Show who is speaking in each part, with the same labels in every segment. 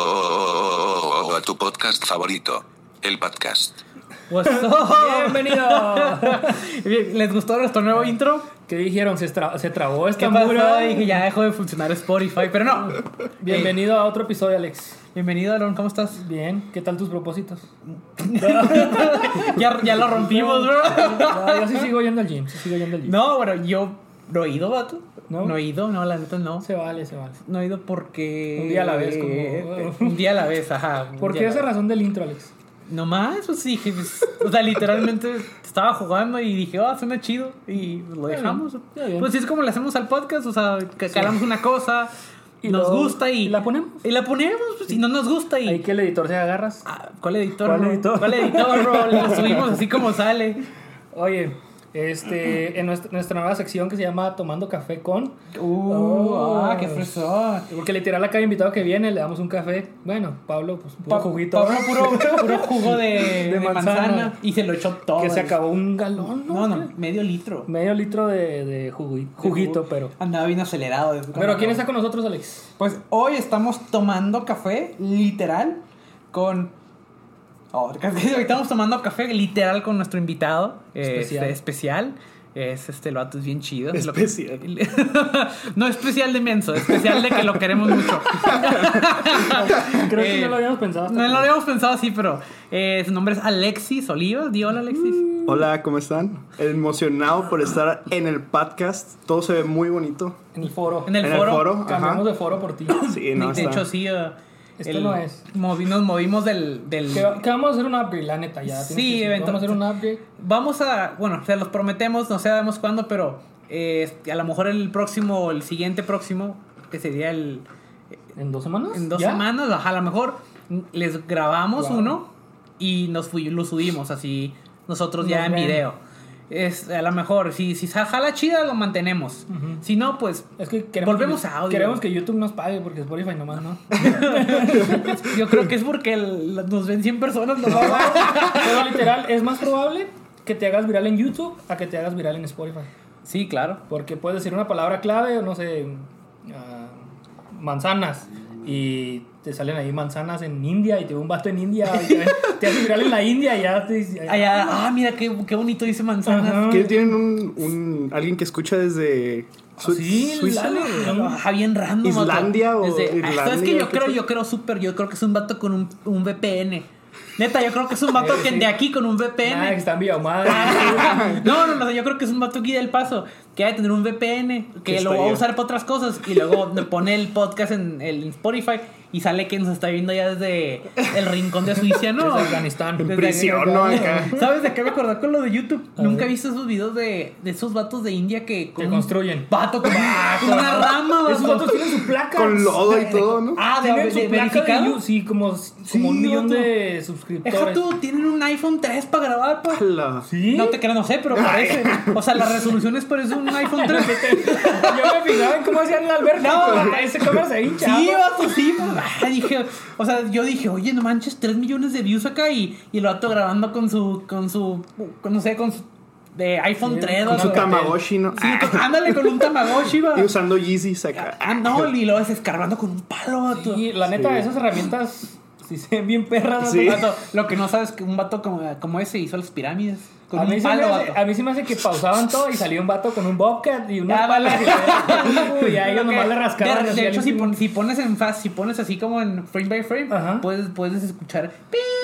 Speaker 1: Bienvenido a tu podcast favorito, el podcast.
Speaker 2: What's up?
Speaker 3: ¡Bienvenido!
Speaker 2: ¿Les gustó nuestro nuevo intro?
Speaker 3: ¿Qué dijeron? ¿Se, tra- se trabó este
Speaker 2: ¿Qué
Speaker 3: esta
Speaker 2: pasó?
Speaker 3: mura?
Speaker 2: Dije, ya dejó de funcionar Spotify, pero no.
Speaker 3: Bienvenido a otro episodio, Alex.
Speaker 2: Hey, bienvenido, Aaron, ¿cómo estás?
Speaker 3: Bien, ¿qué tal tus propósitos?
Speaker 2: Ya, ya lo rompimos, bro.
Speaker 3: No, yo sí sigo yendo al gym, sí sigo yendo al gym.
Speaker 2: No, bueno, yo no he ido, vato. No,
Speaker 3: ¿No?
Speaker 2: he ido, no, la neta no.
Speaker 3: Se vale, se vale.
Speaker 2: No he ido porque.
Speaker 3: Un día a la vez, como-
Speaker 2: Un día a la vez, ajá. un
Speaker 3: ¿Por
Speaker 2: día
Speaker 3: qué
Speaker 2: a la
Speaker 3: esa
Speaker 2: vez.
Speaker 3: razón del intro, Alex?
Speaker 2: No más, pues sí, dije, pues, o sea, literalmente estaba jugando y dije, oh, suena chido y pues, lo dejamos.
Speaker 3: está bien.
Speaker 2: Pues sí, es como lo hacemos al podcast, o sea, ca- calamos una cosa,
Speaker 3: Y
Speaker 2: nos
Speaker 3: luego-
Speaker 2: gusta y,
Speaker 3: y la ponemos.
Speaker 2: Y la ponemos, pues, y no nos gusta y...
Speaker 3: Ahí que el editor se agarras.
Speaker 2: Ah, ¿Cuál editor?
Speaker 3: ¿Cuál
Speaker 2: bro?
Speaker 3: editor?
Speaker 2: ¿Cuál editor, bro? Lo subimos así como sale.
Speaker 3: Oye, este, en nuestra, nuestra nueva sección que se llama Tomando Café con,
Speaker 2: Uh,
Speaker 3: Oh.
Speaker 2: ah, qué fresón.
Speaker 3: porque literal a cada invitado que viene le damos un café. Bueno, Pablo, pues puro
Speaker 2: Pa-
Speaker 3: juguito.
Speaker 2: Pablo, puro, puro jugo de, de manzana.
Speaker 3: manzana.
Speaker 2: y se lo echó todo.
Speaker 3: que se acabó un galón, ¿no?
Speaker 2: No, no, medio litro.
Speaker 3: Medio litro de, de jugui- juguito, pero...
Speaker 2: Andaba bien acelerado. es como-
Speaker 3: Pero ¿quién está con nosotros, Alex?
Speaker 2: Pues hoy estamos tomando café, literal, con. Oh, casi que hoy estamos tomando café, literal, con nuestro invitado eh,
Speaker 3: Especial.
Speaker 2: este, especial. Es este, el vato es bien chido. Es lo que- no especial de menso, especial de que lo queremos mucho.
Speaker 3: Creo que
Speaker 2: Eh,
Speaker 3: no lo habíamos pensado. hasta
Speaker 2: No lo
Speaker 3: ahora.
Speaker 2: habíamos pensado así, pero eh, su nombre es Alexis Olivas. Di hola, Alexis.
Speaker 4: Hola, ¿cómo están? Emocionado por estar en el podcast. Todo se ve muy bonito.
Speaker 3: En el foro.
Speaker 2: En el
Speaker 4: En el
Speaker 2: foro.
Speaker 4: foro. Ajá.
Speaker 3: Cambiamos de foro por ti.
Speaker 4: Sí,
Speaker 2: De,
Speaker 4: no,
Speaker 2: de
Speaker 4: está-
Speaker 2: hecho, sí. eh,
Speaker 3: Esto no es.
Speaker 2: movi- nos movimos del. del-
Speaker 3: Que, que vamos a hacer un upgrade, la neta, ya.
Speaker 2: Sí,
Speaker 3: tienes que decir,
Speaker 2: eventual-
Speaker 3: Vamos a hacer un upgrade.
Speaker 2: Vamos a, bueno, se los prometemos, no sabemos cuándo, pero eh, a lo mejor el próximo, el siguiente próximo, que sería el
Speaker 3: ¿En dos semanas?
Speaker 2: en dos
Speaker 3: ¿Ya?
Speaker 2: semanas, ajá, a lo mejor les grabamos
Speaker 3: Wow.
Speaker 2: uno y nos fu- lo subimos así nosotros ya
Speaker 3: Nos
Speaker 2: en
Speaker 3: ven.
Speaker 2: video. Es a lo mejor si si sa- jala chida lo mantenemos. Si no, pues
Speaker 3: Es que queremos.
Speaker 2: Volvemos
Speaker 3: que-
Speaker 2: a audio.
Speaker 3: Queremos que YouTube nos pague porque Spotify nomás no.
Speaker 2: yo creo que es porque el- nos ven 100 personas, nos va a dar.
Speaker 3: Pero literal, es más probable que te hagas viral en YouTube a que te hagas viral en Spotify.
Speaker 2: Sí, claro.
Speaker 3: Porque puedes decir una palabra clave, o no sé, ah, manzanas. Y te salen ahí manzanas en India y te ve un vato en India. y te, te hace viral en la India y ya te.
Speaker 2: Allá, ah, mira qué, qué bonito dice manzana.
Speaker 3: Ajá.
Speaker 4: ¿Qué tienen un, un- alguien que escucha desde
Speaker 2: Ah,
Speaker 4: Su-
Speaker 3: sí,
Speaker 4: Suiza?
Speaker 3: dale.
Speaker 2: Ajá, bien random. vato.
Speaker 4: Islandia o
Speaker 2: Desde-
Speaker 4: Irlandia,
Speaker 2: "Ah, ¿Sabes que
Speaker 4: o
Speaker 2: Yo
Speaker 4: qué
Speaker 2: creo,
Speaker 4: sé?
Speaker 2: yo creo súper, yo creo que es un vato con un, un VPN. Neta, yo creo que es un vato
Speaker 3: Sí,
Speaker 2: que
Speaker 3: sí.
Speaker 2: de aquí con un
Speaker 3: Nada, que
Speaker 2: VPN.
Speaker 3: están Villahumada.
Speaker 2: Ah. No, no, no, yo creo que es un vato aquí del paso que ha de tener un VPN que
Speaker 4: Que
Speaker 2: lo
Speaker 4: está
Speaker 2: va a
Speaker 4: allá.
Speaker 2: usar para otras cosas y luego le pone el podcast en, el, en Spotify y sale que nos está viendo ya desde el rincón de Suiza, ¿no?
Speaker 3: Desde Afganistán.
Speaker 2: Desde-
Speaker 4: Prisión, ¿no? Acá.
Speaker 2: ¿Sabes de qué me acordé con lo de YouTube?
Speaker 3: A
Speaker 2: Nunca he
Speaker 3: ver.
Speaker 2: visto esos videos de, de esos vatos de India que
Speaker 3: Que
Speaker 2: un
Speaker 3: construyen. Ah,
Speaker 2: Vato con, con una rama, vato.
Speaker 3: Esos vatos tienen su placa.
Speaker 4: Con lodo y todo, ¿no?
Speaker 2: Ah, de,
Speaker 3: tienen
Speaker 2: de-
Speaker 3: su placa de
Speaker 2: verificado.
Speaker 3: You- Sí, como, como
Speaker 2: Sí,
Speaker 3: un millón
Speaker 2: vato.
Speaker 3: de
Speaker 2: Deja
Speaker 3: suscriptores.
Speaker 2: tú, tienen un iPhone 3 para grabar, pa.
Speaker 4: Ala.
Speaker 3: Sí.
Speaker 2: No te creas, no sé, pero parece. O sea, la resolución es parece un iPhone 3.
Speaker 3: Yo me fijaba en cómo hacían la alberca. No, ese cámara se hincha.
Speaker 2: Sí, vato, sí. Ah, dije, o sea, yo dije, oye, no manches, 3 millones de views acá y, y el vato grabando con su, con su, con- no sé, con su de iPhone
Speaker 3: Sí,
Speaker 2: 3.
Speaker 3: con
Speaker 4: Su
Speaker 2: vato.
Speaker 4: Tamagotchi, ¿no? Ah,
Speaker 2: Sí, con- ándale con un Tamagotchi, va.
Speaker 4: Y usando Yeezys acá.
Speaker 2: Ah, no, y lo ves escarbando con un palo, vato.
Speaker 3: Y la neta,
Speaker 4: Sí.
Speaker 3: esas herramientas sí se ven bien perras.
Speaker 4: Sí.
Speaker 2: Vato, lo que no sabes que un vato como, como ese hizo las pirámides con
Speaker 3: A
Speaker 2: un
Speaker 3: mí, se me
Speaker 2: palo,
Speaker 3: hace,
Speaker 2: vato.
Speaker 3: a mí se me hace que pausaban todo y salía un vato con un Bobcat y una
Speaker 2: Ya,
Speaker 3: bala. Y a ellos
Speaker 2: Creo que-
Speaker 3: nomás le rascaban.
Speaker 2: de- De,
Speaker 3: así al
Speaker 2: hecho, si,
Speaker 3: último.
Speaker 2: pon- si pones en fast, si pones así como en frame by frame,
Speaker 3: Ajá.
Speaker 2: puedes, puedes escuchar.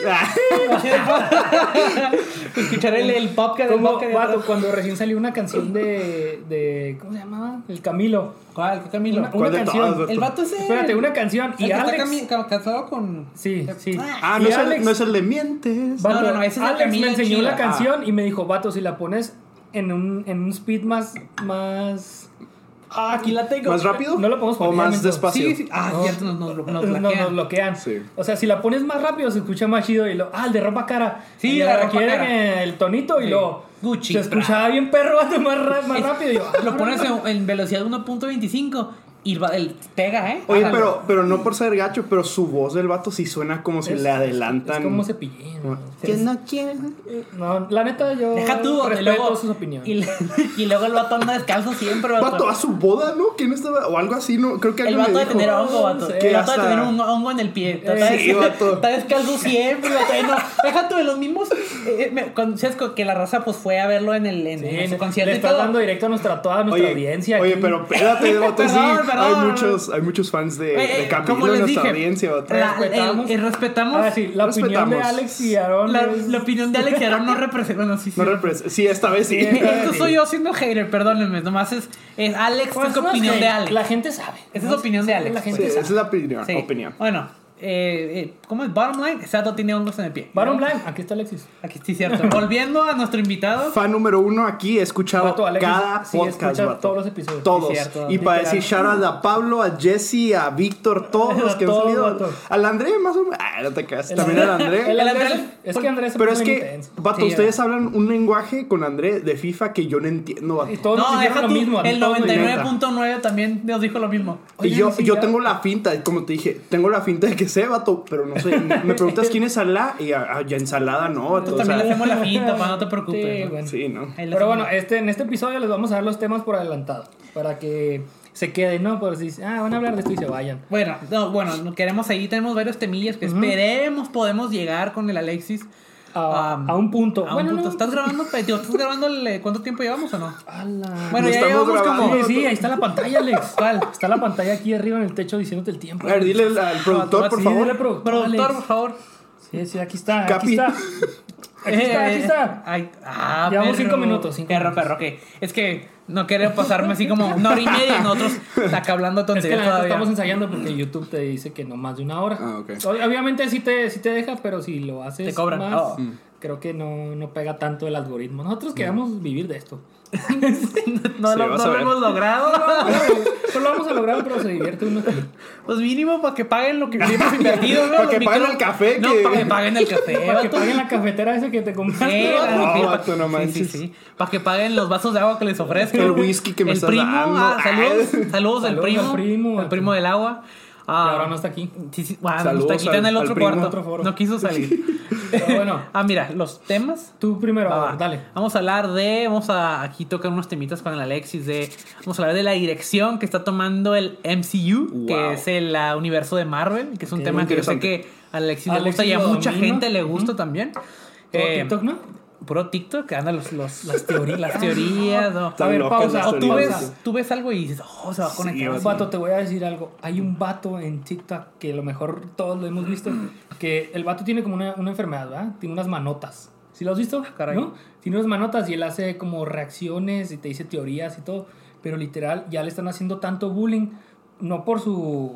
Speaker 4: Ah,
Speaker 2: escuchar el, el podcast del
Speaker 3: Como,
Speaker 2: podcast de
Speaker 3: vato,
Speaker 2: atrás.
Speaker 3: cuando recién salió una canción de, de ¿cómo se llamaba? El Camilo.
Speaker 2: ¿Cuál? ¿Qué Camilo?
Speaker 3: Una-
Speaker 4: ¿Cuál de
Speaker 3: canción.
Speaker 4: todas?
Speaker 2: el vato ese.
Speaker 3: Espérate, una canción
Speaker 2: El
Speaker 3: y
Speaker 2: que está
Speaker 3: Alex.
Speaker 2: cami- ca- casado con.
Speaker 3: Sí, sí.
Speaker 4: Ah, no
Speaker 3: Y
Speaker 4: es, el,
Speaker 3: Alex-
Speaker 4: no es el de mientes.
Speaker 2: Va-
Speaker 3: Vato,
Speaker 2: no, no, ese es el
Speaker 3: Alex
Speaker 2: Camilo
Speaker 3: me enseñó
Speaker 2: Chila. Ah.
Speaker 3: la canción y me dijo, vato, si la pones en un, en un speed más, más...
Speaker 2: Ah, aquí la tengo.
Speaker 4: ¿Más rápido?
Speaker 3: No lo podemos
Speaker 4: O
Speaker 3: poner,
Speaker 4: más
Speaker 3: menso.
Speaker 4: despacio.
Speaker 2: Sí, sí. Ah,
Speaker 3: No.
Speaker 2: ya nos, nos, nos
Speaker 3: Nos,
Speaker 2: bloquean.
Speaker 3: nos bloquean.
Speaker 4: Sí.
Speaker 3: O sea, si la pones más rápido se escucha más chido y lo, ah, el de ropa cara.
Speaker 2: Sí,
Speaker 3: Y
Speaker 2: la
Speaker 3: ahora
Speaker 2: ropa
Speaker 3: quieren
Speaker 2: cara.
Speaker 3: el tonito y
Speaker 2: Sí.
Speaker 3: lo
Speaker 2: Gucci,
Speaker 3: se escuchaba bien perro vato, más, ra- más rápido. Y yo, "Ah,
Speaker 2: Lo pones en, en velocidad 1.25 Y el, va- el- pega, ¿eh?
Speaker 4: Oye,
Speaker 2: Ajá.
Speaker 4: pero, pero no por ser gacho, pero su voz del vato sí suena como si
Speaker 3: Es-
Speaker 4: le adelantan.
Speaker 3: Es como cepillín. ¿no?
Speaker 4: Que no quieren.
Speaker 3: No, la neta, yo
Speaker 2: Deja tú, y
Speaker 3: respeto
Speaker 2: luego,
Speaker 3: sus opiniones.
Speaker 2: Y, le- y luego el vato anda descalzo siempre, vato.
Speaker 4: Vato, a su boda, ¿no? ¿Quién estaba? O algo así, ¿no? Creo que
Speaker 2: el
Speaker 4: alguien
Speaker 2: vato
Speaker 4: me
Speaker 2: de
Speaker 4: dijo.
Speaker 2: tener hongo, vato.
Speaker 3: Sí,
Speaker 2: El vato de
Speaker 4: hasta-
Speaker 2: tener un hongo en el pie. Está,
Speaker 3: Eh,
Speaker 4: sí, vato.
Speaker 2: está descalzo siempre, vato. Eh, no, deja tú de los mismos. eh, eh, me- con- ¿sabes? con- que la raza pues fue a verlo en el en,
Speaker 3: Sí,
Speaker 2: en su
Speaker 3: le-
Speaker 2: concierto y
Speaker 3: le estás
Speaker 2: todo.
Speaker 3: dando directo a nuestra, toda nuestra
Speaker 4: Oye,
Speaker 3: audiencia.
Speaker 4: oye
Speaker 3: aquí.
Speaker 4: pero espérate, vato, sí.
Speaker 2: Perdón, perdón.
Speaker 4: Hay muchos, hay muchos fans de,
Speaker 2: Eh,
Speaker 4: de
Speaker 2: eh,
Speaker 4: Camilo
Speaker 2: como les
Speaker 4: en nuestra
Speaker 2: dije,
Speaker 4: audiencia, vato.
Speaker 2: la- el-
Speaker 3: Respetamos.
Speaker 2: el- respetamos
Speaker 3: Ah, sí, la opinión de
Speaker 4: Respetamos.
Speaker 3: Alex y Aaron.
Speaker 2: la,
Speaker 3: es-
Speaker 2: la opinión de Alex y Aaron no representa. Bueno, sí, sí.
Speaker 4: No repres- Sí, esta vez sí.
Speaker 2: Eh, Esto soy yo siendo hater, perdónenme. Nomás es, es Alex,
Speaker 3: Pues,
Speaker 2: es la
Speaker 3: no
Speaker 2: opinión
Speaker 3: sé,
Speaker 2: de Alex.
Speaker 3: La gente sabe.
Speaker 2: Esa es opinión de Alex,
Speaker 3: La
Speaker 4: Sí,
Speaker 3: gente
Speaker 4: esa
Speaker 3: sabe.
Speaker 4: es la opinión.
Speaker 2: Sí.
Speaker 4: opinión.
Speaker 2: Bueno, eh, eh, ¿cómo es? Bottom line, ese vato tiene hongos en el pie.
Speaker 3: Baron Blind, aquí está Alexis.
Speaker 2: Aquí sí, cierto. Volviendo a nuestro invitado.
Speaker 4: Fan número uno aquí, he escuchado
Speaker 3: Vato, Alexis,
Speaker 4: cada
Speaker 3: sí,
Speaker 4: podcast,
Speaker 3: escucha
Speaker 4: vato.
Speaker 3: todos los episodios.
Speaker 4: Todos.
Speaker 3: Sí, cierto.
Speaker 4: y para
Speaker 3: Literal.
Speaker 4: decir shout a Pablo, a Jesse, a Víctor, todos los que han
Speaker 3: Todos,
Speaker 4: salido.
Speaker 3: vato.
Speaker 4: Al André, más o menos. Ah, no te quedas. También al André.
Speaker 3: El
Speaker 2: El
Speaker 3: Andrés-
Speaker 2: Andrés-
Speaker 3: es que Andrés
Speaker 4: Pero es
Speaker 3: pone
Speaker 4: que,
Speaker 3: bien intenso.
Speaker 4: vato,
Speaker 2: Sí,
Speaker 4: ustedes hablan un lenguaje con André de FIFA que yo no entiendo, vato.
Speaker 3: Y todos nos
Speaker 2: No,
Speaker 3: dijeron
Speaker 2: deja
Speaker 3: lo
Speaker 2: tú,
Speaker 3: mismo. a mí
Speaker 2: el
Speaker 3: todos nos dijeron-
Speaker 2: 99.9 también nos dijo lo mismo.
Speaker 4: Y
Speaker 3: Oigan,
Speaker 4: yo,
Speaker 3: sí,
Speaker 4: yo
Speaker 3: ya.
Speaker 4: tengo la finta, y como te dije, tengo la finta de que sé, vato, pero no sé. Me preguntas quién es Salah y a, a- ya ensalada no, vato.
Speaker 2: Nosotros
Speaker 4: o
Speaker 2: también le
Speaker 4: sea,
Speaker 2: hacemos la finta, pa, no te preocupes.
Speaker 3: Sí, bueno.
Speaker 4: sí, ¿no?
Speaker 2: Ahí le
Speaker 3: Pero bueno,
Speaker 2: hacemos-
Speaker 3: este, en este episodio les vamos a dar los temas por adelantado. Para que se queden, ¿no? Por si ah, van a hablar de esto y se vayan.
Speaker 2: Bueno, no, bueno, no queremos ahí, tenemos varios temillas que esperemos podemos llegar con el Alexis.
Speaker 3: A,
Speaker 2: Am,
Speaker 3: a un punto.
Speaker 2: Um, A un
Speaker 3: Bueno,
Speaker 2: punto.
Speaker 3: no.
Speaker 2: ¿Estás grabando? pe- tío, ¿Estás grabando el- eh, cuánto tiempo llevamos o no?
Speaker 3: Ala.
Speaker 2: Bueno,
Speaker 4: No
Speaker 2: ya
Speaker 4: estamos
Speaker 2: llevamos como...
Speaker 4: grabando.
Speaker 3: Sí, sí, ahí está la pantalla, Alex.
Speaker 2: ¿Cuál?
Speaker 3: Está la pantalla aquí arriba en el techo diciéndote el
Speaker 4: A
Speaker 3: tiempo.
Speaker 4: ver, dile al, al productor,
Speaker 3: Sí,
Speaker 4: por favor.
Speaker 3: dile, productor,
Speaker 2: Productor, por
Speaker 3: Alex.
Speaker 2: favor.
Speaker 3: Sí, sí, aquí está.
Speaker 4: Capi.
Speaker 3: Aquí está. Aquí está, aquí
Speaker 2: Eh,
Speaker 3: está.
Speaker 2: ay, ah,
Speaker 3: Llevamos
Speaker 2: perro.
Speaker 3: cinco minutos, cinco
Speaker 2: perro,
Speaker 3: minutos.
Speaker 2: perro, ok. Es que no quiero pasarme así como una hora y media y nosotros acá hablando
Speaker 3: Es que la
Speaker 2: tonterías
Speaker 3: neta
Speaker 2: todavía.
Speaker 3: estamos ensayando porque YouTube te dice que no más de una hora.
Speaker 4: Ah, ok.
Speaker 3: Ob- Obviamente sí te, sí te deja, pero si lo haces
Speaker 2: Te cobran.
Speaker 3: más,
Speaker 2: Oh.
Speaker 3: creo que no, no pega tanto el algoritmo.
Speaker 4: Mm.
Speaker 3: Nosotros queremos vivir de esto.
Speaker 2: No,
Speaker 4: Sí,
Speaker 2: lo,
Speaker 4: vas
Speaker 2: no
Speaker 4: a
Speaker 2: lo
Speaker 4: ver.
Speaker 2: hemos logrado.
Speaker 3: Pues lo vamos a lograr, pero se divierte uno.
Speaker 2: Pues mínimo para que paguen lo que hemos invertido. ¿no?
Speaker 4: Para
Speaker 2: Los
Speaker 4: que paguen
Speaker 2: micro-
Speaker 4: el café,
Speaker 2: No,
Speaker 4: que-
Speaker 2: para que paguen el café.
Speaker 3: Para que
Speaker 2: vato.
Speaker 3: paguen la cafetera esa que te compraste.
Speaker 2: Sí,
Speaker 3: ¿no?
Speaker 2: vato, sí,
Speaker 4: No,
Speaker 2: pa-
Speaker 4: vato, no
Speaker 2: sí,
Speaker 4: manches.
Speaker 2: Sí, sí, Para que paguen los vasos de agua que les ofrezco.
Speaker 4: El whisky que me
Speaker 2: el
Speaker 4: estás
Speaker 2: primo,
Speaker 4: dando.
Speaker 2: ah, saludos,
Speaker 4: Ay.
Speaker 2: saludos del
Speaker 3: Saludos
Speaker 2: primo.
Speaker 3: al primo,
Speaker 2: El primo del agua. Ah,
Speaker 3: Y ahora no está aquí.
Speaker 2: Sí, sí, bueno,
Speaker 4: Saludos
Speaker 2: está aquí, está en
Speaker 4: al-
Speaker 2: el
Speaker 4: al
Speaker 2: otro
Speaker 4: primo,
Speaker 2: cuarto.
Speaker 3: otro foro.
Speaker 2: no quiso salir.
Speaker 3: Pero bueno,
Speaker 2: Ah, mira, los temas.
Speaker 3: tú primero,
Speaker 2: Ah,
Speaker 3: dale.
Speaker 2: Vamos a hablar de, vamos a aquí tocar unos temitas con el Alexis de, vamos a hablar de la dirección que está tomando el MCU,
Speaker 4: Wow.
Speaker 2: que es el ah, universo de Marvel, que es un
Speaker 3: Ok,
Speaker 2: tema que yo sé que
Speaker 4: interesante.
Speaker 2: a Alexis, le
Speaker 3: Alexis
Speaker 2: gusta y a
Speaker 3: lo
Speaker 2: mucha
Speaker 3: domina.
Speaker 2: gente le gusta también.
Speaker 3: ¿Todo
Speaker 2: Eh,
Speaker 3: TikTok, ¿no? Ah.
Speaker 2: Puro TikTok, que andan los, los- las teorías. las teorías o-
Speaker 4: Tan
Speaker 3: A ver,
Speaker 4: locas
Speaker 3: pausa.
Speaker 4: las
Speaker 2: o tú
Speaker 4: teorías.
Speaker 2: ves, tú ves algo y dices, oh, se va a conectar.
Speaker 4: vato.
Speaker 2: así.
Speaker 3: Vato, te voy a decir algo. Hay un vato en TikTok que a lo mejor todos lo hemos visto. Que el vato tiene como una, una enfermedad, ¿verdad? Tiene unas manotas. ¿Sí lo has visto?
Speaker 2: caray.
Speaker 3: ¿No? Tiene unas manotas y él hace como reacciones y te dice teorías y todo. Pero literal, ya le están haciendo tanto bullying. No por su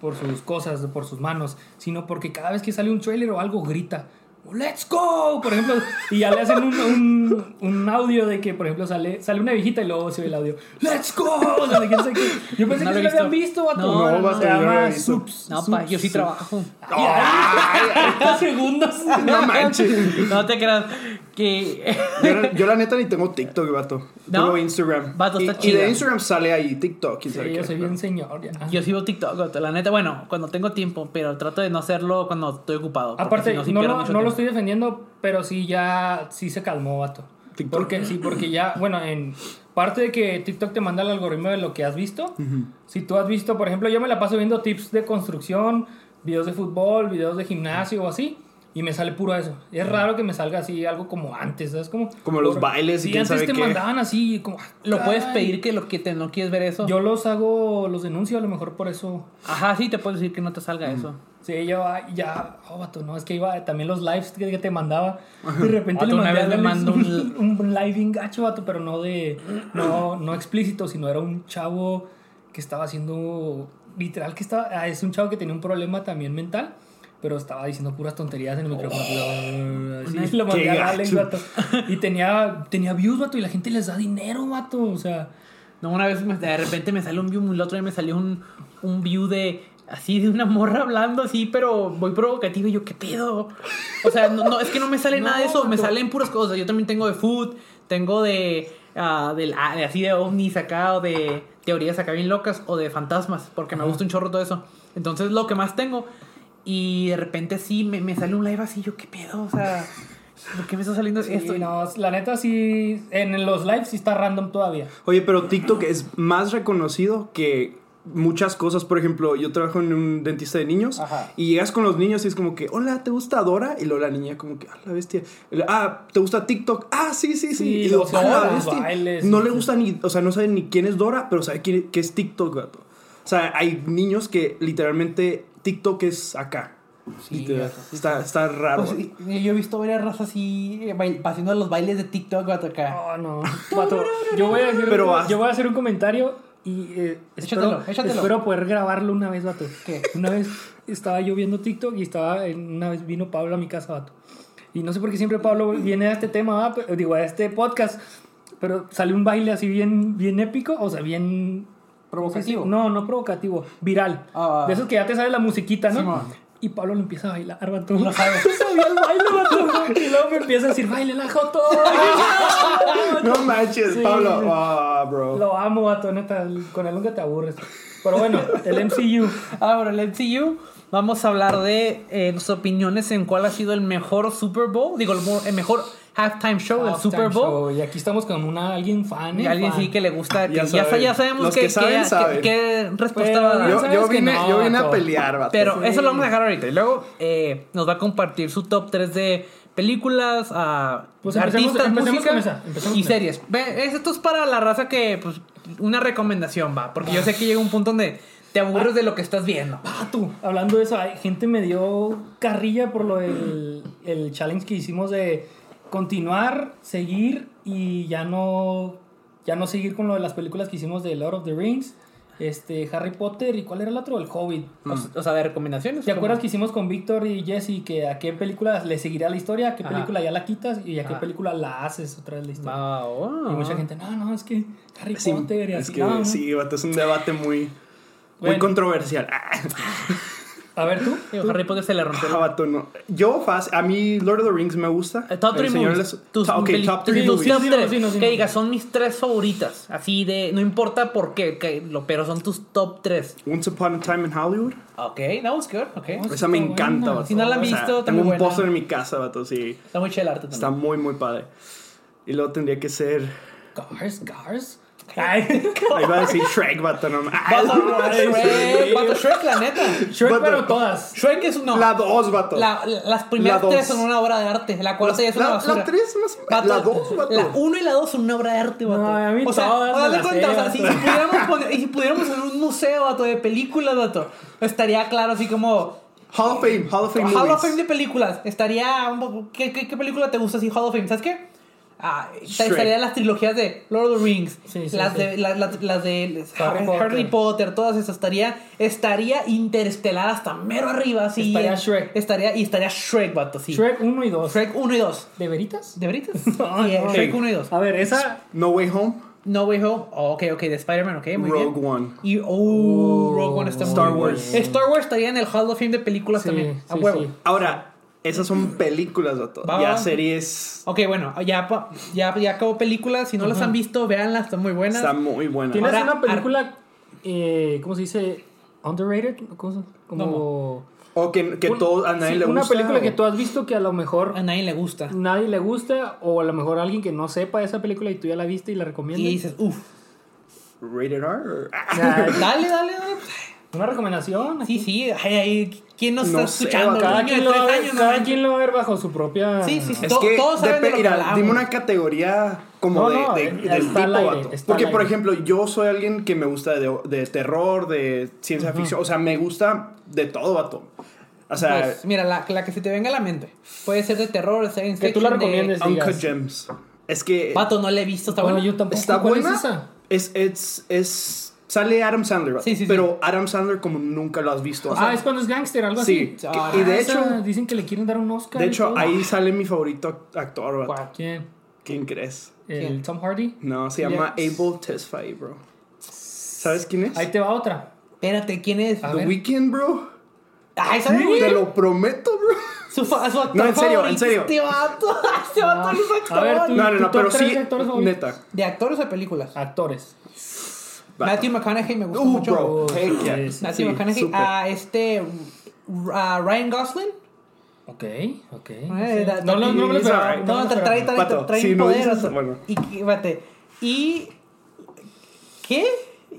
Speaker 3: por sus cosas, por sus manos, sino porque cada vez que sale un trailer o algo grita. ¡Let's go! Por ejemplo, y ya le hacen un, un, un audio de que, por ejemplo, sale, sale una viejita y luego se ve el audio. ¡Let's go! O sea, de quién sabe qué. Yo pensé
Speaker 2: No lo
Speaker 3: que sí
Speaker 2: he
Speaker 3: lo habían
Speaker 2: visto.
Speaker 3: visto, vato.
Speaker 2: No, No, no,
Speaker 4: vato,
Speaker 3: se
Speaker 4: yo no lo he
Speaker 3: llama
Speaker 4: visto.
Speaker 3: Sups.
Speaker 2: No, pa, yo sí
Speaker 3: Sups.
Speaker 2: trabajo.
Speaker 3: Ay, ay, segundos.
Speaker 4: No manches.
Speaker 2: No te creas que...
Speaker 4: Yo, la- yo la neta ni tengo TikTok, vato.
Speaker 2: ¿No?
Speaker 4: Tengo Instagram.
Speaker 2: Vato,
Speaker 4: y,
Speaker 2: está
Speaker 4: y
Speaker 2: chida.
Speaker 4: de Instagram sale ahí TikTok. quién sabe
Speaker 3: Sí,
Speaker 4: qué.
Speaker 3: yo soy bien señor. ya.
Speaker 2: Yo sigo TikTok, vato, la neta, bueno, cuando tengo tiempo, pero trato de no hacerlo cuando estoy ocupado. porque
Speaker 3: Aparte,
Speaker 2: si sí
Speaker 3: no,
Speaker 2: pierdo
Speaker 3: lo,
Speaker 2: mucho
Speaker 3: no lo
Speaker 2: tiempo.
Speaker 3: estoy defendiendo, pero sí ya sí se calmó, vato.
Speaker 4: TikTok.
Speaker 3: Porque sí, porque ya, bueno, en parte de que TikTok te manda el algoritmo de lo que has visto. Si tú has visto, por ejemplo, yo me la paso viendo tips de construcción, videos de fútbol, videos de gimnasio o así. Y me sale puro eso. Es raro que me salga así algo como antes, ¿sabes? Como,
Speaker 4: Como los bailes y
Speaker 3: sí,
Speaker 4: quién
Speaker 3: antes
Speaker 4: sabe
Speaker 3: te
Speaker 4: qué.
Speaker 3: mandaban así, como... "Ah,
Speaker 2: Lo puedes
Speaker 3: ay.
Speaker 2: pedir que lo que te no quieres ver eso.
Speaker 3: Yo los hago, los denuncio a lo mejor por eso.
Speaker 2: Ajá, sí, te puedo decir que no te salga eso.
Speaker 3: Sí, yo ay, ya, oh, vato, no, es que iba también los lives que, que te mandaba. De repente le
Speaker 2: Vato, una
Speaker 3: mandé a
Speaker 2: vez le
Speaker 3: Alex
Speaker 2: mandó
Speaker 3: un, un live bien gacho, vato, pero no de no, no explícito, sino era un chavo que estaba haciendo literal que estaba ah, es un chavo que tenía un problema también mental, pero estaba diciendo puras tonterías en el micrófono.
Speaker 2: Oh,
Speaker 3: Así, lo mandé
Speaker 4: Qué
Speaker 3: a Alex,
Speaker 4: gacho.
Speaker 3: vato. Y tenía tenía views, vato, y la gente les da dinero, vato, o sea,
Speaker 2: No, una vez me- de repente me salió un view, el otro día me salió un, un view de así de una morra hablando así, pero muy provocativo y yo, ¿qué pedo? O sea, no, no, es que no me sale nada de eso, me salen puras cosas. Yo también tengo de food, tengo de ah, del, ah, de así de ovnis acá o de teorías acá bien locas o de fantasmas, porque me gusta un chorro todo eso. Entonces lo que más tengo y de repente sí me, me sale un live así, yo qué pedo, o sea, ¿por qué me está saliendo
Speaker 3: Sí,
Speaker 2: esto?
Speaker 3: no, la neta sí, en los lives sí está random todavía.
Speaker 4: Oye, pero TikTok es más reconocido que muchas cosas. Por ejemplo, yo trabajo en un dentista de niños
Speaker 3: Ajá.
Speaker 4: y llegas con los niños y es como que, hola, ¿te gusta Dora? Y luego la niña como que, ah, la bestia. Y luego, Ah, ¿te gusta TikTok? Ah, sí, sí, sí.
Speaker 3: Sí,
Speaker 4: y luego,
Speaker 3: los
Speaker 4: "Ah, la
Speaker 3: Dora,
Speaker 4: bestia".
Speaker 3: bailes,
Speaker 4: no
Speaker 3: sí,
Speaker 4: le
Speaker 3: sí.
Speaker 4: gusta ni, o sea, no sabe ni quién es Dora, pero sabe quién, qué es TikTok, gato. O sea, hay niños que literalmente TikTok es acá.
Speaker 3: Sí,
Speaker 4: Literal.
Speaker 3: gato, sí,
Speaker 4: está, está raro.
Speaker 2: Pues, y- y yo he visto varias razas así eh, bail- haciendo los bailes de TikTok vato, acá.
Speaker 3: Oh, no. Vato, yo, voy a hacer
Speaker 4: Pero
Speaker 3: un,
Speaker 4: vas-
Speaker 3: yo voy a hacer un comentario y eh,
Speaker 2: Échatelo,
Speaker 3: espero,
Speaker 2: échatelo.
Speaker 3: espero poder grabarlo una vez, vato.
Speaker 2: ¿Qué?
Speaker 3: Una vez estaba yo viendo TikTok y estaba en- una vez vino Pablo a mi casa, vato. Y no sé por qué siempre Pablo viene a este tema, va, pero- digo, a este podcast, pero sale un baile así bien, bien épico, o sea, bien...
Speaker 2: Oh, Provocativo.
Speaker 3: No, no provocativo, viral.
Speaker 2: Ah.
Speaker 3: De esos que ya te sale la musiquita, ¿no?
Speaker 2: Simón.
Speaker 3: y Pablo lo empieza a bailar, vato.
Speaker 2: Lo sabe.
Speaker 3: Sabía el baile, vato. Y luego me empieza a decir, baile la Joto.
Speaker 4: No manches, Pablo.
Speaker 3: sí.
Speaker 4: Ah, bro.
Speaker 3: Lo amo, vato, neta. Con él nunca te aburres. Pero bueno, el MCU.
Speaker 2: Ah, bueno, el MCU. Vamos a hablar de eh, nuestras opiniones en cuál ha sido el mejor Super Bowl. Digo, el, mo- el mejor halftime show del Super Bowl.
Speaker 3: Y aquí estamos con una, alguien fan.
Speaker 2: Y
Speaker 3: eh,
Speaker 2: alguien
Speaker 3: fan.
Speaker 2: sí que le gusta. que
Speaker 4: Ya
Speaker 2: ya, sa-
Speaker 4: saben.
Speaker 2: ya sabemos
Speaker 4: Los
Speaker 2: que,
Speaker 4: que saben,
Speaker 2: que- que-
Speaker 4: saben.
Speaker 2: qué respuesta
Speaker 3: Pero
Speaker 2: va a dar.
Speaker 3: ya
Speaker 4: Yo,
Speaker 3: sabes
Speaker 4: yo
Speaker 3: que
Speaker 4: vine,
Speaker 3: no,
Speaker 4: yo vine a
Speaker 3: vato.
Speaker 4: pelear, vato.
Speaker 2: Pero
Speaker 3: Sí.
Speaker 2: eso lo vamos a dejar ahorita. Y luego eh, nos va a compartir su top 3 de películas, ah,
Speaker 3: Pues empecemos-
Speaker 2: artistas,
Speaker 3: empecemos
Speaker 2: música
Speaker 3: con esa, empecemos con
Speaker 2: y
Speaker 3: esa.
Speaker 2: series. Ve, es- esto es para la raza que, pues, una recomendación va. Porque yo sé que llega un punto donde te aburres de lo que estás viendo.
Speaker 3: Vato, Ah, hablando de eso, hay gente me dio carrilla por lo del el challenge que hicimos de continuar, seguir y ya no, ya no seguir con lo de las películas que hicimos de Lord of the Rings, este, Harry Potter y ¿cuál era el otro? El Hobbit.
Speaker 2: O, o sea, de recomendaciones.
Speaker 3: ¿Te acuerdas
Speaker 2: como-
Speaker 3: que hicimos con Víctor y Jesse que a qué película le seguirá la historia, a qué
Speaker 2: Ajá.
Speaker 3: película ya la quitas y a qué
Speaker 2: Ajá.
Speaker 3: película la haces otra vez la historia?
Speaker 2: Ah, oh.
Speaker 3: Y mucha gente, no, no, es que Harry
Speaker 4: Sí,
Speaker 3: Potter y
Speaker 4: es
Speaker 3: así.
Speaker 4: que
Speaker 3: no, no".
Speaker 4: sí, vato, es un debate muy, muy
Speaker 3: Bueno.
Speaker 4: controversial. Ah,
Speaker 3: A ver tú.
Speaker 2: Digo, Harry Potter se le rompió. el-
Speaker 4: vato, no. Yo, fast, a mí Lord of the Rings me gusta.
Speaker 2: Eh, Top
Speaker 4: El
Speaker 2: 3
Speaker 4: Señor
Speaker 2: movies.
Speaker 4: de las-
Speaker 2: Tus
Speaker 4: Ah, ok,
Speaker 2: peli-
Speaker 4: top
Speaker 2: tus
Speaker 4: three
Speaker 2: top
Speaker 4: movies.
Speaker 3: Sí, sí,
Speaker 2: tres.
Speaker 3: sí, sí, sí.
Speaker 2: que digas, son mis tres favoritas. Así de, no importa por qué, que lo, pero son tus top 3.
Speaker 4: Once Upon a Time in Hollywood.
Speaker 2: Ok, that was good. Ok.
Speaker 3: Pues
Speaker 4: Esa me
Speaker 3: está
Speaker 4: encanta,
Speaker 3: buena.
Speaker 4: vato.
Speaker 2: Ah, Si no la han visto, está
Speaker 4: tengo
Speaker 2: muy
Speaker 4: un
Speaker 2: buena.
Speaker 4: póster en mi casa, vato, sí.
Speaker 2: Está muy chel arte
Speaker 4: Está
Speaker 2: también.
Speaker 4: muy, muy padre. Y luego tendría que ser.
Speaker 3: Cars, Cars. Ay.
Speaker 2: Oh.
Speaker 4: Ahí va a decir Shrek, vato, no ma-
Speaker 2: Shrek, vato, Shrek, la neta.
Speaker 3: Shrek,
Speaker 4: Vato.
Speaker 3: pero todas.
Speaker 2: Shrek es uno.
Speaker 4: La dos, vato.
Speaker 2: La- la- las primeras
Speaker 4: La dos.
Speaker 2: tres son una obra de arte. La cuarta ya es una
Speaker 4: la-
Speaker 2: basura.
Speaker 4: la tres más-
Speaker 2: Vato,
Speaker 4: la dos, vato.
Speaker 2: La uno y la dos son una obra de arte, vato.
Speaker 3: No, a mí
Speaker 2: o sea,
Speaker 3: todas
Speaker 2: dale
Speaker 3: me las
Speaker 2: cuenta,
Speaker 3: sé,
Speaker 2: o sea, si,
Speaker 3: vato.
Speaker 2: si pudiéramos poner, y si pudiéramos hacer un museo, vato, de películas, vato, estaría claro así como...
Speaker 4: Hall of Fame, Hall of Fame.
Speaker 2: Hall of
Speaker 4: movies.
Speaker 2: Fame de películas. Estaría un poco- ¿Qué, qué, qué película te gusta así, Hall of Fame? ¿Sabes qué? Ah, esta-
Speaker 4: Shrek.
Speaker 2: estarían las trilogías de Lord of the Rings,
Speaker 3: Sí, sí,
Speaker 2: las,
Speaker 3: sí.
Speaker 2: De, la- la- las de Harry,
Speaker 3: Harry
Speaker 2: Harry Potter.
Speaker 3: Potter.
Speaker 2: todas esas. Estaría, estaría interestelar hasta mero arriba, así.
Speaker 3: Estaría
Speaker 2: eh,
Speaker 3: Shrek.
Speaker 2: Estaría, y estaría Shrek, vato, sí.
Speaker 3: Shrek 1 y 2.
Speaker 2: Shrek 1 y 2.
Speaker 3: ¿De veritas?
Speaker 2: ¿De veritas?
Speaker 3: No,
Speaker 2: Sí, eh,
Speaker 3: no. Ah.
Speaker 2: Shrek 1 y 2.
Speaker 3: A ver, esa.
Speaker 4: No Way Home,
Speaker 2: No Way Home. Oh, ok, ok, de Spider-Man, ok, muy
Speaker 4: Rogue
Speaker 2: bien.
Speaker 4: One. Oh,
Speaker 2: Y, oh, Rogue One está muy
Speaker 4: Star
Speaker 2: bien.
Speaker 4: Wars.
Speaker 2: Star Wars estaría en el Hall of Fame de películas
Speaker 3: Sí,
Speaker 2: también. A
Speaker 3: sí,
Speaker 2: huevo.
Speaker 3: sí.
Speaker 4: Ahora, esas son películas, vato.
Speaker 2: Va, va,
Speaker 4: Ya
Speaker 2: va.
Speaker 4: series.
Speaker 2: Ok, bueno, ya, pa- ya, ya acabó películas. Si no las han visto, véanlas, están muy buenas.
Speaker 4: Está muy buena.
Speaker 3: Tienes
Speaker 2: Ahora,
Speaker 3: una película. eh, ¿Cómo se dice? Underrated. ¿Cómo se- Como.
Speaker 4: O que, que
Speaker 3: Un-
Speaker 4: todo, a nadie
Speaker 3: sí,
Speaker 4: le gusta.
Speaker 3: Una película
Speaker 4: o-
Speaker 3: que tú has visto que a lo mejor
Speaker 2: A nadie le gusta.
Speaker 3: nadie le gusta o a lo mejor alguien que no sepa esa película y tú ya la viste y la
Speaker 2: Y
Speaker 3: recomiendas.
Speaker 2: dices, uff,
Speaker 4: Rated R. Ah,
Speaker 3: Ay,
Speaker 2: dale, dale, dale.
Speaker 3: Una recomendación.
Speaker 2: Sí, sí, ay, ay, ¿quién nos
Speaker 4: No
Speaker 2: está
Speaker 4: sé,
Speaker 2: escuchando?
Speaker 4: cada
Speaker 2: Un
Speaker 3: Cada,
Speaker 2: niño de
Speaker 3: quien lo, va a
Speaker 2: tres
Speaker 3: ver,
Speaker 2: años,
Speaker 3: cada
Speaker 2: ¿no?
Speaker 3: quien lo va a ver bajo su propia.
Speaker 2: Sí, sí, sí.
Speaker 4: Ah, Es
Speaker 2: To-
Speaker 4: que
Speaker 2: todos saben de lo
Speaker 4: depe-
Speaker 2: que
Speaker 4: mira,
Speaker 2: hablamos.
Speaker 4: dime una categoría como
Speaker 3: No,
Speaker 4: de,
Speaker 3: no,
Speaker 4: de-
Speaker 3: eh,
Speaker 4: del
Speaker 3: está
Speaker 4: tipo,
Speaker 3: al aire,
Speaker 4: vato.
Speaker 3: está
Speaker 4: Porque,
Speaker 3: al
Speaker 4: por
Speaker 3: aire.
Speaker 4: ejemplo, yo soy alguien que me gusta de, de terror, de ciencia ficción. O sea, me gusta de todo, vato. O sea,
Speaker 2: Pues, mira, la, la que se te venga a la mente. Puede ser de terror, de science
Speaker 3: Que tú la
Speaker 2: fiction, de-
Speaker 3: recomiendes.
Speaker 4: Uncut
Speaker 3: digas.
Speaker 4: Gems. Es que
Speaker 2: Vato, no la he visto, está
Speaker 3: Bueno,
Speaker 2: buena.
Speaker 3: yo tampoco.
Speaker 4: está
Speaker 3: ¿Cuál
Speaker 4: buena.
Speaker 3: es esa?
Speaker 4: Es, es, es- Sale Adam Sandler, vato.
Speaker 2: Sí, sí, sí.
Speaker 4: Pero Adam Sandler como nunca lo has visto. o sea,
Speaker 3: ah, es cuando es gangster, algo
Speaker 4: Sí,
Speaker 3: así. Ah,
Speaker 4: que-
Speaker 2: Ah,
Speaker 4: y de
Speaker 3: esa
Speaker 4: hecho-
Speaker 3: Dicen que le quieren dar un Oscar.
Speaker 4: de
Speaker 3: y
Speaker 4: hecho,
Speaker 3: todo.
Speaker 4: ahí sale mi favorito actor, vato.
Speaker 3: ¿Cuál? ¿Quién?
Speaker 4: ¿Quién crees?
Speaker 3: ¿El
Speaker 2: ¿Quién?
Speaker 3: Tom Hardy?
Speaker 4: No, se
Speaker 3: Ya.
Speaker 4: llama Abel Tesfaye, bro. ¿Sabes quién es?
Speaker 3: Ahí te va otra.
Speaker 2: Espérate, ¿quién es?
Speaker 3: A
Speaker 4: The
Speaker 3: ver.
Speaker 4: Weeknd, bro.
Speaker 2: Ay, ¿sabes?
Speaker 4: Te lo prometo, bro.
Speaker 2: Su, fa- su actor
Speaker 4: No, en serio, en
Speaker 2: favorito,
Speaker 4: serio.
Speaker 2: Este vato, este vato
Speaker 3: Ah,
Speaker 2: es
Speaker 3: a ver,
Speaker 2: actor.
Speaker 3: tú-
Speaker 4: No, no, no,
Speaker 3: top
Speaker 4: pero
Speaker 3: tres
Speaker 4: sí,
Speaker 3: actores favoritos?
Speaker 4: neta.
Speaker 2: ¿De actores o de películas?
Speaker 3: Actores.
Speaker 2: Matthew McConaughey me gusta
Speaker 4: Ah, Uh,
Speaker 2: mucho.
Speaker 4: bro.
Speaker 3: Oh,
Speaker 4: Heck yeah.
Speaker 3: sí, sí.
Speaker 2: Matthew
Speaker 4: Sí,
Speaker 2: McConaughey.
Speaker 4: súper.
Speaker 2: A este. a Ryan Gosling.
Speaker 3: Ok, ok.
Speaker 2: Eh, da-
Speaker 3: No, no, no me lo
Speaker 4: It's
Speaker 3: esperaba,
Speaker 4: alright.
Speaker 3: no
Speaker 2: No,
Speaker 3: me lo
Speaker 2: te trae,
Speaker 3: esperaba.
Speaker 2: trae,
Speaker 4: Vato,
Speaker 2: trae
Speaker 4: si
Speaker 2: un
Speaker 4: no
Speaker 2: poder.
Speaker 4: dices-
Speaker 2: o sea,
Speaker 4: bueno.
Speaker 2: Y, que- espérate, y- ¿Qué?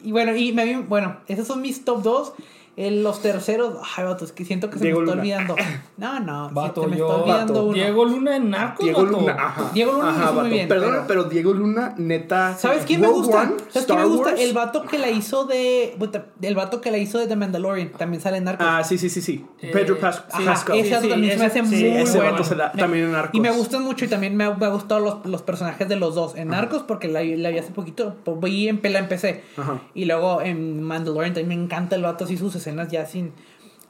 Speaker 2: Y bueno, y me, bueno, esos son mis top 2. los terceros, ay, vato, es que siento que se
Speaker 4: Diego
Speaker 2: me está
Speaker 4: Luna.
Speaker 2: olvidando. No, no, sí,
Speaker 3: Vato,
Speaker 2: se me
Speaker 3: yo-
Speaker 2: está olvidando
Speaker 4: vato,
Speaker 2: uno.
Speaker 3: Diego Luna en Narcos.
Speaker 4: Diego
Speaker 3: vato.
Speaker 4: Luna, ajá.
Speaker 2: Diego Luna lo
Speaker 4: ajá,
Speaker 2: hizo muy
Speaker 4: vato.
Speaker 2: bien,
Speaker 4: Perdona,
Speaker 2: pero-
Speaker 4: pero... Diego Luna, neta.
Speaker 2: ¿Sabes quién me
Speaker 4: Rogue
Speaker 2: gusta?
Speaker 4: One,
Speaker 2: ¿Sabes quién me
Speaker 4: Star
Speaker 2: gusta?
Speaker 4: Wars.
Speaker 2: El vato que la hizo de. puta, El vato que la hizo de The Mandalorian. También sale en Narcos.
Speaker 4: Ah, sí, sí, sí, sí.
Speaker 3: Eh,
Speaker 4: Pedro Pas-
Speaker 2: Ajá,
Speaker 4: Pascal.
Speaker 2: ese vato
Speaker 3: Sí, sí,
Speaker 2: también se me
Speaker 3: ese-
Speaker 2: hace
Speaker 3: sí,
Speaker 2: muy
Speaker 4: ese
Speaker 2: bueno.
Speaker 4: vato se la- también en Narcos.
Speaker 2: Y me gustan mucho y también me, ha- me han gustado los, los personajes de los dos. En Narcos, porque la, la vi hace poquito, pues, vi en Pela empecé.
Speaker 4: Ajá.
Speaker 2: Y luego en Mandalorian también me encanta el vato así sus escenas ya sin...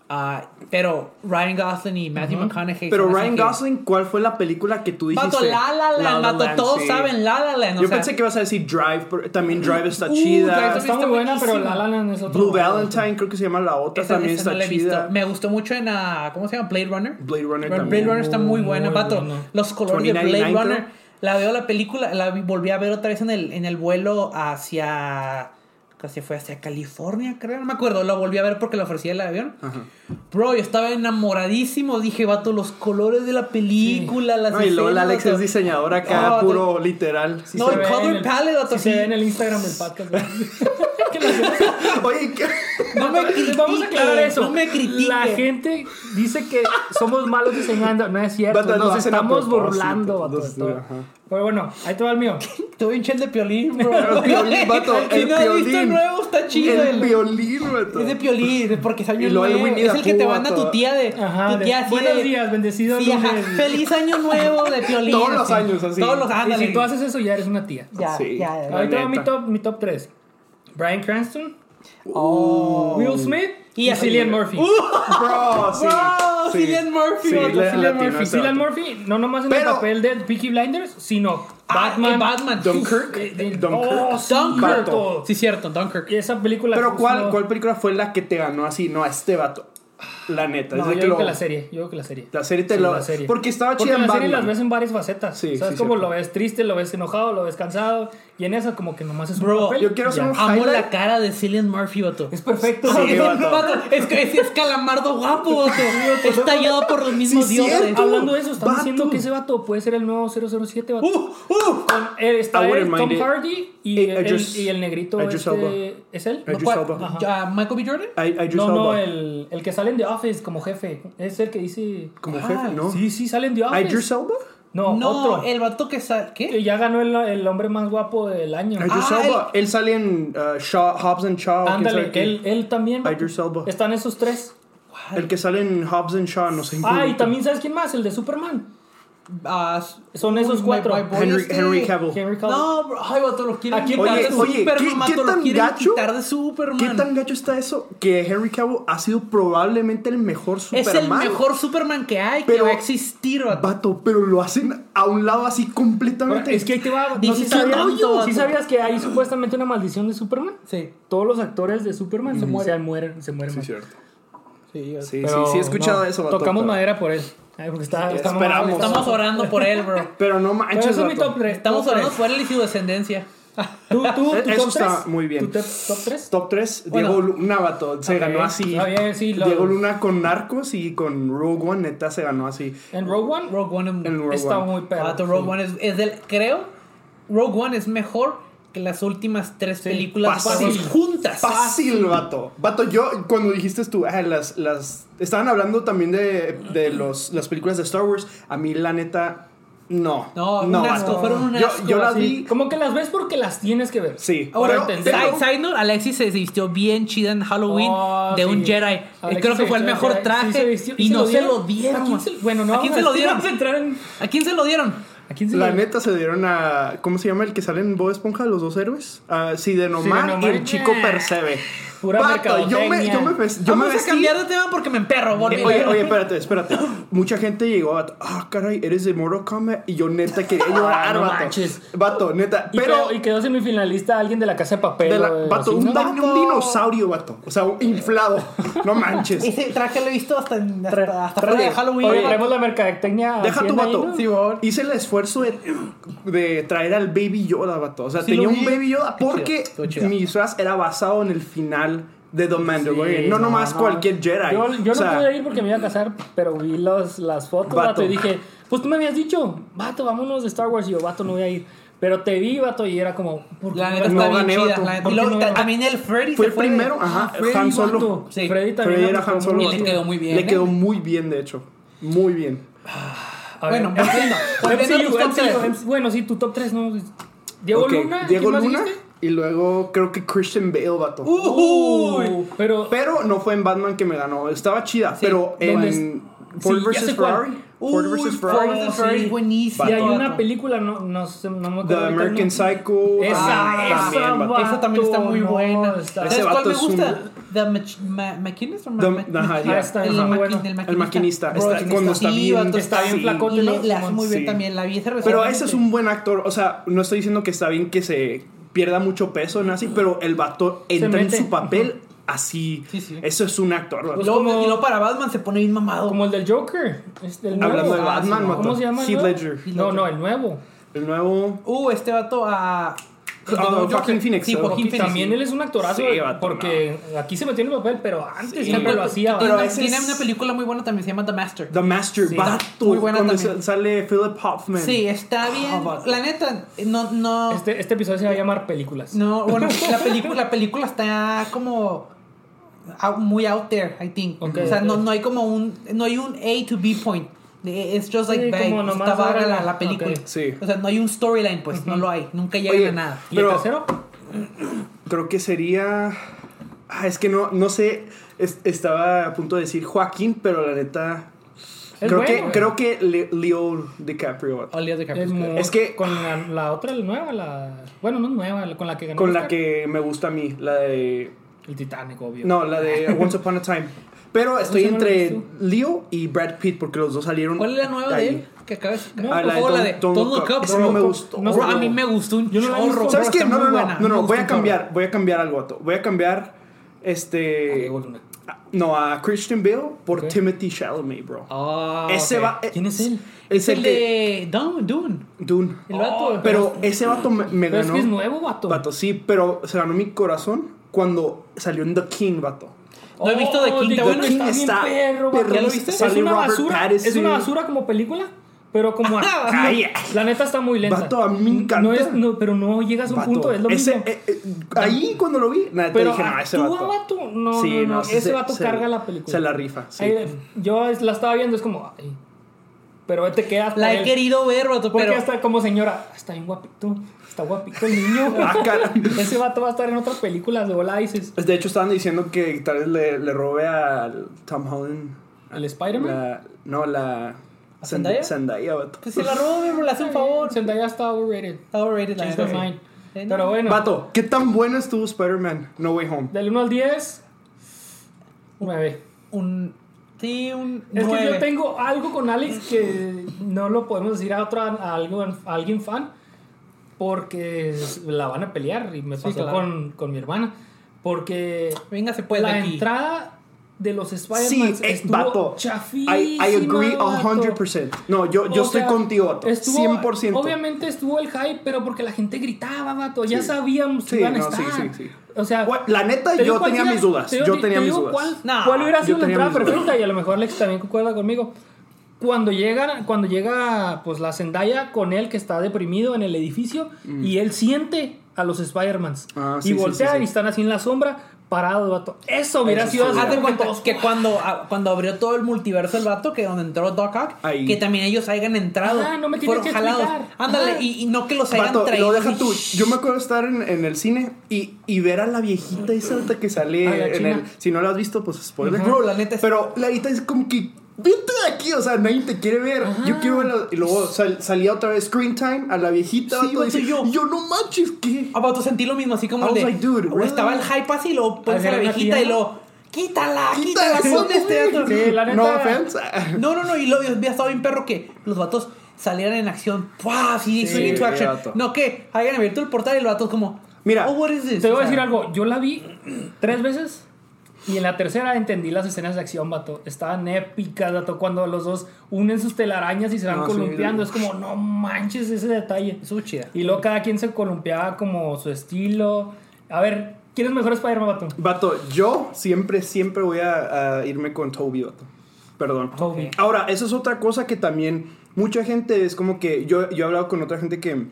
Speaker 2: ah, pero Ryan Gosling y Matthew McConaughey...
Speaker 4: Pero
Speaker 2: se me hacen
Speaker 4: Ryan
Speaker 2: que-
Speaker 4: Gosling, ¿cuál fue la película que tú dijiste?
Speaker 2: Vato, La La Land, vato,
Speaker 4: Land,
Speaker 2: todos
Speaker 4: sí.
Speaker 2: saben La La Land. o
Speaker 4: Yo
Speaker 2: sea,
Speaker 4: pensé que ibas a decir Drive, pero también Drive está
Speaker 2: Uh, Drive
Speaker 4: chida.
Speaker 2: también
Speaker 3: Está muy buena,
Speaker 2: buenísima.
Speaker 3: pero La La Land es otro.
Speaker 4: Blue Valentine, creo que se llama la otra,
Speaker 2: esa-
Speaker 4: también
Speaker 2: esa no
Speaker 4: está
Speaker 2: la he visto.
Speaker 4: chida.
Speaker 2: Me gustó mucho en... ah, ¿Cómo se llama? Blade Runner.
Speaker 4: Blade Runner
Speaker 2: Blade
Speaker 4: también.
Speaker 2: Runner está muy
Speaker 3: Muy
Speaker 2: buena, vato.
Speaker 3: buena.
Speaker 2: Los colores de Blade
Speaker 4: 2099
Speaker 2: Runner.
Speaker 4: creo.
Speaker 2: La veo la película, la vi- volví a ver otra vez en el, en el vuelo hacia. Casi fue hacia California, creo. No me acuerdo. La volví a ver porque la ofrecía el avión.
Speaker 4: Ajá.
Speaker 2: Bro, yo estaba enamoradísimo. Dije, vato, los colores de la película, las
Speaker 4: Ay, Lola,
Speaker 2: escenas,
Speaker 4: Alex
Speaker 2: vato.
Speaker 4: es diseñadora
Speaker 2: Ah,
Speaker 4: acá,
Speaker 2: vato.
Speaker 4: puro literal.
Speaker 3: Sí
Speaker 2: No,
Speaker 3: se
Speaker 2: el
Speaker 3: ve
Speaker 2: color
Speaker 3: en
Speaker 2: palette, vato,
Speaker 3: sí se
Speaker 2: sí.
Speaker 3: ve en el Instagram del podcast. güey. Que la gente-
Speaker 4: Oye, ¿qué?
Speaker 2: No me critiques.
Speaker 3: Vamos a aclarar eso.
Speaker 2: No me critiques.
Speaker 3: La gente dice que somos malos diseñando. No es cierto.
Speaker 4: Vato, lo
Speaker 3: nos
Speaker 4: hacen a
Speaker 3: estamos
Speaker 4: propósito,
Speaker 3: burlando, vato,
Speaker 4: nos-
Speaker 3: de todo.
Speaker 4: ajá.
Speaker 3: Pero bueno, ahí te va el mío.
Speaker 2: Tuve un chel de piolín, bro.
Speaker 4: El Piolín, vato,
Speaker 2: Si
Speaker 4: el
Speaker 2: no has visto el
Speaker 4: Piolín.
Speaker 2: nuevo, está chido.
Speaker 4: El
Speaker 2: el-
Speaker 4: violín, vato.
Speaker 2: Es de Piolín, porque salió
Speaker 4: Y
Speaker 2: el
Speaker 4: luego el
Speaker 2: nuevo.
Speaker 4: Winnie
Speaker 2: Es
Speaker 4: the
Speaker 2: el que te
Speaker 4: Pooh,
Speaker 2: manda tu
Speaker 4: todo.
Speaker 2: tía de.
Speaker 3: Ajá,
Speaker 2: tu
Speaker 3: de-
Speaker 2: tía así
Speaker 3: buenos
Speaker 2: de-
Speaker 3: días, bendecido
Speaker 2: Sí, ajá,
Speaker 3: lunes.
Speaker 2: Feliz año nuevo de Piolín.
Speaker 4: Todos los
Speaker 2: así.
Speaker 4: años, así.
Speaker 2: Todos los
Speaker 3: Y
Speaker 2: años.
Speaker 3: si tú haces eso, ya eres una tía.
Speaker 2: Ya,
Speaker 4: Sí.
Speaker 2: ya, ya.
Speaker 4: Ay.
Speaker 3: Ahí te va
Speaker 4: neta.
Speaker 3: mi top, mi top 3. Brian Cranston,
Speaker 2: Oh.
Speaker 3: Will Smith
Speaker 2: Y
Speaker 3: y,
Speaker 2: así- Uh,
Speaker 3: Cillian Murphy.
Speaker 4: Bro, sí.
Speaker 2: Wow,
Speaker 4: sí.
Speaker 2: Cillian Murphy,
Speaker 4: Sí,
Speaker 2: vato,
Speaker 4: le-
Speaker 2: Cillian
Speaker 4: latino
Speaker 3: Murphy.
Speaker 4: ese
Speaker 3: Cillian
Speaker 4: vato.
Speaker 3: Murphy, no nomás en
Speaker 4: Pero-
Speaker 3: el papel de Peaky Blinders, sino
Speaker 2: Ah,
Speaker 3: Batman.
Speaker 2: y Batman.
Speaker 4: Dunkirk.
Speaker 3: Eh, eh,
Speaker 4: Dunkirk.
Speaker 3: oh, sí,
Speaker 2: Dunkirk.
Speaker 3: vato.
Speaker 2: Sí, cierto, Dunkirk.
Speaker 3: Y esa película.
Speaker 4: Pero
Speaker 3: pues,
Speaker 4: ¿cuál,
Speaker 3: no-
Speaker 4: ¿cuál película fue la que te ganó así? No, a este vato. La neta.
Speaker 3: No,
Speaker 4: es de
Speaker 3: yo
Speaker 4: que
Speaker 3: creo
Speaker 4: lo-
Speaker 3: que la serie. Yo creo que la serie.
Speaker 4: La serie te
Speaker 3: Sí,
Speaker 4: lo-
Speaker 3: la serie.
Speaker 4: porque estaba
Speaker 3: Porque
Speaker 4: chida en
Speaker 3: la serie las
Speaker 4: Batman.
Speaker 3: ves en varias facetas.
Speaker 4: Sí,
Speaker 3: ¿Sabes
Speaker 4: sí,
Speaker 3: cómo
Speaker 4: cierto.
Speaker 3: lo ves triste, lo ves enojado, lo ves cansado? Y en esa, como que nomás es un
Speaker 2: Bro,
Speaker 3: papel.
Speaker 4: yo quiero hacer
Speaker 3: Ya.
Speaker 4: un-
Speaker 2: Amo
Speaker 4: Highlight.
Speaker 2: la cara de Cillian Murphy, vato.
Speaker 3: Es perfecto.
Speaker 4: Sí,
Speaker 2: Es-
Speaker 4: vato.
Speaker 2: vato, Es que es, es calamardo guapo, vato. Es tallado por los mismos
Speaker 4: Sí,
Speaker 2: dioses.
Speaker 4: cierto.
Speaker 3: Hablando de eso, están
Speaker 4: Vato.
Speaker 3: diciendo que ese vato puede ser el nuevo 007, vato.
Speaker 4: ¡Uh! ¡Uh!
Speaker 3: Con- eh, está
Speaker 4: I wouldn't
Speaker 3: él, Tom
Speaker 4: mind it.
Speaker 3: Hardy y,
Speaker 4: Eh,
Speaker 3: el,
Speaker 4: Idris-
Speaker 3: y el negrito
Speaker 4: Idris Elba.
Speaker 3: este, ¿Es él?
Speaker 2: ¿No,
Speaker 4: Idris
Speaker 2: cuál?
Speaker 4: Elba.
Speaker 3: Ajá.
Speaker 2: Ya, ¿Michael B. Jordan?
Speaker 3: Ah,
Speaker 4: I, I just
Speaker 3: No, no,
Speaker 4: Elba.
Speaker 3: el, el que sale en The Office como jefe. Es el que dice...
Speaker 4: Como
Speaker 2: Ah,
Speaker 4: jefe, ¿no?
Speaker 3: Sí, sí, sale en The Office.
Speaker 4: I just Elba?
Speaker 3: No, otro.
Speaker 2: el vato que sale. ¿Qué?
Speaker 3: Que ya ganó el, el hombre más guapo del año. Ah,
Speaker 4: I just
Speaker 2: Ah,
Speaker 4: Elba. Él sale en uh, Shaw, Hobbs and Shaw. quién
Speaker 3: Ándale,
Speaker 4: sabe qué.
Speaker 3: él, él también. vato.
Speaker 4: Idris Elba.
Speaker 3: Están esos tres.
Speaker 4: El que sale en Hobbs and Shaw, no sé.
Speaker 3: Ah, y también sabes quién más, el de Superman.
Speaker 2: Ah,
Speaker 3: Son esos
Speaker 2: my-
Speaker 3: cuatro.
Speaker 2: my boy
Speaker 4: Henry,
Speaker 2: este-
Speaker 4: Henry Cavill.
Speaker 3: Henry Cavill.
Speaker 2: No, bro, ay, vato, los quieren
Speaker 3: ¿A quién
Speaker 2: quitar
Speaker 3: oye,
Speaker 2: de
Speaker 4: oye,
Speaker 2: Superman,
Speaker 4: ¿qué-
Speaker 2: vato,
Speaker 4: qué
Speaker 2: los
Speaker 4: tan
Speaker 2: quieren
Speaker 4: gacho?
Speaker 2: quitar de Superman.
Speaker 4: ¿Qué tan gacho está eso? Que Henry Cavill ha sido probablemente el mejor
Speaker 2: es
Speaker 4: Superman.
Speaker 2: el mejor Superman que hay, que
Speaker 4: Pero-
Speaker 2: va a existir, vato.
Speaker 4: Vato, pero lo hacen a un lado así
Speaker 3: Pero
Speaker 4: completamente.
Speaker 3: Es que ahí te va. No,
Speaker 2: Dijiste
Speaker 3: si sabías,
Speaker 2: tanto, vato.
Speaker 3: ¿sí sabías que hay supuestamente una maldición de Superman.
Speaker 2: Sí,
Speaker 3: Todos los actores de Superman se mueren. Se mueren, se mueren. vato.
Speaker 4: cierto.
Speaker 2: sí, vato.
Speaker 4: Sí,
Speaker 3: Pero
Speaker 4: sí, sí, he escuchado
Speaker 3: no,
Speaker 4: eso. vato,
Speaker 3: Tocamos
Speaker 4: pero-
Speaker 3: madera por él. Ay, porque está, está
Speaker 4: Esperamos.
Speaker 3: mamado.
Speaker 2: Estamos orando por él, bro.
Speaker 4: Pero no
Speaker 3: Pero
Speaker 4: manches.
Speaker 3: eso es mi
Speaker 4: vato.
Speaker 3: top 3.
Speaker 2: Estamos orando por él y su descendencia.
Speaker 3: ¿Tú, tú, tú
Speaker 4: Eso
Speaker 3: top
Speaker 4: está
Speaker 3: tres?
Speaker 4: muy bien.
Speaker 3: ¿Tú te- top 3?
Speaker 4: Top 3,
Speaker 2: Bueno.
Speaker 4: Diego Luna, vato. Se
Speaker 3: Ok,
Speaker 4: ganó así.
Speaker 3: está bien, sí, lo-
Speaker 4: Diego Luna con Narcos y con Rogue One, neta, se ganó así.
Speaker 3: En Rogue One
Speaker 2: Rogue One es-
Speaker 4: En Rogue
Speaker 3: está
Speaker 4: One.
Speaker 3: muy perro.
Speaker 2: Vato, Ah, Rogue
Speaker 3: sí.
Speaker 2: One es, es del. Creo. Rogue One es mejor que las últimas tres películas
Speaker 4: Fácil.
Speaker 2: todas juntas.
Speaker 4: Fácil, vato. Vato, yo cuando dijiste tú, ah, las, las. Estaban hablando también de, de los, las películas de Star Wars. A mí, la neta, no.
Speaker 2: No, un asco,
Speaker 4: vato.
Speaker 2: fueron un
Speaker 4: Yo-
Speaker 2: asco,
Speaker 4: Yo las
Speaker 3: Sí,
Speaker 4: vi.
Speaker 3: Como que las ves porque las tienes que ver.
Speaker 4: Sí.
Speaker 3: Ahora
Speaker 4: Pero-
Speaker 3: entendí.
Speaker 4: pero-
Speaker 2: Side, side note, Alexis se vistió bien chida en Halloween
Speaker 3: Oh,
Speaker 2: de un
Speaker 3: sí.
Speaker 2: Jedi.
Speaker 3: Alexis
Speaker 2: Creo
Speaker 3: se
Speaker 2: que fue el
Speaker 3: vistió de
Speaker 2: mejor
Speaker 3: Jedi.
Speaker 2: traje
Speaker 3: Sí, se vistió.
Speaker 2: y, no se lo dieron.
Speaker 3: ¿A quién se, bueno, no,
Speaker 2: ¿A quién se lo dieron?
Speaker 3: Vamos a entrar en.
Speaker 2: ¿A quién se lo dieron?
Speaker 3: ¿A quién se
Speaker 4: La
Speaker 3: lo
Speaker 4: neta se dieron a. ¿Cómo se llama el que sale en Bob Esponja? Los dos héroes. Ah, sí, de nomás
Speaker 3: Sidenomar.
Speaker 4: y el chico Percebe.
Speaker 3: Pura
Speaker 4: Vato, yo me,
Speaker 3: mercadotecnia.
Speaker 4: yo me, ves- yo me
Speaker 2: Vamos a
Speaker 4: vestí-
Speaker 2: cambiar de tema porque me emperro, Volvi.
Speaker 4: Eh, Oye, oye, espérate, espérate. Mucha gente llegó a. Ah, caray, eres de Mortal Kombat. Y yo neta quería llorar,
Speaker 3: Ah, no
Speaker 4: vato.
Speaker 3: manches.
Speaker 4: Vato, neta.
Speaker 3: Y
Speaker 4: Pero.
Speaker 3: quedó- y quedó semifinalista alguien de la casa de papel.
Speaker 4: de la-
Speaker 3: o
Speaker 4: vato,
Speaker 3: así,
Speaker 4: un,
Speaker 3: ¿no?
Speaker 4: da- un dinosaurio, vato. O sea, un inflado. No manches.
Speaker 2: Ese traje lo he visto hasta, en-
Speaker 3: Tra-
Speaker 2: hasta, hasta
Speaker 3: tra-
Speaker 2: fuera de Halloween.
Speaker 3: Oye,
Speaker 2: ¿no?
Speaker 3: traemos la mercadotecnia.
Speaker 4: Deja tu
Speaker 3: hacienda ahí,
Speaker 4: vato.
Speaker 3: ¿no?
Speaker 2: Sí, por favor.
Speaker 4: Hice el esfuerzo de, de traer al Baby Yoda, vato. O sea,
Speaker 2: Sí,
Speaker 4: tenía
Speaker 2: lo
Speaker 4: un
Speaker 2: vi.
Speaker 4: Baby Yoda
Speaker 2: Qué chido,
Speaker 4: porque
Speaker 2: estuvo chido.
Speaker 4: mi disfraz era basado en el final de The Mandalorian.
Speaker 3: Sí,
Speaker 4: no, nomás
Speaker 3: no.
Speaker 4: cualquier Jedi.
Speaker 3: Yo, yo
Speaker 4: O sea,
Speaker 3: no pude ir porque me iba a casar, pero vi los, las fotos,
Speaker 4: Vato.
Speaker 3: vato. y dije, pues tú me habías dicho, vato, vámonos de Star Wars, y yo, vato, no voy a ir. Pero te vi, vato, y era como, ¿por qué
Speaker 2: La
Speaker 3: no
Speaker 2: neta
Speaker 3: vas?
Speaker 4: No
Speaker 2: está bien
Speaker 4: gané,
Speaker 2: chida.
Speaker 4: vato.
Speaker 2: la neta.
Speaker 3: ¿Por
Speaker 2: Y
Speaker 3: qué
Speaker 2: luego
Speaker 3: no?
Speaker 2: ta- también el Freddy
Speaker 4: Fue
Speaker 2: se
Speaker 4: el primero, ajá.
Speaker 3: Freddy,
Speaker 4: Han Solo.
Speaker 3: Ah, vato.
Speaker 2: Sí.
Speaker 3: Freddy también.
Speaker 4: Freddy
Speaker 3: me
Speaker 4: era
Speaker 3: tocó
Speaker 4: Han Solo.
Speaker 3: muy-
Speaker 2: Y le quedó muy bien.
Speaker 4: Le
Speaker 2: ¿eh?
Speaker 4: quedó muy bien, de hecho. Muy bien.
Speaker 3: A ver,
Speaker 2: Bueno, volviendo. volviendo a tus
Speaker 3: MCU,
Speaker 2: top tres.
Speaker 3: MCU, bueno, sí, tu top 3, ¿no? Diego
Speaker 4: Ok,
Speaker 3: Luna.
Speaker 4: Diego
Speaker 3: ¿quién más Uh.
Speaker 4: Luna.
Speaker 3: dijiste?
Speaker 4: Y luego creo que Christian Bale, vato.
Speaker 2: Uy.
Speaker 3: Pero,
Speaker 4: Pero no fue en Batman que me ganó. Estaba chida, pero
Speaker 3: ¿dónde
Speaker 4: en
Speaker 3: es?
Speaker 4: Ford
Speaker 3: Sí, ya
Speaker 4: vs.
Speaker 3: sé cuál.
Speaker 4: Ferrari. Ford vs.
Speaker 2: Uy,
Speaker 4: Ferrari.
Speaker 2: Ford vs.
Speaker 3: Oh,
Speaker 2: Ferrari
Speaker 3: sí.
Speaker 2: es buenísimo.
Speaker 3: y hay
Speaker 2: vato.
Speaker 3: una película, no, no sé, no me acuerdo.
Speaker 4: The
Speaker 3: ahorita,
Speaker 4: American
Speaker 3: no.
Speaker 4: Psycho.
Speaker 3: Esa,
Speaker 4: ah,
Speaker 3: esa,
Speaker 4: también, vato.
Speaker 2: Esa también está muy
Speaker 3: no,
Speaker 2: buena.
Speaker 3: está-
Speaker 2: ¿Sabes
Speaker 4: Ese
Speaker 2: cuál
Speaker 4: vato
Speaker 2: me
Speaker 4: es
Speaker 2: gusta?
Speaker 4: un-
Speaker 2: The Mach- Ma- Machinist o Ma-
Speaker 4: The-
Speaker 2: Ma-
Speaker 4: ajá,
Speaker 2: Mach- Ah,
Speaker 4: ya.
Speaker 2: el
Speaker 3: Está muy
Speaker 2: maqui- El
Speaker 3: bueno.
Speaker 2: maquinista.
Speaker 4: El maquinista,
Speaker 2: Bro,
Speaker 4: está- cuando está
Speaker 2: sí,
Speaker 4: bien-
Speaker 2: vato,
Speaker 3: está bien
Speaker 2: sí.
Speaker 3: flacote,
Speaker 2: Le-
Speaker 3: ¿no?
Speaker 2: Le hace muy bien
Speaker 4: Sí.
Speaker 2: también. La vi ese
Speaker 4: Pero
Speaker 2: recientemente.
Speaker 4: ese es un buen actor. O sea, no estoy diciendo que está bien que se pierda mucho peso en así, pero el vato entra en
Speaker 3: mete.
Speaker 4: su papel así.
Speaker 2: Sí, sí.
Speaker 4: Eso es un actor, vato.
Speaker 2: Y luego-
Speaker 3: como-
Speaker 2: Y luego para Batman se pone bien mamado.
Speaker 3: Como el del Joker. este, el nuevo.
Speaker 4: Hablando de
Speaker 2: Ah,
Speaker 4: Batman,
Speaker 2: sí,
Speaker 4: vato.
Speaker 3: ¿Cómo se llama? el
Speaker 4: Heath
Speaker 3: nuevo?
Speaker 4: Ledger.
Speaker 3: No, no, el nuevo.
Speaker 4: El nuevo.
Speaker 2: Uh, este vato a.
Speaker 4: Ah,
Speaker 2: Joaquin
Speaker 4: Joaquin Phoenix,
Speaker 2: Sí,
Speaker 4: ¿no?
Speaker 2: Joaquin
Speaker 3: Y
Speaker 2: Phoenix.
Speaker 3: también él es un actorazo
Speaker 4: Sí, vato,
Speaker 3: porque aquí se metió en el papel, pero antes
Speaker 4: Sí,
Speaker 3: siempre
Speaker 2: Pero-
Speaker 3: lo hacía.
Speaker 2: tiene
Speaker 4: Pero
Speaker 2: una-
Speaker 4: ese
Speaker 2: Tiene
Speaker 4: es-
Speaker 2: una película muy buena también, se llama The Master.
Speaker 4: The Master,
Speaker 3: Sí.
Speaker 4: vato.
Speaker 2: Muy buena
Speaker 4: cuando
Speaker 2: también.
Speaker 4: sa- sale Philip Hoffman.
Speaker 2: Sí, está bien.
Speaker 4: vato.
Speaker 2: La neta, no, no.
Speaker 3: Este, este episodio se va a llamar películas.
Speaker 2: No, bueno, la película, la película está como out- muy out there, I think.
Speaker 3: Ok,
Speaker 2: o sea, no,
Speaker 3: ok.
Speaker 2: no hay como un, no hay un A to B point. It's just like
Speaker 3: Sí,
Speaker 2: vague.
Speaker 3: como nomás
Speaker 2: Está vaga
Speaker 3: ahora-
Speaker 2: la, la película.
Speaker 3: ok.
Speaker 4: Sí.
Speaker 2: O sea, no hay un storyline, pues, no lo hay. Nunca llegan
Speaker 4: Oye,
Speaker 2: a nada.
Speaker 3: ¿Y
Speaker 4: Pero-
Speaker 3: el tercero?
Speaker 4: Creo que sería. Ah, es que no, no sé. Es- estaba a punto de decir Joaquín, pero la neta.
Speaker 3: Es
Speaker 4: Creo
Speaker 3: bueno,
Speaker 4: que,
Speaker 3: güey.
Speaker 4: creo que Le- Leo DiCaprio. vato.
Speaker 2: Only other
Speaker 3: Es,
Speaker 2: characters.
Speaker 3: muy-
Speaker 4: Es que-
Speaker 3: Con la, la otra, la nueva, la. Bueno, no es nueva, la- con la que ganó.
Speaker 4: Con
Speaker 3: el
Speaker 4: la
Speaker 3: Oscar.
Speaker 4: que me gusta a mí, la de.
Speaker 3: El Titanic, obvio.
Speaker 4: No, la de Once Upon a Time. Pero estoy
Speaker 3: Upon a Time,
Speaker 4: entre Leo y Brad Pitt porque los dos salieron.
Speaker 2: ¿Cuál es la nueva
Speaker 4: ahí.
Speaker 2: de él? Que acabas
Speaker 4: Ah,
Speaker 2: por
Speaker 4: la de
Speaker 2: favor,
Speaker 4: Don't- Don't
Speaker 2: Don't
Speaker 4: Look
Speaker 2: Look
Speaker 4: Up.
Speaker 2: Up,
Speaker 4: Esa
Speaker 2: bro.
Speaker 4: no me gustó.
Speaker 2: Bro,
Speaker 3: No,
Speaker 2: a
Speaker 3: no.
Speaker 2: mí me gustó un
Speaker 3: Yo no la he visto.
Speaker 2: chorro.
Speaker 4: ¿Sabes
Speaker 2: bro,
Speaker 4: qué?
Speaker 2: está
Speaker 4: No,
Speaker 2: muy
Speaker 4: no, no,
Speaker 2: buena.
Speaker 4: no,
Speaker 2: Me
Speaker 4: no, voy
Speaker 2: gustó
Speaker 4: a
Speaker 2: un chorro.
Speaker 4: cambiar, voy a cambiar algo, vato. Voy a cambiar,
Speaker 3: Ah,
Speaker 4: este...
Speaker 3: Diego Luna.
Speaker 4: a- No, a Christian Bale por
Speaker 3: Ok.
Speaker 4: Timothy Chalamet, bro.
Speaker 3: Ah,
Speaker 4: Ese
Speaker 3: ok.
Speaker 4: va- eh,
Speaker 3: ¿Quién es él?
Speaker 2: Es el de Dune, Dune.
Speaker 4: Dune.
Speaker 3: El vato.
Speaker 4: Oh, pero ese vato me, me
Speaker 3: Pero es
Speaker 4: ganó.
Speaker 3: que es nuevo, vato.
Speaker 4: Vato, sí, pero se ganó mi corazón cuando salió en The King, vato.
Speaker 2: No he visto de
Speaker 3: Oh,
Speaker 2: King,
Speaker 3: The
Speaker 2: está bueno,
Speaker 3: King
Speaker 4: está bien
Speaker 3: está
Speaker 4: perro,
Speaker 3: perro, vato.
Speaker 4: ¿Ya lo
Speaker 3: Es-
Speaker 4: viste?
Speaker 3: Es
Speaker 4: Sale
Speaker 3: una
Speaker 4: Robert
Speaker 3: basura, es
Speaker 4: Pattinson.
Speaker 3: una basura como película, pero como a-
Speaker 4: Calla.
Speaker 3: La neta está muy lenta.
Speaker 4: Vato, a mí me encanta.
Speaker 3: No es, no, pero no llegas a un
Speaker 4: Vato,
Speaker 3: punto, es lo
Speaker 4: ese,
Speaker 3: mismo.
Speaker 4: eh, eh, ahí cuando lo vi, nada, te
Speaker 3: pero
Speaker 4: dije, no, ese
Speaker 3: actúa,
Speaker 4: vato.
Speaker 3: vato. No,
Speaker 4: Sí,
Speaker 3: no, no,
Speaker 4: no,
Speaker 3: ese
Speaker 4: se-
Speaker 3: vato
Speaker 4: se-
Speaker 3: carga la película.
Speaker 4: se la rifa, sí.
Speaker 3: Ahí- yo es- la estaba viendo, es como, ay, pero te quedas
Speaker 2: La
Speaker 3: con
Speaker 2: he
Speaker 3: él.
Speaker 2: querido ver, vato,
Speaker 3: Porque
Speaker 2: pero...
Speaker 3: hasta como señora, "Ah, está bien guapito, está guapito el niño.
Speaker 4: Ah, caray.
Speaker 3: ese vato va a estar en otras películas de bola, dices,
Speaker 4: De hecho, estaban diciendo que tal vez le, le robe al Tom Holland.
Speaker 3: ¿al Spider-Man?
Speaker 4: La- no, la.
Speaker 2: ¿A Zendaya?
Speaker 4: Zendaya, vato.
Speaker 2: Pues se la robó, bro, le hace un favor.
Speaker 3: Zendaya está overrated.
Speaker 2: Está overrated, la
Speaker 3: Change
Speaker 2: neta,
Speaker 3: my
Speaker 2: sí.
Speaker 3: mind.
Speaker 2: Eh,
Speaker 3: Pero
Speaker 2: no.
Speaker 3: bueno,
Speaker 4: Vato, ¿qué tan bueno estuvo Spider-Man No Way Home?
Speaker 3: del 1 al 10, 9.
Speaker 2: Un... Sí, un
Speaker 3: Es que yo
Speaker 2: nueve.
Speaker 3: tengo algo con Alex que no lo podemos decir a, otra, a, algo- a alguien fan porque la van a pelear y me
Speaker 2: Sí,
Speaker 3: pasó
Speaker 2: claro.
Speaker 3: con, con mi hermana. Porque
Speaker 2: Venga, se puede
Speaker 3: la
Speaker 2: aquí.
Speaker 3: entrada de los Spider-Man
Speaker 4: Pues Sí, eh,
Speaker 3: estuvo
Speaker 4: vato.
Speaker 3: chafísima,
Speaker 4: I, I agree
Speaker 3: vato.
Speaker 4: 100%. No, yo, yo
Speaker 3: O
Speaker 4: estoy
Speaker 3: sea,
Speaker 4: contigo, vato.
Speaker 3: estuvo-
Speaker 4: 100%.
Speaker 3: Obviamente estuvo el hype, pero porque la gente gritaba, vato. Ya
Speaker 4: Sí.
Speaker 3: sabíamos
Speaker 4: Sí,
Speaker 3: que iban a
Speaker 4: no,
Speaker 3: estar.
Speaker 4: sí, sí, sí.
Speaker 3: O sea,
Speaker 4: Gua- La neta,
Speaker 3: ¿Te digo
Speaker 4: yo
Speaker 3: cuál
Speaker 4: tenía
Speaker 3: era-
Speaker 4: mis dudas.
Speaker 3: te digo-
Speaker 4: Yo
Speaker 3: te
Speaker 4: tenía mis
Speaker 3: digo
Speaker 4: dudas.
Speaker 3: ¿Cuál,
Speaker 2: No,
Speaker 3: cuál hubiera
Speaker 4: yo
Speaker 3: sido la
Speaker 4: tenía
Speaker 3: entrada
Speaker 4: mis dudas.
Speaker 3: perfecta? Y a lo mejor Alex también concuerda conmigo. Cuando llega, cuando llega pues la Zendaya con él que está deprimido en el edificio y él siente a los Spider-Mans
Speaker 4: Mm. Ah, sí,
Speaker 3: y
Speaker 4: sí,
Speaker 3: voltea
Speaker 4: sí, sí.
Speaker 3: y están así en la sombra parados, vato. Eso hubiera
Speaker 4: Eso
Speaker 3: sido
Speaker 4: estuvo
Speaker 3: así
Speaker 2: Haz de
Speaker 3: como que
Speaker 2: cuenta
Speaker 3: todos-
Speaker 2: que cuando, a- cuando abrió todo el multiverso el vato, que donde entró Doc Ock,
Speaker 4: Ahí.
Speaker 2: que también ellos hayan entrado.
Speaker 3: Ajá, no me tienes
Speaker 2: fueron
Speaker 3: que
Speaker 2: jalados.
Speaker 3: explicar.
Speaker 2: Ándale,
Speaker 3: Ajá.
Speaker 2: y, y no que los hayan
Speaker 4: Vato,
Speaker 2: traído.
Speaker 4: lo deja
Speaker 2: así.
Speaker 4: tú. Yo me acuerdo estar en, en el cine y, y ver a la viejita esa alta que sale
Speaker 3: A la
Speaker 4: en
Speaker 3: china.
Speaker 4: el. Si no la has visto, pues spoiler.
Speaker 2: Bro, la neta es-
Speaker 4: Pero la neta es como que. Vete de aquí, o sea, nadie te quiere ver. Yo quiero verlo. Y luego sal- salía otra vez Screen Time a la viejita.
Speaker 2: Sí,
Speaker 4: vato,
Speaker 2: vato,
Speaker 4: dice,
Speaker 2: y
Speaker 4: yo.
Speaker 2: yo.
Speaker 4: no manches, ¿qué?
Speaker 2: Ah, vato, sentí lo mismo, así como
Speaker 4: I
Speaker 2: el
Speaker 4: was
Speaker 2: de.
Speaker 4: like, dude, what?
Speaker 2: estaba el hype así, y luego pones a la
Speaker 3: Agarré una
Speaker 2: viejita y
Speaker 3: tía.
Speaker 2: lo. Quítala,
Speaker 4: Quita
Speaker 2: quítala, pon este otro.
Speaker 3: Sí, la neta.
Speaker 4: No offense.
Speaker 2: No, no, no, y lo había estado bien perro que los vatos salieran en acción. ¡Pua! Sí,
Speaker 4: Sí,
Speaker 2: swing into action.
Speaker 4: vato.
Speaker 2: No, que hayan abierto el portal y los vatos como.
Speaker 4: Mira,
Speaker 2: oh, what is this?
Speaker 3: Te voy
Speaker 2: O
Speaker 3: a
Speaker 2: sea,
Speaker 3: decir algo. Yo la vi tres veces y en la tercera entendí las escenas de acción, vato. Estaban épicas, vato. Cuando los dos unen sus telarañas y se van
Speaker 4: Ah, sí.
Speaker 3: columpiando, es como, no manches ese detalle.
Speaker 2: Estuvo chida.
Speaker 3: Y luego cada quien se columpiaba como su estilo. A ver, ¿quién es mejor Spider-Man, vato?
Speaker 4: Vato, yo siempre, siempre voy a, a irme con Toby, vato. Perdón.
Speaker 3: Toby.
Speaker 4: Ahora, eso es otra cosa que también mucha gente es como que yo, yo he hablado con otra gente que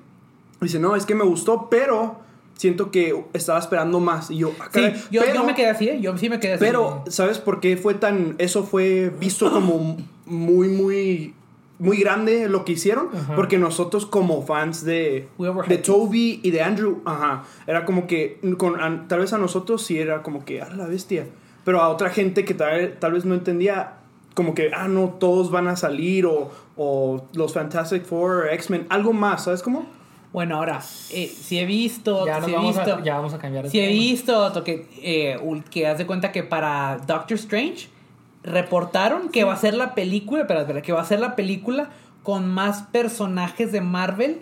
Speaker 4: dice, no, es que me gustó, pero siento que estaba esperando más. Y yo, "Ah,
Speaker 2: Sí,
Speaker 4: caray,
Speaker 2: yo,
Speaker 4: pero,
Speaker 2: yo me quedé así, ¿eh? Yo sí me quedé así.
Speaker 4: Pero, ¿sabes por qué fue tan... Eso fue visto como muy, muy... Muy grande lo que hicieron,
Speaker 3: Ajá.
Speaker 4: porque nosotros como fans de,
Speaker 2: We were
Speaker 4: de
Speaker 2: hyped.
Speaker 4: Toby y de Andrew, ajá, era como que, con, a- tal vez a nosotros sí era como que, ah, la bestia, pero a otra gente que tal, tal vez no entendía, como que, ah, no, todos van a salir, o, o los Fantastic Four, X-Men, algo más, ¿sabes cómo?
Speaker 2: Bueno, ahora, eh, si he visto.
Speaker 3: Ya, nos
Speaker 2: si he
Speaker 3: vamos
Speaker 2: visto.
Speaker 3: a, ya vamos a cambiar de
Speaker 2: Si he
Speaker 3: tema.
Speaker 2: visto Otto, que, eh, ul- que haz de cuenta que para Doctor Strange reportaron que va a ser la película, espera, espera, que va a ser la película con más personajes de Marvel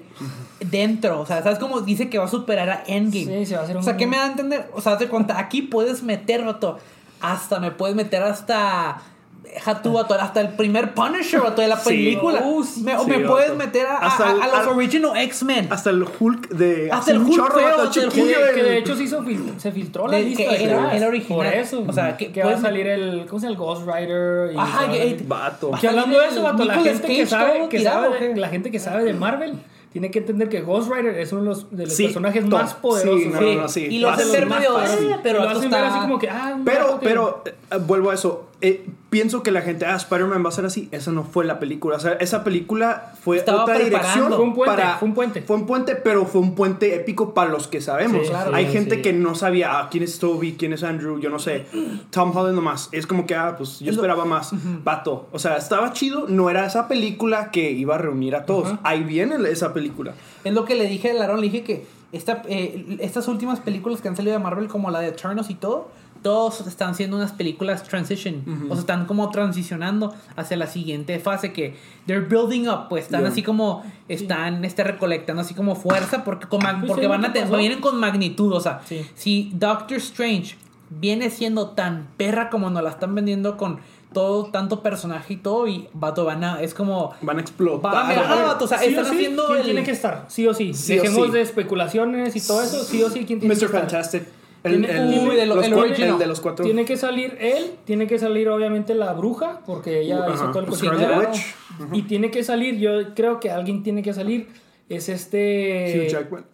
Speaker 2: dentro. O sea, ¿sabes cómo dice que va a superar a Endgame?
Speaker 3: Sí, se va a hacer
Speaker 2: O sea,
Speaker 3: un-
Speaker 2: ¿qué me da a entender? O sea, haz de cuenta, aquí puedes meter, vato, hasta me puedes meter hasta. Deja tú, vato, hasta el primer Punisher, vato, de la
Speaker 4: Sí.
Speaker 2: película.
Speaker 3: Oh, sí.
Speaker 2: me, o
Speaker 4: Sí,
Speaker 2: me
Speaker 4: vato.
Speaker 2: puedes meter a, a-
Speaker 4: Hasta el-
Speaker 2: a los
Speaker 4: al-
Speaker 2: original X-Men.
Speaker 4: Hasta el Hulk de...
Speaker 2: Hasta el
Speaker 4: un
Speaker 2: Hulk feo,
Speaker 4: vato,
Speaker 2: hasta el
Speaker 3: Que,
Speaker 4: chiquillo,
Speaker 3: que de
Speaker 4: el-
Speaker 3: hecho se, hizo fil- se filtró la
Speaker 2: De-
Speaker 3: lista.
Speaker 2: que
Speaker 3: de
Speaker 2: era-
Speaker 3: ideas.
Speaker 2: era original.
Speaker 3: Por eso.
Speaker 2: O sea, que-
Speaker 3: que va a
Speaker 2: pues-
Speaker 3: salir el. ¿Cómo se llama? El Ghost Rider. y
Speaker 2: Ajá,
Speaker 3: todo
Speaker 2: que-
Speaker 3: el-
Speaker 4: Vato.
Speaker 3: Que hablando de eso, vato, la
Speaker 2: Nicolas
Speaker 3: gente
Speaker 2: Cage
Speaker 3: que sabe,
Speaker 2: todo
Speaker 3: que
Speaker 2: tirado,
Speaker 3: sabe
Speaker 2: ¿o
Speaker 3: de,
Speaker 2: qué?
Speaker 3: la gente que sabe de Marvel tiene que entender que Ghost Rider es uno de los, de los
Speaker 4: Sí,
Speaker 3: personajes
Speaker 4: top.
Speaker 3: más poderosos.
Speaker 4: Sí, no,
Speaker 2: Sí.
Speaker 4: no, no, sí.
Speaker 2: Y los
Speaker 4: Fácil,
Speaker 2: de ver
Speaker 4: más
Speaker 2: medio,
Speaker 4: fácil.
Speaker 2: "Eh", pero
Speaker 3: Pero lo
Speaker 2: vato
Speaker 3: hacen ver
Speaker 2: está-
Speaker 3: así como que, ah, un
Speaker 4: Pero,
Speaker 3: vato que-
Speaker 4: pero, eh, vuelvo a eso. Eh, pienso que la gente, ah, Spider-Man va a ser así. Esa no fue la película. O sea, esa película fue
Speaker 2: Estaba
Speaker 4: otra
Speaker 2: preparando.
Speaker 4: dirección.
Speaker 3: Fue un puente,
Speaker 4: para-
Speaker 3: fue un puente.
Speaker 4: Fue un puente, pero fue un puente épico para los que sabemos.
Speaker 3: Sí, claro.
Speaker 4: Hay
Speaker 3: sí,
Speaker 4: gente
Speaker 3: sí.
Speaker 4: que no sabía, ah, quién es Toby, quién es Andrew, yo no sé. Tom Holland nomás. Es como que, ah, pues yo esperaba más. Vato. O sea, estaba chido. No era esa película que iba a reunir a todos. Ahí viene la- esa película.
Speaker 2: Es lo que le dije a Larón, le dije que esta, eh, estas últimas películas que han salido de Marvel, como la de Eternals y todo, todos están siendo unas películas transition. O sea, están como transicionando hacia la siguiente fase que they're building up, pues están
Speaker 4: Yeah.
Speaker 2: así como, están este, recolectando así como fuerza porque, con mag-
Speaker 3: Pues
Speaker 2: porque
Speaker 3: sí,
Speaker 2: van
Speaker 3: ¿qué
Speaker 2: a te-
Speaker 3: pasó?
Speaker 2: vienen con magnitud. O sea,
Speaker 3: Sí.
Speaker 2: si Doctor Strange viene siendo tan perra como nos la están vendiendo con todo, tanto personaje y todo, y vato, van a, es como...
Speaker 4: Van a explotar.
Speaker 2: Van a-
Speaker 4: güey.
Speaker 3: ah,
Speaker 2: ajá, vato, o sea,
Speaker 3: Sí o
Speaker 2: están
Speaker 3: sí,
Speaker 2: haciendo
Speaker 3: ¿quién
Speaker 2: el-
Speaker 3: tiene que estar? Sí o sí.
Speaker 4: Sí o
Speaker 3: Dejemos
Speaker 4: sí.
Speaker 3: de especulaciones y todo eso. Sí o sí, ¿quién tiene que
Speaker 4: Mr.
Speaker 3: estar?
Speaker 4: Fantastic. El,
Speaker 3: Tiene-
Speaker 4: el-
Speaker 2: Uy, de lo-
Speaker 4: los
Speaker 2: el
Speaker 4: cua-
Speaker 2: original.
Speaker 4: de los cuatro.
Speaker 3: Tiene que salir él, tiene que salir obviamente la bruja, porque ella
Speaker 4: Uh, Ajá.
Speaker 3: hizo todo el
Speaker 4: Scarlet
Speaker 3: cocinero.
Speaker 4: Witch.
Speaker 3: Y tiene que salir, yo creo que alguien tiene que salir. Es este.
Speaker 4: Hugh Jackman.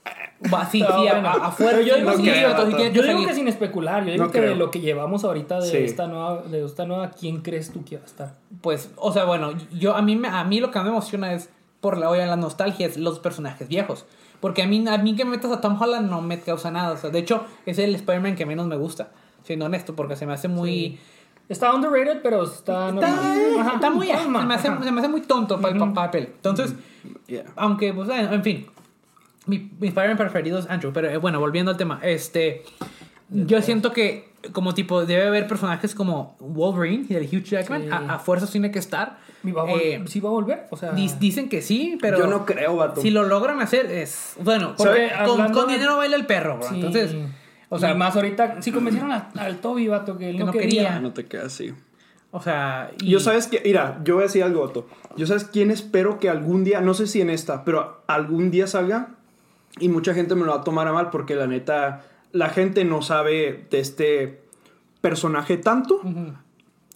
Speaker 2: Va, sí,
Speaker 3: Ah,
Speaker 2: sí, a-
Speaker 3: bueno.
Speaker 2: a- afuera.
Speaker 3: Pero yo digo,
Speaker 2: sí,
Speaker 4: que-
Speaker 2: sí, vato, sí
Speaker 4: yo
Speaker 2: tiene
Speaker 3: Yo
Speaker 2: que
Speaker 3: digo
Speaker 2: salir.
Speaker 3: que sin especular, yo digo
Speaker 4: No
Speaker 3: que
Speaker 4: creo.
Speaker 3: de lo que llevamos ahorita de
Speaker 4: Sí.
Speaker 3: esta nueva, de esta nueva, ¿quién crees tú que va a estar?
Speaker 2: Pues, o sea, bueno, yo a mí, me- a mí lo que me emociona es, por la olla, la nostalgia, es los personajes viejos. Porque a mí, a mí que metas a Tom Holland no me causa nada. O sea, de hecho, es el Spider-Man que menos me gusta, siendo honesto, porque se me hace muy...
Speaker 3: Está underrated, pero está normal.
Speaker 2: Está,
Speaker 3: Ajá,
Speaker 2: está muy...
Speaker 3: normal,
Speaker 2: se, me hace,
Speaker 3: ajá.
Speaker 2: se me hace muy tonto para el pa- papel. Entonces,
Speaker 4: Yeah.
Speaker 2: aunque, pues, en, en fin. Mi, mi Spider-Man preferido es Andrew, pero eh, bueno, volviendo al tema. Este, yo siento que, como tipo, debe haber personajes como Wolverine y el Hugh Jackman.
Speaker 3: Sí.
Speaker 2: A, a fuerzas tiene que estar.
Speaker 3: ¿Y va a vol-
Speaker 2: Eh,
Speaker 3: ¿Sí va a volver? O sea,
Speaker 2: Dis- dicen que sí, pero.
Speaker 4: Yo no creo, vato.
Speaker 2: Si lo logran hacer, es. Bueno,
Speaker 3: Porque
Speaker 2: porque con,
Speaker 3: hablando
Speaker 2: con
Speaker 3: de-
Speaker 2: dinero baila el perro, bro.
Speaker 3: sí.
Speaker 2: Entonces. O sea,
Speaker 3: Y más ahorita, sí convencieron a- al Toby, vato, que él
Speaker 2: Que
Speaker 3: no
Speaker 2: no
Speaker 3: quería.
Speaker 2: quería.
Speaker 4: Ah, No te quedas así.
Speaker 2: O sea. y-
Speaker 4: Yo sabes que, mira, yo voy a decir algo, Otto. Yo sabes quién espero que algún día, no sé si en esta, pero algún día salga y mucha gente me lo va a tomar a mal porque la neta, la gente no sabe de este personaje tanto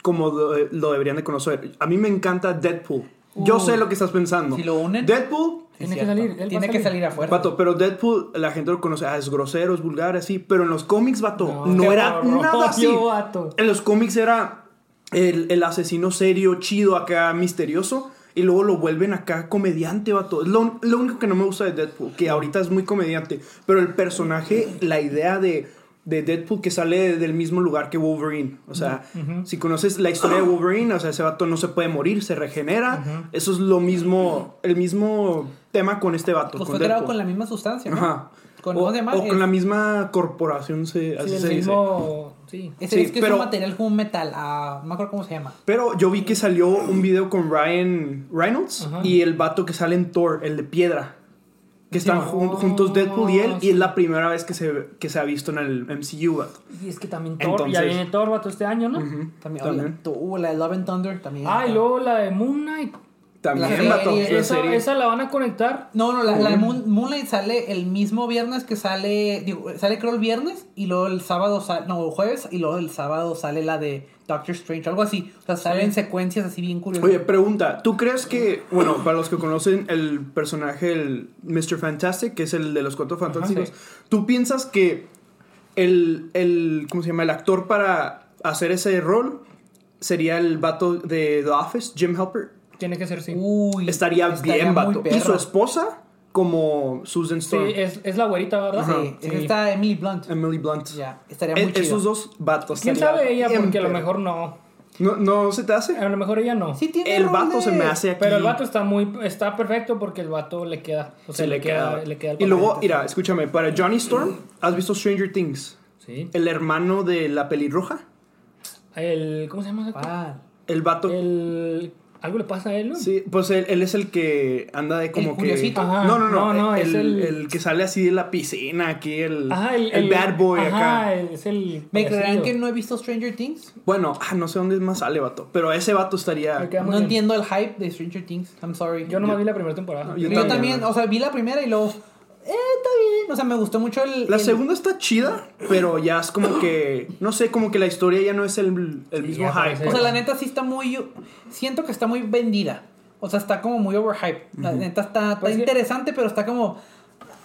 Speaker 4: como lo, lo deberían de conocer. A mí me encanta Deadpool. yo
Speaker 2: Uh.
Speaker 4: sé lo que estás pensando.
Speaker 2: Si lo unen.
Speaker 4: Deadpool
Speaker 2: Sí,
Speaker 3: Tiene que
Speaker 2: cierto.
Speaker 3: salir, él va a
Speaker 2: Tiene que
Speaker 3: salir.
Speaker 2: salir afuera.
Speaker 4: Vato, pero Deadpool, la gente lo conoce, ah, es grosero, es vulgar, así. Pero en los cómics, vato, no,
Speaker 3: No,
Speaker 4: era
Speaker 3: qué horror,
Speaker 4: nada así.
Speaker 3: yo, vato.
Speaker 4: En los cómics era el, el asesino serio, chido, acá, misterioso. Y luego lo vuelven acá comediante, vato. Es lo, lo único que no me gusta de Deadpool, que ahorita es muy comediante. Pero el personaje, la idea de de Deadpool que sale del mismo lugar que Wolverine. O sea, si conoces la historia de Wolverine, o sea, ese vato no se puede morir, se regenera. Eso es lo mismo, el mismo tema con este vato.
Speaker 2: Pues fue
Speaker 4: con
Speaker 2: creado
Speaker 4: Deadpool.
Speaker 2: con la misma sustancia, ¿no?
Speaker 4: Ajá.
Speaker 2: Con,
Speaker 4: o,
Speaker 2: ¿cómo se llama?
Speaker 4: o
Speaker 2: Es-
Speaker 4: con la misma corporación, se, así
Speaker 3: Sí,
Speaker 4: se
Speaker 3: el
Speaker 4: dice.
Speaker 3: mismo. Sí.
Speaker 2: Ese
Speaker 4: Sí,
Speaker 2: es que
Speaker 4: pero-
Speaker 2: es un material como un metal, ah, no me acuerdo cómo se llama.
Speaker 4: Pero yo vi que salió un video con Ryan Reynolds
Speaker 3: Ajá.
Speaker 4: y el vato que sale en Thor, el de piedra. Que están
Speaker 2: Oh,
Speaker 4: jun- juntos Deadpool y él, y es la primera vez que se, que se ha visto en el MCU, vato.
Speaker 3: Y es que también Thor. ya
Speaker 4: Entonces-
Speaker 3: viene Thor, vato, este año, ¿no?
Speaker 2: También,
Speaker 4: También.
Speaker 2: oye, tú, uh, la de Love and Thunder también.
Speaker 3: Ah, y luego la de Moon Knight. Eh,
Speaker 4: También,
Speaker 2: La serie,
Speaker 4: vato.
Speaker 2: la
Speaker 4: la
Speaker 3: Esa,
Speaker 4: serie.
Speaker 3: esa la van a conectar.
Speaker 2: No, no, la, la de Moon- Moonlight sale el mismo viernes que sale, digo, sale creo el viernes y luego el sábado sale, no, el jueves y luego el sábado sale la de Doctor Strange, algo así. O sea, salen secuencias así bien curiosas.
Speaker 4: Oye, pregunta, ¿tú crees que, bueno, para los que conocen el personaje, el Mr. Fantastic, que es el de los cuatro fantásticos,
Speaker 3: sí.
Speaker 4: ¿tú piensas que el, el, ¿cómo se llama? El actor para hacer ese rol sería el vato de The Office, Jim Halpert?
Speaker 3: Tiene que ser sí.
Speaker 2: Uh, Uy,
Speaker 4: Estaría, bien,
Speaker 2: muy
Speaker 4: vato. Y su
Speaker 2: perro.
Speaker 4: esposa, como Susan
Speaker 3: Sí,
Speaker 4: Storm,
Speaker 3: es, es la güerita, ¿verdad?
Speaker 2: Sí,
Speaker 3: Sí.
Speaker 2: es esta Emily Blunt.
Speaker 4: Emily Blunt.
Speaker 2: Ya, estaría
Speaker 4: Em, E-
Speaker 2: muy chido.
Speaker 4: esos dos vatos.
Speaker 3: ¿Quién
Speaker 4: estaría
Speaker 3: sabe ella?
Speaker 4: bien
Speaker 3: Porque a lo
Speaker 4: perro.
Speaker 3: mejor no.
Speaker 4: No, no se te
Speaker 3: A
Speaker 4: hace.
Speaker 3: lo mejor ella no.
Speaker 2: Sí tiene
Speaker 4: El
Speaker 2: rol
Speaker 4: vato se
Speaker 2: de-
Speaker 4: me hace aquí.
Speaker 3: Pero el vato está muy está perfecto porque el vato le queda, o sea,
Speaker 4: Se
Speaker 3: le queda, le queda el
Speaker 4: y
Speaker 3: papel,
Speaker 4: luego,
Speaker 3: entonces.
Speaker 4: mira, escúchame, para Johnny Storm, ¿has visto Stranger Things?
Speaker 3: sí.
Speaker 4: El hermano de la pelirroja.
Speaker 3: El ¿cómo se llama? ese actor?
Speaker 2: Ah,
Speaker 4: El vato.
Speaker 3: El algo le pasa a él, ¿no?
Speaker 4: Sí, pues él, él es el que anda de como
Speaker 2: El
Speaker 4: que.
Speaker 2: curiosito.
Speaker 3: Ajá.
Speaker 4: No, no,
Speaker 3: No,
Speaker 4: no.
Speaker 3: no,
Speaker 4: el,
Speaker 3: es el-
Speaker 4: el que sale así de la piscina, aquí, el,
Speaker 3: Ajá,
Speaker 4: el, bad boy
Speaker 3: ajá,
Speaker 4: acá.
Speaker 3: el- es el
Speaker 2: ¿Me creerán
Speaker 3: parecido.
Speaker 2: que no he visto Stranger Things?
Speaker 4: Bueno, ah, no sé dónde más sale, vato. Pero ese vato estaría.
Speaker 3: Me queda muy
Speaker 2: no
Speaker 3: bien.
Speaker 2: entiendo el hype de Stranger Things. I'm sorry.
Speaker 3: Yo nomás vi la primera temporada.
Speaker 4: yo
Speaker 2: Yo
Speaker 4: también.
Speaker 2: también, o sea, vi la primera y luego. Eh, está bien. O sea, me gustó mucho el.
Speaker 4: La
Speaker 2: el-
Speaker 4: segunda está chida, pero ya es como que. No sé, como que la historia ya no es el, el mismo
Speaker 3: ya
Speaker 4: hype.
Speaker 3: parece-
Speaker 4: pues.
Speaker 2: O sea, la neta sí está muy. Siento que está muy vendida. O sea, está como muy overhyped. La neta está, está
Speaker 3: Pues sí.
Speaker 2: interesante, pero está como.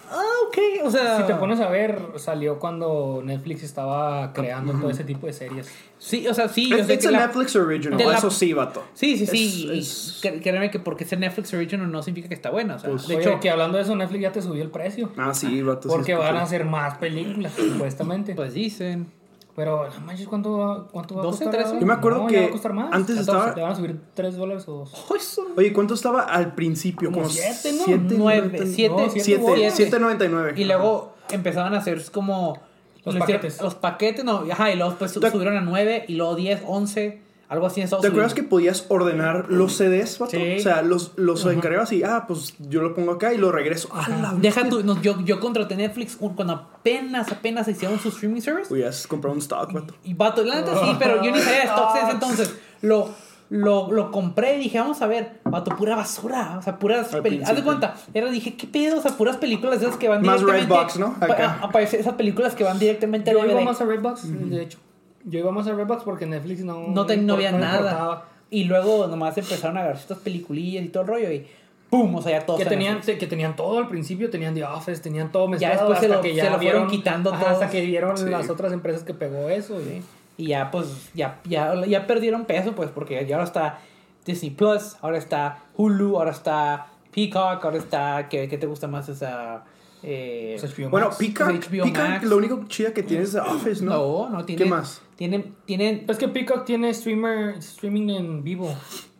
Speaker 2: Ah, ok. O sea.
Speaker 3: Si te pones a ver, salió cuando Netflix estaba creando todo ese tipo de series.
Speaker 2: Sí, o sea, sí. yo
Speaker 4: Es
Speaker 2: sé
Speaker 4: it's
Speaker 2: que
Speaker 4: a
Speaker 2: la-
Speaker 4: Netflix original,
Speaker 2: de la-
Speaker 4: eso sí, vato.
Speaker 2: Sí, sí, sí.
Speaker 4: Es-
Speaker 2: y
Speaker 4: es-
Speaker 2: cre- Créeme que porque sea Netflix Original no significa que está buena. O sea,
Speaker 4: Pues,
Speaker 2: de
Speaker 3: De
Speaker 2: hecho,
Speaker 3: hecho, que hablando de eso, Netflix ya te subió el precio.
Speaker 4: Ah, sí, vato. sí,
Speaker 3: Porque
Speaker 4: es-
Speaker 3: van a hacer más películas, supuestamente.
Speaker 2: pues dicen.
Speaker 3: Pero, no manches, ¿cuánto, va- cuánto va a
Speaker 2: 12,
Speaker 3: costar?
Speaker 2: 13?
Speaker 3: ahora?
Speaker 4: Yo me acuerdo
Speaker 3: No,
Speaker 4: que
Speaker 3: ya va a costar más.
Speaker 4: antes estaba-
Speaker 3: Le van a subir 3 dólares o 2.
Speaker 2: Oh, eso.
Speaker 4: Oye, ¿cuánto estaba al principio?
Speaker 3: Como siete, ¿no?
Speaker 4: siete,
Speaker 2: Nueve,
Speaker 4: noventa-
Speaker 2: siete,
Speaker 4: no,
Speaker 2: siete,
Speaker 4: siete,
Speaker 2: siete.
Speaker 4: 7.99.
Speaker 2: Y luego empezaban a hacer como...
Speaker 3: Los
Speaker 2: lo hicieron-
Speaker 3: paquetes.
Speaker 2: Los paquetes, no. Ajá, y luego pues,
Speaker 4: ¿Te-
Speaker 2: subieron a 9 y luego 10, 11, algo así. en Estados
Speaker 4: ¿Te acuerdas que
Speaker 2: Unidos.
Speaker 4: podías ordenar los CDs, vato?
Speaker 2: Sí.
Speaker 4: O sea, los, los encargabas y, ah, pues yo lo pongo acá y lo regreso. Ah, la
Speaker 2: Deja tú, no, yo, yo contraté Netflix un- cuando apenas, apenas hicieron su streaming service.
Speaker 4: Hubieras comprado un stock, vato.
Speaker 2: Y vato, la neta sí, pero yo ni sabía de stocks en ese entonces. Lo, lo, lo compré y dije, vamos a ver, vato, pura basura. O sea, puras
Speaker 4: Al
Speaker 2: películas. Haz de
Speaker 4: principio.
Speaker 2: cuenta, era, dije, ¿qué pedo? O sea, puras películas de esas que van
Speaker 4: Más
Speaker 2: directamente.
Speaker 4: Redbox, ¿no?
Speaker 2: pa-
Speaker 4: Acá.
Speaker 2: a- a- esas películas que van directamente al
Speaker 3: Yo iba
Speaker 2: DVD.
Speaker 3: más a Redbox, de hecho. Yo iba más a Redbox porque Netflix no...
Speaker 2: No, te, no había
Speaker 3: no
Speaker 2: nada.
Speaker 3: importaba.
Speaker 2: Y luego nomás empezaron a agarrar estas peliculillas y todo el rollo y ¡pum! O sea, ya todos.
Speaker 3: Que
Speaker 2: eran
Speaker 3: tenían,
Speaker 2: así.
Speaker 3: que tenían todo al principio, tenían The Office, tenían todo mezclado.
Speaker 2: después se
Speaker 3: hasta
Speaker 2: lo-
Speaker 3: que
Speaker 2: se lo fueron
Speaker 3: vieron-
Speaker 2: quitando
Speaker 3: ajá,
Speaker 2: todo.
Speaker 3: Hasta que vieron
Speaker 4: Sí.
Speaker 3: las otras empresas que pegó eso. y-
Speaker 2: Y ya, pues, ya, ya, ya perdieron peso, pues, porque ya ahora está Disney Plus, ahora está Hulu, ahora está Peacock, ahora está. ¿Qué, qué te gusta más esa. Eh,
Speaker 3: pues, HBO
Speaker 4: Bueno,
Speaker 3: Max.
Speaker 4: Peacock,
Speaker 2: HBO
Speaker 4: Peacock
Speaker 2: Max.
Speaker 4: lo único chida que tienes es The Office, ¿no?
Speaker 2: no, no tiene.
Speaker 4: ¿Qué más?
Speaker 2: Tienen. tienen
Speaker 3: Es que Peacock tiene streamer, streaming en vivo.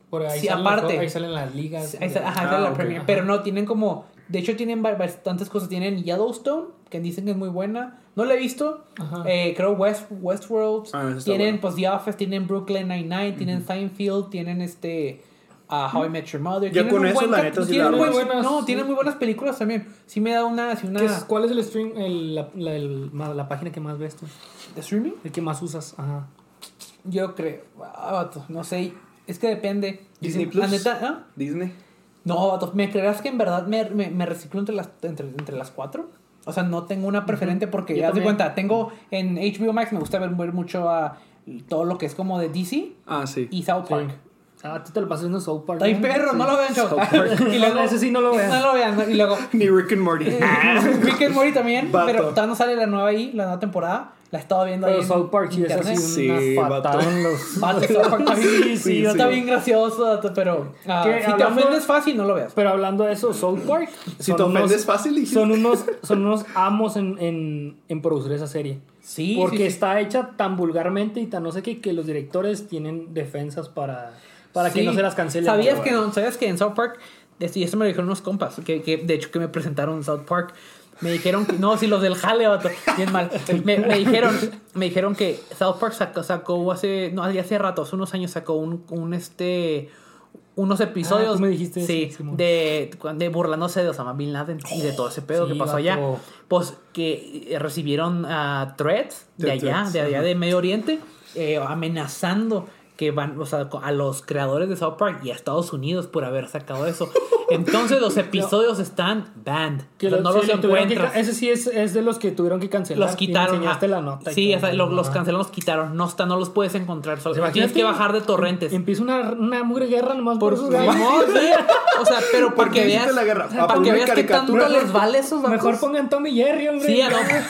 Speaker 3: Por ahí,
Speaker 2: Sí,
Speaker 3: salen los
Speaker 2: aparte.
Speaker 3: jue- ahí salen las ligas.
Speaker 2: ahí está, ajá,
Speaker 4: Ah,
Speaker 2: está la
Speaker 4: ok.
Speaker 2: Premier, pero no, tienen como. De hecho, tienen ba- bastantes cosas. Tienen Yellowstone, que dicen que es muy buena. No la he visto.
Speaker 3: Ajá.
Speaker 2: Eh, creo West, Westworld.
Speaker 4: Ah, esa está
Speaker 2: tienen
Speaker 4: buena.
Speaker 2: pues The Office, tienen Brooklyn Nine-Nine, tienen Seinfeld, tienen este. ah, How I Met Your Mother.
Speaker 4: Ya
Speaker 2: tienen
Speaker 4: con
Speaker 2: un
Speaker 4: eso,
Speaker 2: buen
Speaker 4: la
Speaker 2: cap-
Speaker 4: neta, sí
Speaker 2: tienen
Speaker 4: la
Speaker 2: buen-
Speaker 3: armas. Buenas,
Speaker 2: No,
Speaker 3: sí.
Speaker 2: tienen muy buenas películas también. Sí me da una. sí una
Speaker 3: ¿Qué es- ¿Cuál es el stream, el- la, la- el- ma- la página que más ves tú?
Speaker 2: ¿De streaming?
Speaker 3: El que más usas. Ajá.
Speaker 2: Yo creo. ah, vato, no sé. Es que depende.
Speaker 4: Disney
Speaker 2: La
Speaker 4: Plus.
Speaker 2: neta, ¿ah?
Speaker 4: Disney.
Speaker 2: No, vato, ¿me creerás que en verdad me, me, me reciclo entre las, entre, entre las cuatro? O sea, no tengo una preferente porque
Speaker 3: Yo
Speaker 2: ya te
Speaker 3: también.
Speaker 2: cuenta, tengo en HBO Max me gusta ver, ver mucho a todo lo que es como de DC
Speaker 4: Ah, sí.
Speaker 2: y South Park.
Speaker 3: Ah, tú te lo pasas viendo South Park.
Speaker 2: Está bien
Speaker 3: ¿no?
Speaker 2: perro, no lo vean, chavos.
Speaker 4: South Park.
Speaker 2: Y luego-
Speaker 3: Ese sí no lo vean.
Speaker 2: No lo vean, ¿no? y luego
Speaker 4: Ni Rick and Morty.
Speaker 2: Ah. Rick and Morty también,
Speaker 4: Vato.
Speaker 2: pero todavía no sale la nueva ahí, la nueva temporada. La estaba viendo ahí.
Speaker 3: Pero
Speaker 2: en
Speaker 3: South Park sí es
Speaker 2: internet.
Speaker 3: así
Speaker 4: Sí,
Speaker 3: una
Speaker 4: vato.
Speaker 3: patada en los...
Speaker 2: Vato, South Park está bien-
Speaker 4: Sí, sí,
Speaker 2: Está
Speaker 4: sí.
Speaker 2: bien gracioso, pero ah,
Speaker 5: ¿Qué?
Speaker 2: si te
Speaker 5: Hablando-
Speaker 2: ofendes fácil, no lo veas.
Speaker 3: Pero hablando de eso, South Park...
Speaker 4: Si
Speaker 3: son
Speaker 4: te
Speaker 3: unos-
Speaker 4: ofendes fácil, dijiste.
Speaker 3: Son unos, son unos amos en, en, en producir esa serie.
Speaker 2: Sí,
Speaker 3: Porque
Speaker 2: sí, sí.
Speaker 3: está hecha tan vulgarmente y tan no sé qué que los directores tienen defensas para, para que
Speaker 2: Sí.
Speaker 3: no se las cancelen.
Speaker 2: ¿Sabías que, no- ¿Sabías que en South Park, este- y esto me lo dijeron unos compas, que, que de hecho que me presentaron en South Park, me dijeron, que, no, si los del jale, vato, bien mal, me, me dijeron, me dijeron que South Park sacó, sacó hace, no, ya hace rato, hace unos años sacó un, un, este, unos episodios,
Speaker 3: Ah, tú me dijiste eso,
Speaker 2: sí,
Speaker 3: Simón. Oh,
Speaker 2: de, de burlándose de Osama Bin Laden y de todo ese pedo
Speaker 3: Sí,
Speaker 2: que pasó
Speaker 3: vato.
Speaker 2: allá, pues que eh, recibieron a threats de
Speaker 4: De
Speaker 2: allá,
Speaker 4: threats,
Speaker 2: de allá
Speaker 4: ajá.
Speaker 2: de Medio Oriente, eh, amenazando que van, o sea, co- a los creadores de South Park y a Estados Unidos por haber sacado eso. Entonces los episodios están banned.
Speaker 3: Que
Speaker 2: O sea, Pues
Speaker 3: lo-
Speaker 2: no
Speaker 3: sí,
Speaker 2: los
Speaker 3: lo tuvieron que
Speaker 2: encuentras.
Speaker 3: ca- ese sí es, es de los que tuvieron que cancelar.
Speaker 2: los
Speaker 3: y me
Speaker 2: quitaron.
Speaker 3: enseñaste
Speaker 2: ah,
Speaker 3: la nota. y
Speaker 2: sí,
Speaker 3: todo.
Speaker 2: o sea, lo- los
Speaker 3: Ajá.
Speaker 2: cancelaron, los quitaron. No está, no los puedes encontrar. Solo, tienes
Speaker 3: Imagínate, em,
Speaker 2: que bajar de torrentes.
Speaker 3: Empieza una, una mugre guerra nomás
Speaker 2: Por
Speaker 3: por, esos
Speaker 2: su
Speaker 3: gallos.
Speaker 2: O sea, pero para
Speaker 4: ¿Por qué
Speaker 2: que
Speaker 4: hiciste
Speaker 2: veas.
Speaker 4: la guerra? Ah,
Speaker 2: Para
Speaker 4: por
Speaker 2: que
Speaker 4: una
Speaker 2: veas qué tanto
Speaker 4: caricatura.
Speaker 2: les vale a esos vatos.
Speaker 3: Mejor pongan Tommy Jerry, hombre.
Speaker 2: Sí,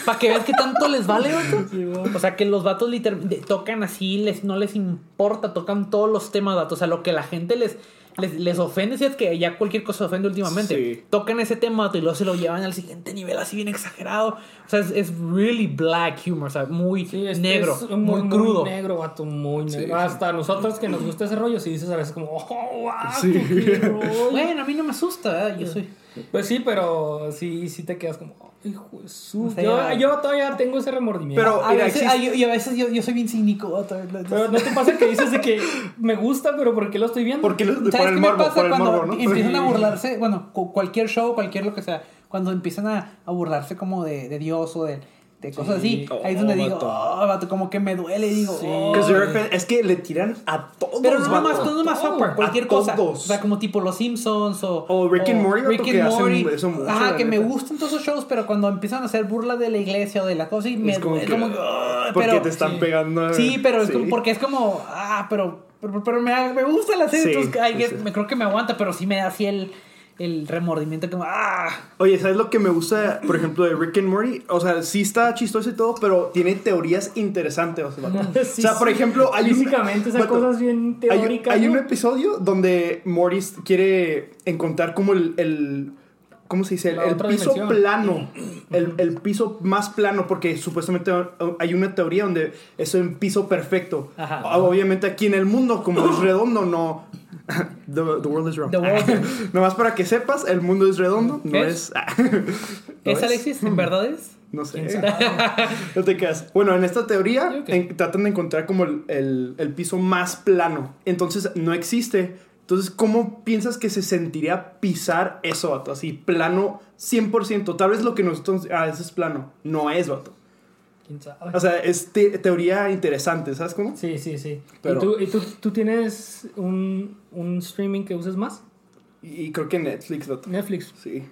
Speaker 2: para que veas que tanto les vale, vato. O sea, que los vatos liter- de- tocan así, les, no les importa, tocan todos los temas, vato. O sea, lo que la gente les, les, les ofende, si es que ya cualquier cosa ofende últimamente.
Speaker 4: Sí.
Speaker 2: Tocan ese tema, vato, y luego se lo llevan al siguiente nivel, así bien exagerado. O sea, es, es really black humor, o sea, muy
Speaker 3: Sí, es-
Speaker 2: negro,
Speaker 3: es
Speaker 2: muy, crudo.
Speaker 3: Muy negro, vato, muy
Speaker 4: Sí,
Speaker 3: negro.
Speaker 4: sí.
Speaker 3: Hasta nosotros que nos gusta ese rollo, si dices a veces como, oh, wow,
Speaker 4: Sí.
Speaker 3: qué rollo".
Speaker 2: Bueno, a mí no me asusta, ¿eh? yo soy.
Speaker 3: Pues sí, pero sí, sí te quedas como, "Oh, hijo de su.
Speaker 2: O sea,
Speaker 3: yo, yo todavía tengo ese remordimiento.
Speaker 4: Pero-
Speaker 2: A
Speaker 4: Mira,
Speaker 2: veces,
Speaker 4: existe-
Speaker 2: ah, yo, y a veces yo, yo soy bien cínico. vato.
Speaker 3: Pero no te pasa que dices de que me gusta, pero ¿por qué lo estoy viendo?
Speaker 4: Porque los- por
Speaker 2: ¿Sabes
Speaker 4: el
Speaker 2: qué me
Speaker 4: morbo, por
Speaker 2: pasa
Speaker 4: el
Speaker 2: cuando
Speaker 4: morbo, ¿no?
Speaker 2: empiezan a burlarse? Bueno, cu- cualquier show, cualquier lo que sea, cuando empiezan a, a burlarse como de, de Dios o de, de cosas
Speaker 3: Sí.
Speaker 2: así, ahí es
Speaker 4: Oh,
Speaker 2: donde digo,
Speaker 4: vato.
Speaker 2: oh, vato, como que me duele, digo,
Speaker 3: Sí.
Speaker 2: oh.
Speaker 4: Que se refiere- Es que le tiran a todos.
Speaker 2: Pero no nomás,
Speaker 4: vato.
Speaker 2: no nomás South Park,
Speaker 4: A
Speaker 2: cualquier cosa.
Speaker 4: todos.
Speaker 2: O sea, como tipo Los Simpsons o.
Speaker 4: O Rick and Morty, vato,
Speaker 2: Rick and
Speaker 4: que hacen
Speaker 2: Morty.
Speaker 4: eso mucho,
Speaker 2: Ajá,
Speaker 4: la
Speaker 2: que me
Speaker 4: neta.
Speaker 2: gustan todos esos shows, pero cuando empiezan a hacer burla de la iglesia o de la cosa, y me
Speaker 4: Es como
Speaker 2: duele,
Speaker 4: que,
Speaker 2: como que, "Ah",
Speaker 4: porque
Speaker 2: pero-
Speaker 4: te están
Speaker 2: sí.
Speaker 4: pegando. eh,
Speaker 2: Sí, pero es
Speaker 4: Sí.
Speaker 2: como, porque es como, ah, pero, pero, pero me, me gusta la serie,
Speaker 4: Sí,
Speaker 2: entonces ay,
Speaker 4: sí,
Speaker 2: que-
Speaker 4: sí.
Speaker 2: me creo que me aguanta, pero sí me da así el, el remordimiento como, ah,
Speaker 4: Oye, ¿sabes lo que me gusta, por ejemplo, de Rick and Morty? O sea, sí está chistoso y todo, pero tiene teorías interesantes. O sea, vato.
Speaker 3: Sí,
Speaker 4: O sea, por
Speaker 3: sí.
Speaker 4: ejemplo, hay un-
Speaker 3: Físicamente esa
Speaker 4: vato,
Speaker 3: cosa es bien
Speaker 4: hay-
Speaker 3: teórica.
Speaker 4: Hay,
Speaker 3: ¿no?
Speaker 4: un episodio donde Morty quiere encontrar como el... el- ¿Cómo se dice? El,
Speaker 3: La
Speaker 4: el
Speaker 3: otra
Speaker 4: piso
Speaker 3: dimensión.
Speaker 4: plano. El, el piso más plano, porque supuestamente hay una teoría donde es un piso perfecto.
Speaker 2: Ajá.
Speaker 4: Obviamente aquí en el mundo, como es redondo, no... The, the world is round.
Speaker 2: The world-
Speaker 4: Nomás para que sepas, el mundo es redondo, no
Speaker 2: ¿Ves?
Speaker 4: es. ¿No
Speaker 2: ¿es Alexis?
Speaker 4: Hmm.
Speaker 2: ¿En verdad es?
Speaker 4: No sé.
Speaker 3: ¿Quién sabe?
Speaker 4: No te quedas. Bueno, en esta teoría
Speaker 3: Yo creo que-
Speaker 4: en- tratan de encontrar como el, el- el piso más plano. Entonces no existe. Entonces, ¿cómo piensas que se sentiría pisar eso, vato? Así, plano 100%. Tal vez lo que nosotros. Ah, eso es plano. No es, vato.
Speaker 3: ¿Quién sabe?
Speaker 4: O sea, es te- teoría interesante, ¿sabes cómo?
Speaker 3: Sí, sí, sí.
Speaker 4: Pero-
Speaker 3: ¿Y, tú, y tú, tú tienes un, un streaming que uses más?
Speaker 4: Y, y creo que Netflix, vato.
Speaker 3: Netflix.
Speaker 4: Sí.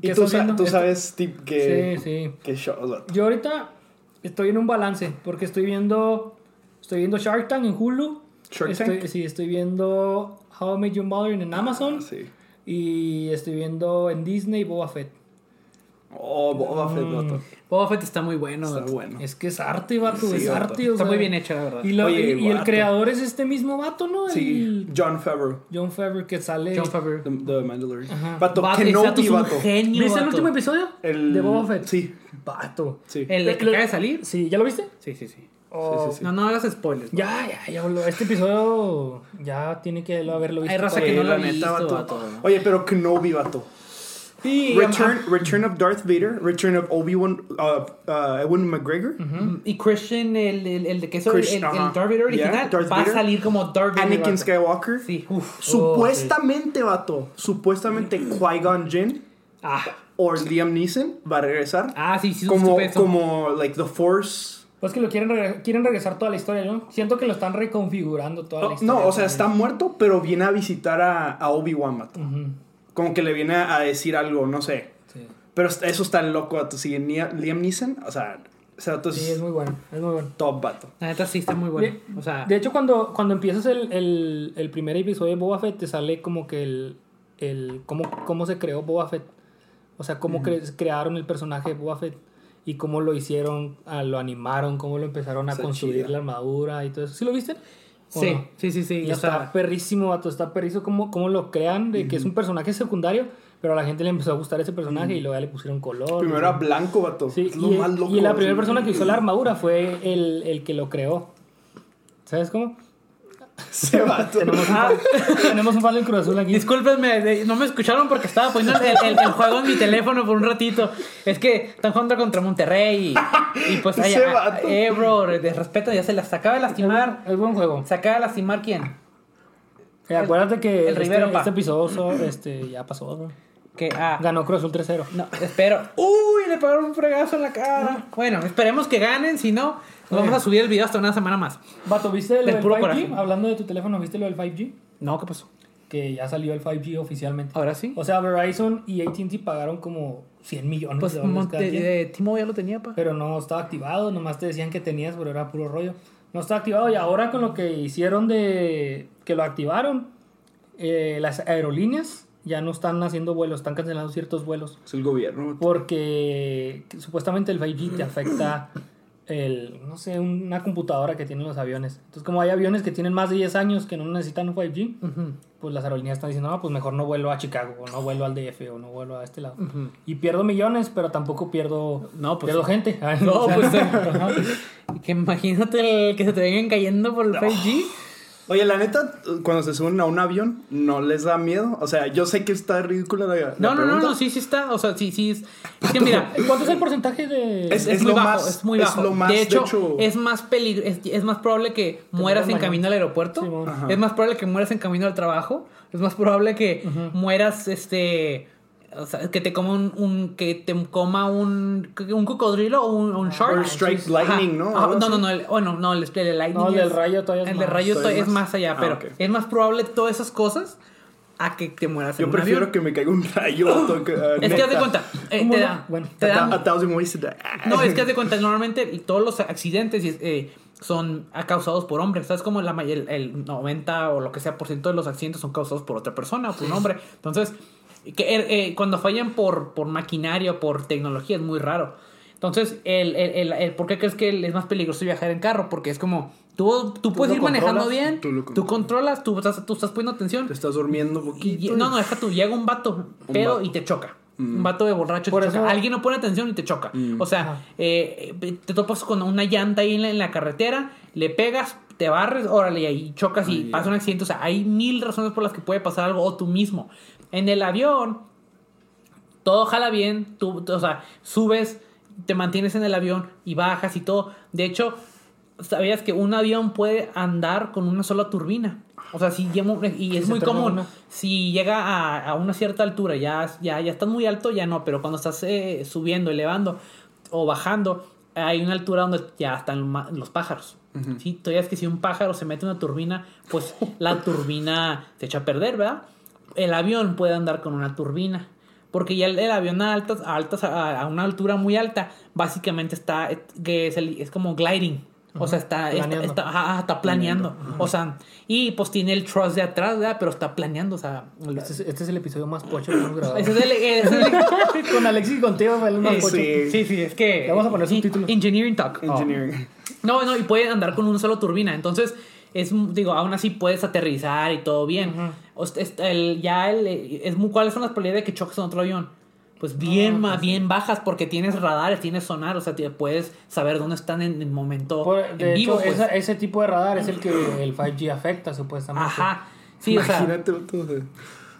Speaker 3: ¿Qué
Speaker 4: Y tú,
Speaker 3: estás
Speaker 4: sa-
Speaker 3: viendo?
Speaker 4: tú
Speaker 3: Esto-
Speaker 4: sabes, tip, que.
Speaker 3: Sí, sí.
Speaker 4: Que shows, vato.
Speaker 3: Yo ahorita estoy en un balance porque estoy viendo estoy viendo Shark Tank en Hulu.
Speaker 4: Shark
Speaker 3: Estoy-
Speaker 4: Tank. Ah,
Speaker 3: Sí, estoy viendo How I Made Your Mother en Amazon
Speaker 4: Sí.
Speaker 3: y estoy viendo en Disney Boba Fett.
Speaker 4: Oh, Boba Fett, vato.
Speaker 2: Boba Fett está muy bueno.
Speaker 4: Está
Speaker 2: vato.
Speaker 4: bueno.
Speaker 3: Mm, Es que es arte, vato,
Speaker 4: Sí,
Speaker 3: es
Speaker 4: vato.
Speaker 3: arte, o
Speaker 2: Está
Speaker 3: sea,
Speaker 2: muy bien hecho, la verdad.
Speaker 3: Y, la-
Speaker 4: Oye,
Speaker 3: y- y el
Speaker 4: vato.
Speaker 3: creador es este mismo vato, ¿no?
Speaker 4: Sí,
Speaker 3: El
Speaker 4: John Favreau.
Speaker 3: John Favreau que sale.
Speaker 2: John Favreau.
Speaker 4: The, the Mandalorian.
Speaker 3: Ajá.
Speaker 4: Vato,
Speaker 2: Vato, ese vato
Speaker 4: Kenobi,
Speaker 2: es un
Speaker 4: vato.
Speaker 2: genio,
Speaker 3: ¿Viste el
Speaker 2: vato.
Speaker 3: último episodio?
Speaker 4: El-
Speaker 3: De Boba Fett.
Speaker 4: Sí,
Speaker 3: Vato.
Speaker 4: sí.
Speaker 2: ¿El que
Speaker 3: Lo-
Speaker 2: acaba de salir?
Speaker 3: Sí, ¿ya lo viste?
Speaker 2: Sí, sí, sí.
Speaker 3: Oh,
Speaker 4: sí.
Speaker 2: No, no hagas spoilers. vato.
Speaker 3: Ya, ya, ya. lo- Este episodio ya tiene que lo- haberlo visto.
Speaker 2: Hay raza
Speaker 3: para-
Speaker 2: que no
Speaker 4: Eh,
Speaker 2: lo
Speaker 4: la
Speaker 2: ha visto,
Speaker 4: neta, vato.
Speaker 2: vato.
Speaker 4: Oye, pero Kenobi, vato.
Speaker 2: Sí,
Speaker 4: Return, Return of Darth Vader, Return of Obi-Wan, uh, uh, Ewan McGregor,
Speaker 2: ajá. y Christian, el, el, el de que es el,
Speaker 4: Christian,
Speaker 2: el,
Speaker 4: ajá.
Speaker 2: el Darth Vader
Speaker 4: Yeah,
Speaker 2: original,
Speaker 4: Darth
Speaker 2: va
Speaker 4: Vader.
Speaker 2: a salir como Darth Vader.
Speaker 4: Anakin
Speaker 2: vato.
Speaker 4: Skywalker.
Speaker 2: Sí, Oh, uff.
Speaker 4: Supuestamente, vato, supuestamente Qui-Gon Jinn
Speaker 2: Ah,
Speaker 4: o Liam Neeson va a regresar
Speaker 2: ah, sí, sí,
Speaker 4: como,
Speaker 2: supe eso.
Speaker 4: como, like, The Force.
Speaker 3: Pues que lo quieren, regre- quieren regresar toda la historia, ¿no? Siento que lo están reconfigurando toda la
Speaker 4: Oh,
Speaker 3: historia.
Speaker 4: No, o sea, está muerto, pero viene a visitar a, a Obi-Wan, vato.
Speaker 2: Mm.
Speaker 4: Como que le viene a a decir algo, no sé.
Speaker 3: Sí.
Speaker 4: Pero est- eso está loco, vato. Si Nia- Liam Neeson, o sea, ese vato es
Speaker 3: Sí, es muy bueno, es muy bueno.
Speaker 4: top, vato.
Speaker 2: La neta sí está muy bueno. O sea,
Speaker 3: De hecho, cuando, cuando empiezas el, el, el primer episodio de Boba Fett, te sale como que el... el cómo, cómo se creó Boba Fett. O sea, cómo cre- crearon el personaje de Boba Fett. y cómo lo hicieron, ah, lo animaron, cómo lo empezaron a
Speaker 4: Está
Speaker 3: construir
Speaker 4: chida.
Speaker 3: la armadura y todo eso. ¿Sí lo viste? ¿O
Speaker 2: Sí,
Speaker 3: no?
Speaker 2: sí, sí, sí.
Speaker 3: Y
Speaker 2: o
Speaker 3: está
Speaker 2: sea, pues,
Speaker 3: perrísimo, vato, está perrísimo cómo, cómo lo crean, de que es un personaje secundario, pero a la gente le empezó a gustar ese personaje y luego ya le pusieron color.
Speaker 4: Primero era blanco, vato.
Speaker 3: Sí,
Speaker 4: Es lo
Speaker 3: y,
Speaker 4: más loco,
Speaker 3: y la
Speaker 4: así.
Speaker 3: primera persona que usó la armadura fue el, el que lo creó. ¿Sabes cómo?
Speaker 4: Ese vato.
Speaker 3: Tenemos un, fan, tenemos un fan del Cruz Azul aquí.
Speaker 2: Discúlpenme, de- no me escucharon porque estaba poniendo el, el- el juego en mi teléfono por un ratito. Es que están jugando contra Monterrey y, y pues
Speaker 4: Ese
Speaker 2: allá,
Speaker 4: vato.
Speaker 2: eh, bro, de respeto, ya se las acaba de lastimar.
Speaker 3: Es buen juego.
Speaker 2: ¿Se acaba de lastimar quién?
Speaker 3: Eh, acuérdate que
Speaker 2: el
Speaker 3: este,
Speaker 2: Rivero, pa.
Speaker 3: este episodio so- este, ya pasó. ¿no?
Speaker 2: Que, ah,
Speaker 3: Ganó Cruz Azul 3-0.
Speaker 2: no, espero. Uy, le pegaron un fregazo en la cara. Bueno, esperemos que ganen, si no, nos vamos a subir el video hasta una semana más.
Speaker 3: Vato, ¿viste lo
Speaker 2: Del
Speaker 3: del
Speaker 2: puro
Speaker 3: 5G?
Speaker 2: coraje.
Speaker 3: Hablando de tu teléfono, ¿viste lo del 5G?
Speaker 2: No, ¿qué pasó?
Speaker 3: Que ya salió el 5G oficialmente.
Speaker 2: Ahora sí.
Speaker 3: O sea, Verizon y AT&T pagaron como 100 millones
Speaker 2: Pues
Speaker 3: de dólares cada quien.
Speaker 2: Monte, eh, Timo ya lo tenía, pa.
Speaker 3: Pero no estaba activado, nomás te decían que tenías, pero era puro rollo. No estaba activado y ahora con lo que hicieron de que lo activaron, eh, las aerolíneas ya no están haciendo vuelos, están cancelando ciertos vuelos.
Speaker 4: Es el gobierno, vato.
Speaker 3: Porque supuestamente el 5G te afecta el, no sé, una computadora que tienen los aviones. Entonces, como hay aviones que tienen más de 10 años que no necesitan un 5G,
Speaker 2: Ujú.
Speaker 3: pues las aerolíneas están diciendo, no, pues mejor no vuelo a Chicago, o no vuelo al DF, o no vuelo a este lado. Y pierdo millones, pero tampoco pierdo,
Speaker 2: No, pues
Speaker 3: pierdo
Speaker 2: sí.
Speaker 3: gente.
Speaker 2: No,
Speaker 3: O sea,
Speaker 2: pues eh, que imagínate el que se te vengan cayendo por el 5G.
Speaker 4: Oye, la neta, cuando se suben a un avión, ¿no les da miedo? O sea, yo sé que está ridícula la, la
Speaker 2: No, no, no,
Speaker 4: pregunta.
Speaker 2: no, sí, sí está. O sea, sí, sí es. Es que mira,
Speaker 3: ¿Cuánto es el porcentaje de...?
Speaker 2: es,
Speaker 4: Es- es
Speaker 2: muy
Speaker 4: lo
Speaker 2: bajo,
Speaker 4: más-
Speaker 2: es muy
Speaker 4: es
Speaker 2: bajo.
Speaker 4: lo más,
Speaker 2: de,
Speaker 4: de
Speaker 2: hecho,
Speaker 4: hecho-
Speaker 2: es más peligro, es, es más probable que mueras en
Speaker 3: mañana.
Speaker 2: camino al aeropuerto.
Speaker 3: Sí, bueno.
Speaker 4: Ajá.
Speaker 2: es más probable que mueras en camino al trabajo. Es más probable que mueras, este. O sea, que te coma un, un- que te coma un, un cocodrilo o un, un shark.
Speaker 4: Or strike lightning, ¿no?
Speaker 2: Ah, no,
Speaker 4: Algo así.
Speaker 2: no, no, el- oh, no, no, el, el lightning.
Speaker 3: No, el del
Speaker 2: es-
Speaker 3: rayo todavía es
Speaker 2: El del
Speaker 3: más.
Speaker 2: rayo
Speaker 4: Todavía
Speaker 2: es
Speaker 4: es
Speaker 2: más allá,
Speaker 4: ah,
Speaker 2: pero
Speaker 4: ok.
Speaker 2: es más probable todas esas cosas a que te mueras en
Speaker 4: Yo
Speaker 2: un
Speaker 4: prefiero
Speaker 2: avión.
Speaker 4: que me caiga un rayo. vato, que, ah,
Speaker 2: Es que
Speaker 4: neta.
Speaker 2: haz de cuenta, eh,
Speaker 3: ¿Cómo
Speaker 2: te
Speaker 3: no?
Speaker 2: da,
Speaker 3: Bueno,
Speaker 2: te da-
Speaker 4: A thousand ways to die.
Speaker 2: no, es que haz de cuenta, normalmente todos los accidentes eh, son causados por hombres. ¿Sabes como la, may- el, el 90 o lo que sea por ciento de los accidentes son causados por otra persona o por un hombre? Entonces, que, eh, eh, cuando fallan por, por maquinaria o por tecnología es muy raro. Entonces, el, el, el- el- ¿por qué crees que es más peligroso viajar en carro? Porque es como, tú, tú, puedes
Speaker 4: lo
Speaker 2: ir manejando
Speaker 4: controlas,
Speaker 2: bien, tú,
Speaker 4: tú lo
Speaker 2: controlas, tú estás, tú estás poniendo atención.
Speaker 4: Te estás durmiendo un
Speaker 2: Y lle-
Speaker 4: poquito.
Speaker 2: no, no, deja tú, llega un vato pedo
Speaker 4: vato.
Speaker 2: y te choca. Un
Speaker 3: Mm.
Speaker 2: vato de borracho
Speaker 3: Por
Speaker 2: te choca.
Speaker 3: eso-
Speaker 2: Alguien no pone atención y te choca.
Speaker 3: Mm.
Speaker 2: O sea, eh, eh, te topas con una llanta ahí en la, en la carretera, le pegas, te barres, órale, y ahí chocas y pasa un accidente. O sea, hay mil razones por las que puede pasar algo o tú mismo. En el avión, todo jala bien, tú, tú- o sea, subes, te mantienes en el avión y bajas y todo. De hecho, sabías que un avión puede andar con una sola turbina. O sea, si lleva un- y es
Speaker 3: se
Speaker 2: muy
Speaker 3: traiga
Speaker 2: común.
Speaker 3: una.
Speaker 2: Si llega a, a una cierta altura, ya, ya, ya estás muy alto, ya no, pero cuando estás eh, subiendo, elevando o bajando, hay una altura donde ya están ma- los pájaros. ¿sí? Todavía es que si un pájaro se mete en una turbina, pues la turbina se echa a perder, ¿verdad? El avión puede andar con una turbina. Porque ya el, el avión a altas, a altas, a, a una altura muy alta, básicamente está, eh, que es, el- es como gliding. O sea, está, está-
Speaker 3: Planeando.
Speaker 2: está- ajá, ajá, está planeando. O sea, y pues tiene el trust de atrás, ¿verdad? Pero está planeando, o sea. el-
Speaker 3: Este es, este es el episodio más pocho que hemos grabado.
Speaker 2: ese es el- ese es el-
Speaker 3: con Alexis y contigo fue el más
Speaker 2: Eh,
Speaker 3: pocho.
Speaker 2: sí. sí, sí, es que.
Speaker 3: Le vamos a poner
Speaker 2: Sí,
Speaker 3: subtítulos.
Speaker 2: Engineering Talk. Oh.
Speaker 4: Engineering.
Speaker 2: No, no, y puede andar con una sola turbina. Entonces, es, digo, aún así puedes aterrizar y todo bien. O sea, es- el- ya el, es muy, ¿Cuáles son las probabilidades de que choques en otro avión?
Speaker 3: Ah,
Speaker 2: Pues bien, más bien bajas porque tienes radares, tienes sonar, o sea, te puedes saber dónde están en el momento
Speaker 3: Por-
Speaker 2: en
Speaker 3: de hecho,
Speaker 2: vivo. pues.
Speaker 3: esa- ese tipo de radar es el que el 5G afecta, supuestamente.
Speaker 2: Ajá. Sí, o sea,
Speaker 4: Imagínate, vato. o sea,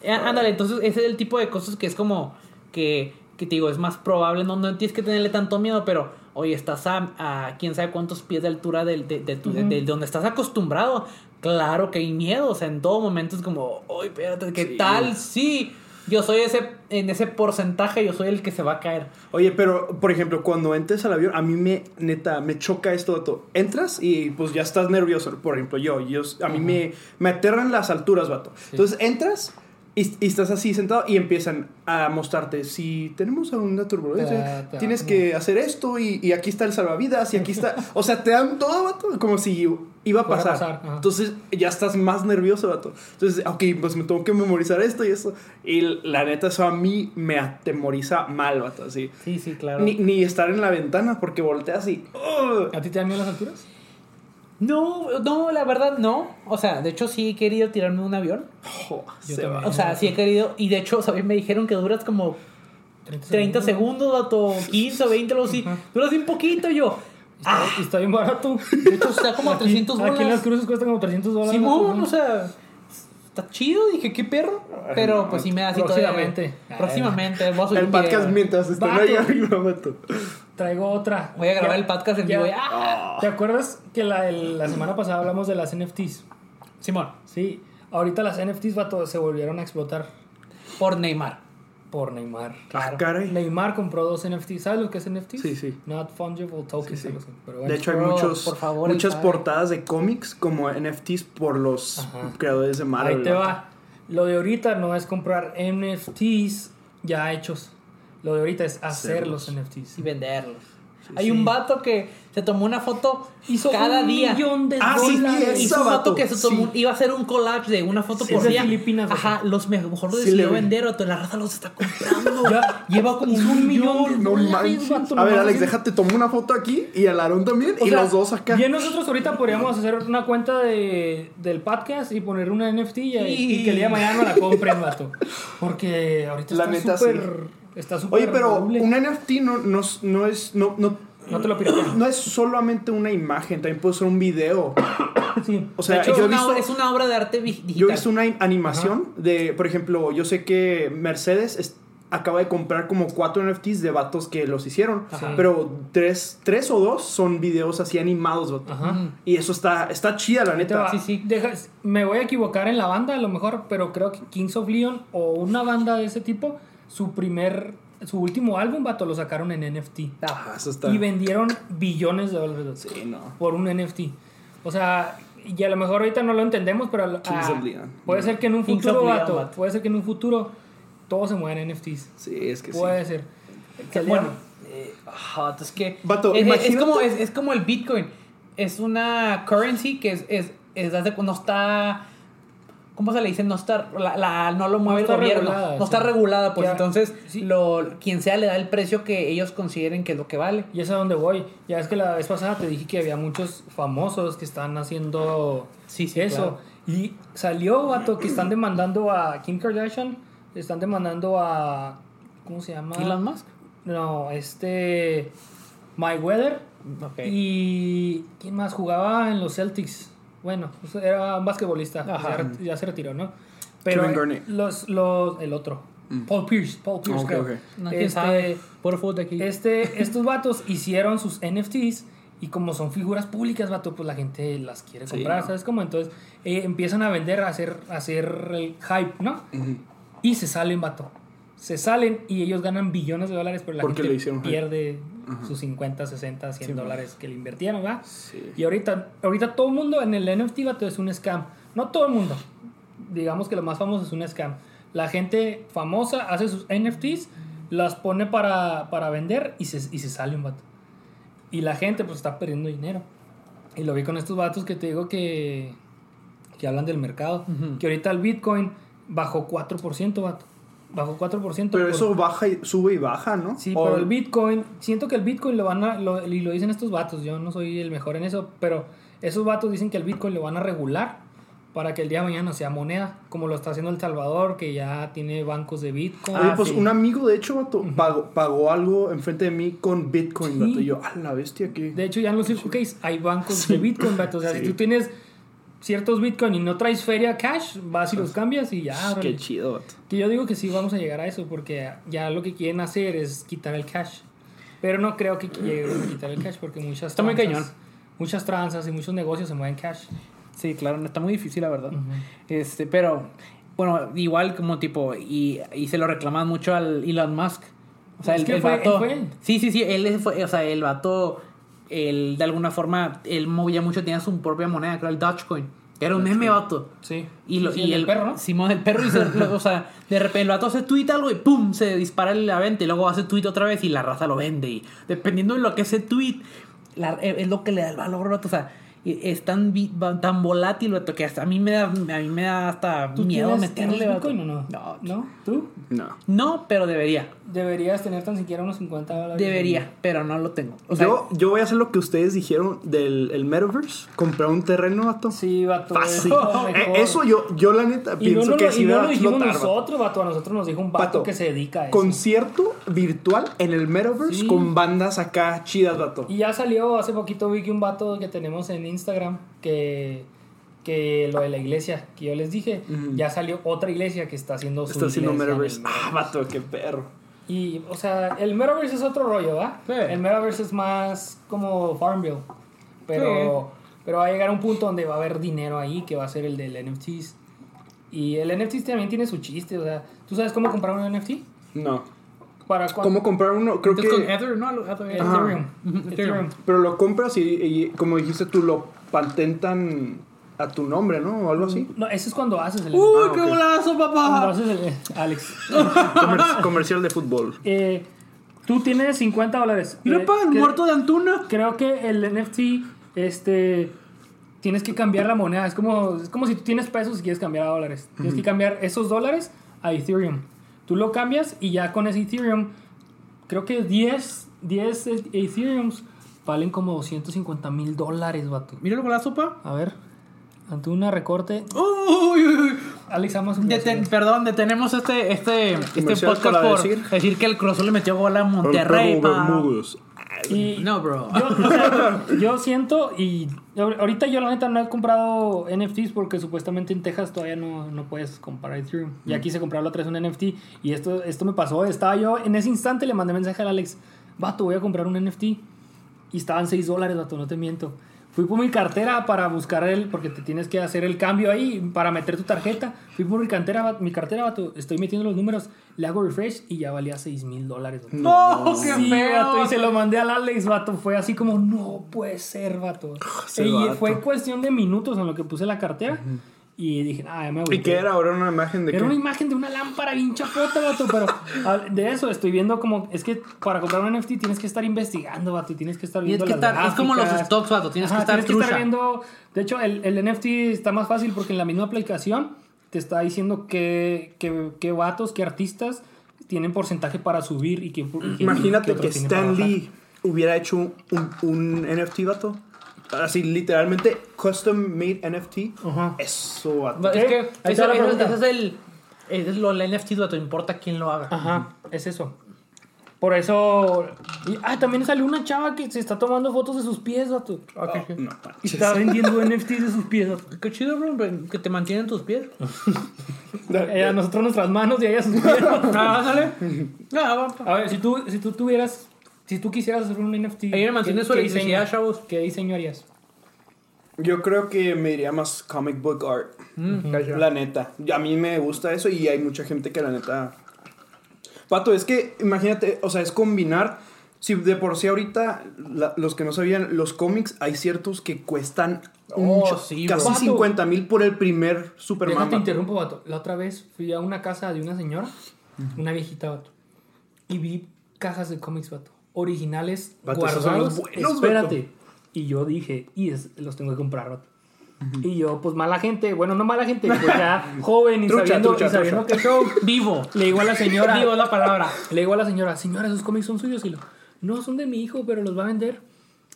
Speaker 2: Eh, Ándale, entonces ese es el tipo de cosas que es como que, que te digo, es más probable, no, no tienes que tenerle tanto miedo, pero hoy estás a, a quién sabe cuántos pies de altura del- de, de tu- de- de donde estás acostumbrado. Claro que hay miedo, o sea, en todo momento es como, oye, espérate, ¿qué tal? Sí, yo soy ese, en ese porcentaje, yo soy el que se va a caer.
Speaker 4: Oye, pero, por ejemplo, cuando entres al avión, a mí me, neta, me choca esto, vato. Entras y, pues, ya estás nervioso. Por ejemplo, yo, yo a mí me, me aterran las alturas, vato. Entonces, entras Y, y estás así sentado y empiezan a mostrarte, si tenemos alguna turbulencia,
Speaker 3: Ta- ta-
Speaker 4: tienes que hacer esto y, y aquí está el salvavidas y aquí está... O sea, te dan todo, vato, como si iba
Speaker 3: Fuera
Speaker 4: a
Speaker 3: a
Speaker 4: pasar.
Speaker 3: pasar, ajá.
Speaker 4: Entonces ya estás más nervioso, vato. Entonces, ok, pues me tengo que memorizar esto y esto. Y la neta, eso a mí me atemoriza mal, vato, así.
Speaker 2: Sí, sí, claro.
Speaker 4: Ni, ni estar en la ventana porque volteas y... ¡oh!
Speaker 3: ¿A ti te dan miedo las alturas?
Speaker 2: No, no, la verdad no. O sea, de hecho sí he querido tirarme de un avión.
Speaker 4: Jo,
Speaker 3: Yo
Speaker 4: se va.
Speaker 3: también.
Speaker 2: O sea, sí he querido. Y de hecho, ¿sabes? Me dijeron que duras como 30 segundos, dato 15 o 20, algo así. Duras un poquito y yo.
Speaker 3: Ah, y está bien barato.
Speaker 2: De hecho, está como a
Speaker 3: Aquí-
Speaker 2: 300
Speaker 3: Aquí en las
Speaker 2: bolas.
Speaker 3: cruces cuesta como 300 dólares.
Speaker 2: Simón, o sea, está chido. Dije, qué perro. Pero pues sí me da así todavía-
Speaker 3: Próximamente.
Speaker 2: Próximamente. Voy a subir
Speaker 4: El
Speaker 2: un
Speaker 4: podcast
Speaker 2: video.
Speaker 4: mientras estén
Speaker 3: Vato.
Speaker 4: ahí arriba, vato. Ah,
Speaker 3: Traigo otra.
Speaker 2: Voy a grabar
Speaker 3: Ya-
Speaker 2: el podcast en
Speaker 3: ya-
Speaker 2: vivo. y, ¡ah!
Speaker 3: ¿Te acuerdas que la, el- la semana pasada hablamos de las NFTs?
Speaker 2: Simón,
Speaker 3: Sí, ahorita las NFTs vato, se volvieron a explotar
Speaker 2: por Neymar.
Speaker 3: por Neymar.
Speaker 4: Ah, caray.
Speaker 3: Neymar compró dos NFTs. ¿Sabes lo que es NFT?
Speaker 4: Sí, sí.
Speaker 3: Not fungible tokens.
Speaker 4: Sí, sí.
Speaker 3: algo así, Pero bueno.
Speaker 4: De hecho, hay
Speaker 2: Bro,
Speaker 4: muchos,
Speaker 2: por favor,
Speaker 4: muchas
Speaker 2: el padre.
Speaker 4: portadas de cómics como NFTs por los
Speaker 3: Ajá.
Speaker 4: creadores de Marvel.
Speaker 3: Ahí te
Speaker 4: vato.
Speaker 3: va. Lo de ahorita no es comprar NFTs ya hechos. Lo de ahorita es hacer los NFTs.
Speaker 2: y venderlos. Hay un vato que se tomó una foto
Speaker 3: Hizo
Speaker 2: cada
Speaker 3: un
Speaker 2: día.
Speaker 3: millón de
Speaker 4: Ah, sí,
Speaker 3: dólares.
Speaker 4: sí,
Speaker 2: Hizo un
Speaker 4: vato,
Speaker 2: vato que se tomó,
Speaker 4: sí.
Speaker 2: iba a hacer un collage de una foto
Speaker 3: Sí,
Speaker 2: por
Speaker 3: es de
Speaker 2: día.
Speaker 3: Filipinas, o sea.
Speaker 2: Ajá, los mejor lo
Speaker 4: Sí,
Speaker 2: decidió
Speaker 4: le vi.
Speaker 2: vender, vato, la raza los está comprando.
Speaker 3: Ya,
Speaker 2: Lleva como
Speaker 3: hizo
Speaker 2: un
Speaker 3: un
Speaker 2: millón.
Speaker 3: millón.
Speaker 4: No
Speaker 3: Dólares,
Speaker 4: manches.
Speaker 3: vato,
Speaker 4: A
Speaker 3: no
Speaker 4: ver,
Speaker 3: mames.
Speaker 4: Alex, déjate, tomar una foto aquí y al Aarón también
Speaker 3: O
Speaker 4: y
Speaker 3: sea,
Speaker 4: los dos acá.
Speaker 3: Bien, nosotros ahorita podríamos hacer una cuenta de, del podcast y poner una NFT y,
Speaker 2: Sí.
Speaker 3: y que el día de mañana no la compren, vato. Porque ahorita
Speaker 4: La
Speaker 3: está
Speaker 4: neta,
Speaker 3: súper.
Speaker 4: sí.
Speaker 3: Está súper.
Speaker 4: Oye, pero
Speaker 3: doble.
Speaker 4: un NFT no, no, no es. No, no,
Speaker 3: No te lo piratean.
Speaker 4: no es solamente una imagen, también puede ser un video.
Speaker 3: Sí.
Speaker 4: O sea,
Speaker 2: De hecho,
Speaker 4: yo he
Speaker 2: es una-
Speaker 4: visto.
Speaker 2: es una obra de arte vi- digital.
Speaker 4: Yo hice una im- animación de, por ejemplo, yo sé que Mercedes es- acaba de comprar como cuatro NFTs de vatos que los hicieron,
Speaker 3: Ajá.
Speaker 4: pero tres, tres o dos son videos así animados, vato.
Speaker 3: Ajá.
Speaker 4: Y eso está, está chida, la
Speaker 3: Te va.
Speaker 4: neta.
Speaker 2: Mm. Sí, sí.
Speaker 3: Deja- me voy a equivocar en la banda a lo mejor, pero creo que Kings of Leon o una banda de ese tipo, su primer, su último álbum, vato, lo sacaron en NFT.
Speaker 4: Ah, eso está.
Speaker 3: Y vendieron billones de dólares vato,
Speaker 4: Sí, no.
Speaker 3: por un NFT. O sea, y a lo mejor ahorita no lo entendemos, pero a-
Speaker 4: Kings
Speaker 3: a-
Speaker 4: of Leon.
Speaker 3: puede ser que en un
Speaker 2: Kings
Speaker 3: futuro,
Speaker 2: of Leon,
Speaker 3: vato,
Speaker 2: vato.
Speaker 3: puede ser que en un futuro todo se mueva en NFTs.
Speaker 4: Sí, es que sí.
Speaker 3: Puede ser. Que el día-
Speaker 2: Bueno, eh, ajá, es que.
Speaker 4: Vato,
Speaker 2: Eh, es- es, es
Speaker 4: imagínate-
Speaker 2: como, es, es como el Bitcoin. Es una currency que es. es, es- haz de cu- no está. ¿Cómo se le dice? No está. la- la- no lo mueve
Speaker 3: está
Speaker 2: el gobierno.
Speaker 3: regulada,
Speaker 2: no está
Speaker 3: sí.
Speaker 2: regulada, pues
Speaker 3: Ya,
Speaker 2: entonces.
Speaker 3: sí.
Speaker 2: Lo, quien sea le da el precio que ellos consideren que es lo que vale.
Speaker 3: Y es a donde voy. Ya es que la vez pasada te dije que había muchos famosos que están haciendo
Speaker 2: Sí, sí,
Speaker 3: eso.
Speaker 2: claro.
Speaker 3: Y salió, vato, que están demandando a Kim Kardashian, están demandando a... ¿Cómo se llama?
Speaker 2: Elon Musk.
Speaker 3: No, este... My Weather.
Speaker 2: Ok.
Speaker 3: Y... ¿Quién más jugaba en los Celtics? Bueno, pues era un basquetbolista.
Speaker 2: Ajá.
Speaker 3: Ya, re- ya se retiró, ¿no? Pero
Speaker 4: Kevin Garnett. Mm.
Speaker 3: los, los, el otro. Paul Pierce. Paul Pierce,
Speaker 4: Ok,
Speaker 3: creo.
Speaker 4: ok.
Speaker 2: No, quién
Speaker 3: Este,
Speaker 2: sabe. Por fútbol de aquí.
Speaker 3: este, estos vatos hicieron sus NFTs y como son figuras públicas, vato, pues la gente las quiere
Speaker 4: Sí,
Speaker 3: comprar,
Speaker 4: ¿no?
Speaker 3: ¿sabes cómo? Entonces eh, empiezan a vender, a hacer, a hacer el hype, ¿no? Y se salen, vato. Se salen y ellos ganan billones de dólares, pero la
Speaker 4: Porque le
Speaker 3: gente
Speaker 4: hicieron hype.
Speaker 3: pierde sus 50, 60, 100 dólares que le invirtieron, ¿verdad?
Speaker 4: Sí.
Speaker 3: Y ahorita, ahorita todo el mundo en el NFT, vato, es un scam. No todo el mundo. Digamos que lo más famoso es un scam. La gente famosa hace sus NFTs, las pone para, para vender y se, y se sale un vato. Y la gente pues está perdiendo dinero. Y lo vi con estos vatos que te digo que, que hablan del mercado. Que ahorita el Bitcoin bajó 4%, vato. Bajó 4%.
Speaker 4: Pero
Speaker 3: por-
Speaker 4: eso baja y sube y baja, ¿no?
Speaker 3: Sí,
Speaker 4: O-
Speaker 3: pero el Bitcoin, siento que el Bitcoin lo van a, lo- y lo dicen estos vatos, yo no soy el mejor en eso, pero esos vatos dicen que el Bitcoin lo van a regular para que el día de mañana sea moneda, como lo está haciendo El Salvador, que ya tiene bancos de Bitcoin.
Speaker 4: Oye, pues
Speaker 3: Ah, sí.
Speaker 4: un amigo, de hecho, vato, pagó, pagó algo enfrente de mí con Bitcoin,
Speaker 3: Sí.
Speaker 4: vato. Y yo, a la bestia, que.
Speaker 3: De hecho, ya en los Circle Case hay bancos de Bitcoin, vato. O sea, si tú tienes ciertos Bitcoin y no traes feria cash, vas y los
Speaker 2: Pues,
Speaker 3: cambias y ya. órale.
Speaker 4: Qué chido, vato.
Speaker 3: Que yo digo que sí vamos a llegar a eso, porque ya lo que quieren hacer es quitar el cash. Pero no creo que lleguen a quitar el cash, porque muchas
Speaker 2: Está muy
Speaker 3: tranzas-
Speaker 2: cañón.
Speaker 3: Muchas tranzas y muchos negocios se mueven cash.
Speaker 2: Sí, claro, no, está muy difícil, la verdad. Este, pero, bueno, igual como tipo, y, y se lo reclaman mucho al Elon Musk. O sea,
Speaker 3: Es
Speaker 2: el,
Speaker 3: que
Speaker 2: el
Speaker 3: fue-
Speaker 2: vato.
Speaker 3: él fue él.
Speaker 2: Sí, sí, sí, él es- fue, o sea, el vato, él de alguna forma, él movía mucho, tenía su propia moneda, creo, el Dogecoin, que Era un meme, vato.
Speaker 3: Sí.
Speaker 2: Y, lo,
Speaker 3: Sí,
Speaker 2: y
Speaker 3: el del
Speaker 2: el
Speaker 3: perro, ¿no?
Speaker 2: Simón, el perro. Y se- lo- o sea, de repente el vato hace tweet algo y ¡pum! Se dispara la venta. Y luego hace tweet otra vez y la raza lo vende. Y dependiendo de lo que ese tweet, la- e, es es lo que le da el valor, vato. O sea, y- es tan, vi- va- tan volátil, vato, que hasta a mí me da, a mí me da hasta
Speaker 3: ¿Tú
Speaker 2: miedo
Speaker 3: tienes-
Speaker 2: meterle,
Speaker 3: tienes
Speaker 2: vato.
Speaker 3: Bitcoin o no?
Speaker 2: No,
Speaker 3: ¿No? ¿Tú?
Speaker 4: No.
Speaker 2: No, pero debería.
Speaker 3: Deberías tener tan siquiera unos 50 dólares.
Speaker 2: Debería, pero no lo tengo. O sea,
Speaker 4: yo, yo voy a hacer lo que ustedes dijeron del el metaverse. Comprar un terreno, vato.
Speaker 3: Sí, vato. es
Speaker 4: Fácil.
Speaker 3: lo
Speaker 4: Eh,
Speaker 3: mejor.
Speaker 4: Eso yo, yo la neta
Speaker 3: Y no,
Speaker 4: pienso
Speaker 3: no,
Speaker 4: que
Speaker 3: lo- y
Speaker 4: sí
Speaker 3: no
Speaker 4: va
Speaker 3: lo
Speaker 4: a
Speaker 3: dijimos
Speaker 4: explotar, vato.
Speaker 3: nosotros, vato. A nosotros nos dijo un vato,
Speaker 4: Vato,
Speaker 3: que se dedica a eso.
Speaker 4: Concierto virtual en el metaverse
Speaker 3: Sí.
Speaker 4: con bandas acá chidas, vato.
Speaker 3: Y ya salió hace poquito, vi que un vato que tenemos en Instagram, que, que lo de la iglesia, que yo les dije, ya salió otra iglesia que está haciendo su
Speaker 4: Está haciendo
Speaker 3: iglesia en el
Speaker 4: metaverse. Ah, vato, qué perro.
Speaker 3: Y, o sea, el Metaverse es otro rollo, ¿va?
Speaker 2: Sí.
Speaker 3: El Metaverse es más como Farmville. Pero, pero va a llegar un punto donde va a haber dinero ahí, que va a ser el del NFTs. Y el NFTs también tiene su chiste, o sea, ¿tú sabes cómo comprar un NFT?
Speaker 4: No.
Speaker 3: ¿Para cuándo?
Speaker 4: ¿Cómo comprar uno? Creo
Speaker 2: entonces con
Speaker 4: que.
Speaker 2: Ether, no, lo- Ether.
Speaker 4: Ajá.
Speaker 3: Ethereum.
Speaker 2: Ujú, este
Speaker 3: Ethereum.
Speaker 4: Pero lo compras y, y como dijiste tú, lo patentan a tu nombre, ¿no? O algo así.
Speaker 3: No, eso es cuando haces el
Speaker 2: ¡Uy,
Speaker 4: Ah,
Speaker 2: qué
Speaker 4: ok.
Speaker 2: golazo,
Speaker 3: Cuando
Speaker 2: papá!
Speaker 3: haces el- Alex.
Speaker 4: Comer- comercial de fútbol.
Speaker 3: Eh, tú tienes 50 dólares.
Speaker 2: Mira,
Speaker 3: Eh,
Speaker 2: pa, el
Speaker 3: que-
Speaker 2: muerto de Antuna.
Speaker 3: Creo que el NFT, este, tienes que cambiar la moneda. Es como, es como si tú tienes pesos y quieres cambiar a dólares. Tienes que cambiar esos dólares a Ethereum. Tú lo cambias y ya con ese Ethereum, creo que 10, 10 e- Ethereums valen como 250 mil dólares, vato.
Speaker 2: Mira el golazo, pa.
Speaker 3: A ver, ante una recorte.
Speaker 2: Uy, uy, uy.
Speaker 3: Alex Amazon.
Speaker 2: Deten- perdón, detenemos este, este, este
Speaker 4: Comercial
Speaker 2: podcast
Speaker 4: para
Speaker 2: por
Speaker 4: decir.
Speaker 2: decir? que el Cruzul le metió gol a Monterrey. pa.
Speaker 3: Y-
Speaker 2: No, bro.
Speaker 3: Yo, o sea, yo siento y ahor- ahorita yo la neta no he comprado NFTs porque supuestamente en Texas todavía no, no puedes comprar Ethereum. Ya quise comprarlo otra vez un NFT y esto, esto me pasó. Estaba yo en ese instante le mandé mensaje al Alex, vato, voy a comprar un NFT. Y estaban 6 dólares, vato, no te miento. Fui por mi cartera para buscar el, porque te tienes que hacer el cambio ahí para meter tu tarjeta. Fui por mi cartera, va- mi cartera, vato, estoy metiendo los números, le hago refresh y ya valía 6 mil dólares. vato.
Speaker 2: ¡Oh, qué
Speaker 3: Sí, vato,
Speaker 2: feo!
Speaker 3: y se lo mandé al Alex, vato. Fue así como, no puede ser, vato.
Speaker 4: ese
Speaker 3: y
Speaker 4: vato.
Speaker 3: fue cuestión de minutos en lo que puse la cartera. Y dije, ah, ya me voy.
Speaker 4: ¿Y qué era ahora una imagen de
Speaker 3: Era
Speaker 4: qué?
Speaker 3: una imagen de una lámpara bien chapota, vato. Pero ah, de eso estoy viendo como, es que para comprar un NFT tienes que estar investigando, vato. Y tienes que
Speaker 2: Y
Speaker 3: estar
Speaker 2: es
Speaker 3: viendo.
Speaker 2: que
Speaker 3: las
Speaker 2: estar- es como los
Speaker 3: gráficas.
Speaker 2: stocks, vato, tienes que estar
Speaker 3: tienes que
Speaker 2: trucha.
Speaker 3: estar viendo. De hecho, el, el NFT está más fácil porque en la misma aplicación te está diciendo qué, qué, qué vatos, qué artistas tienen porcentaje para subir y quién. y quién- qué
Speaker 4: Imagínate
Speaker 3: otros
Speaker 4: que
Speaker 3: tienen para
Speaker 4: Stan
Speaker 3: bajar.
Speaker 4: Lee hubiera hecho un, un NFT, vato. Así, literalmente, custom made NFT.
Speaker 3: Ajá.
Speaker 4: Eso,
Speaker 2: Va,
Speaker 4: vato.
Speaker 2: Es que
Speaker 3: Ahí está
Speaker 2: ese,
Speaker 3: la
Speaker 2: ese-
Speaker 3: pregunta.
Speaker 2: ese es el. ese Es lo el NFT, vato, importa quién lo haga.
Speaker 3: Ajá, es eso. Por eso. y- ah, también salió una chava que se está tomando fotos de sus pies, vato.
Speaker 4: No,
Speaker 3: Y está vendiendo NFTs de sus pies, vato.
Speaker 2: Qué chido, bro, que te mantienen tus pies.
Speaker 3: Eh, a nosotros nuestras manos y a ella sus pies. vato.
Speaker 2: Ah, sale. Ah, va, pa.
Speaker 3: A ver, si tú, si tú tuvieras. Si tú quisieras hacer un NFT.
Speaker 2: Ahí me mantiene
Speaker 3: ¿qué-
Speaker 2: su
Speaker 3: qué
Speaker 2: electricidad,
Speaker 3: diseño-
Speaker 2: chavos.
Speaker 3: ¿Qué diseño harías?
Speaker 4: Yo creo que me diría más comic book art.
Speaker 2: Mm.
Speaker 4: La neta. A mí me gusta eso y hay mucha gente que la neta. Pato, es que imagínate, o sea, es combinar. Si de por sí ahorita, la- los que no sabían, los cómics hay ciertos que cuestan un
Speaker 2: Oh,
Speaker 4: cho-
Speaker 2: sí,
Speaker 4: casi
Speaker 3: bro.
Speaker 4: 50 mil por el primer Superman.
Speaker 3: Déjate, te
Speaker 4: vato.
Speaker 3: interrumpo, vato. La otra vez fui a una casa de una señora, una viejita, vato. Y vi cajas de cómics, vato. Originales,
Speaker 4: Vato, esos son
Speaker 3: guardados.
Speaker 4: los buenos,
Speaker 3: Espérate. Y yo dije, y es- los tengo que comprar, vato. Y yo, pues mala gente, bueno, no mala gente, pues ya joven y
Speaker 4: Trucha,
Speaker 3: sabiendo,
Speaker 4: trucha,
Speaker 3: y sabiendo que show.
Speaker 2: Vivo.
Speaker 3: Le digo a la señora,
Speaker 2: Vivo es la palabra.
Speaker 3: le digo a la señora, señora, esos cómics son suyos. Y lo, no, son de mi hijo, pero los va a vender.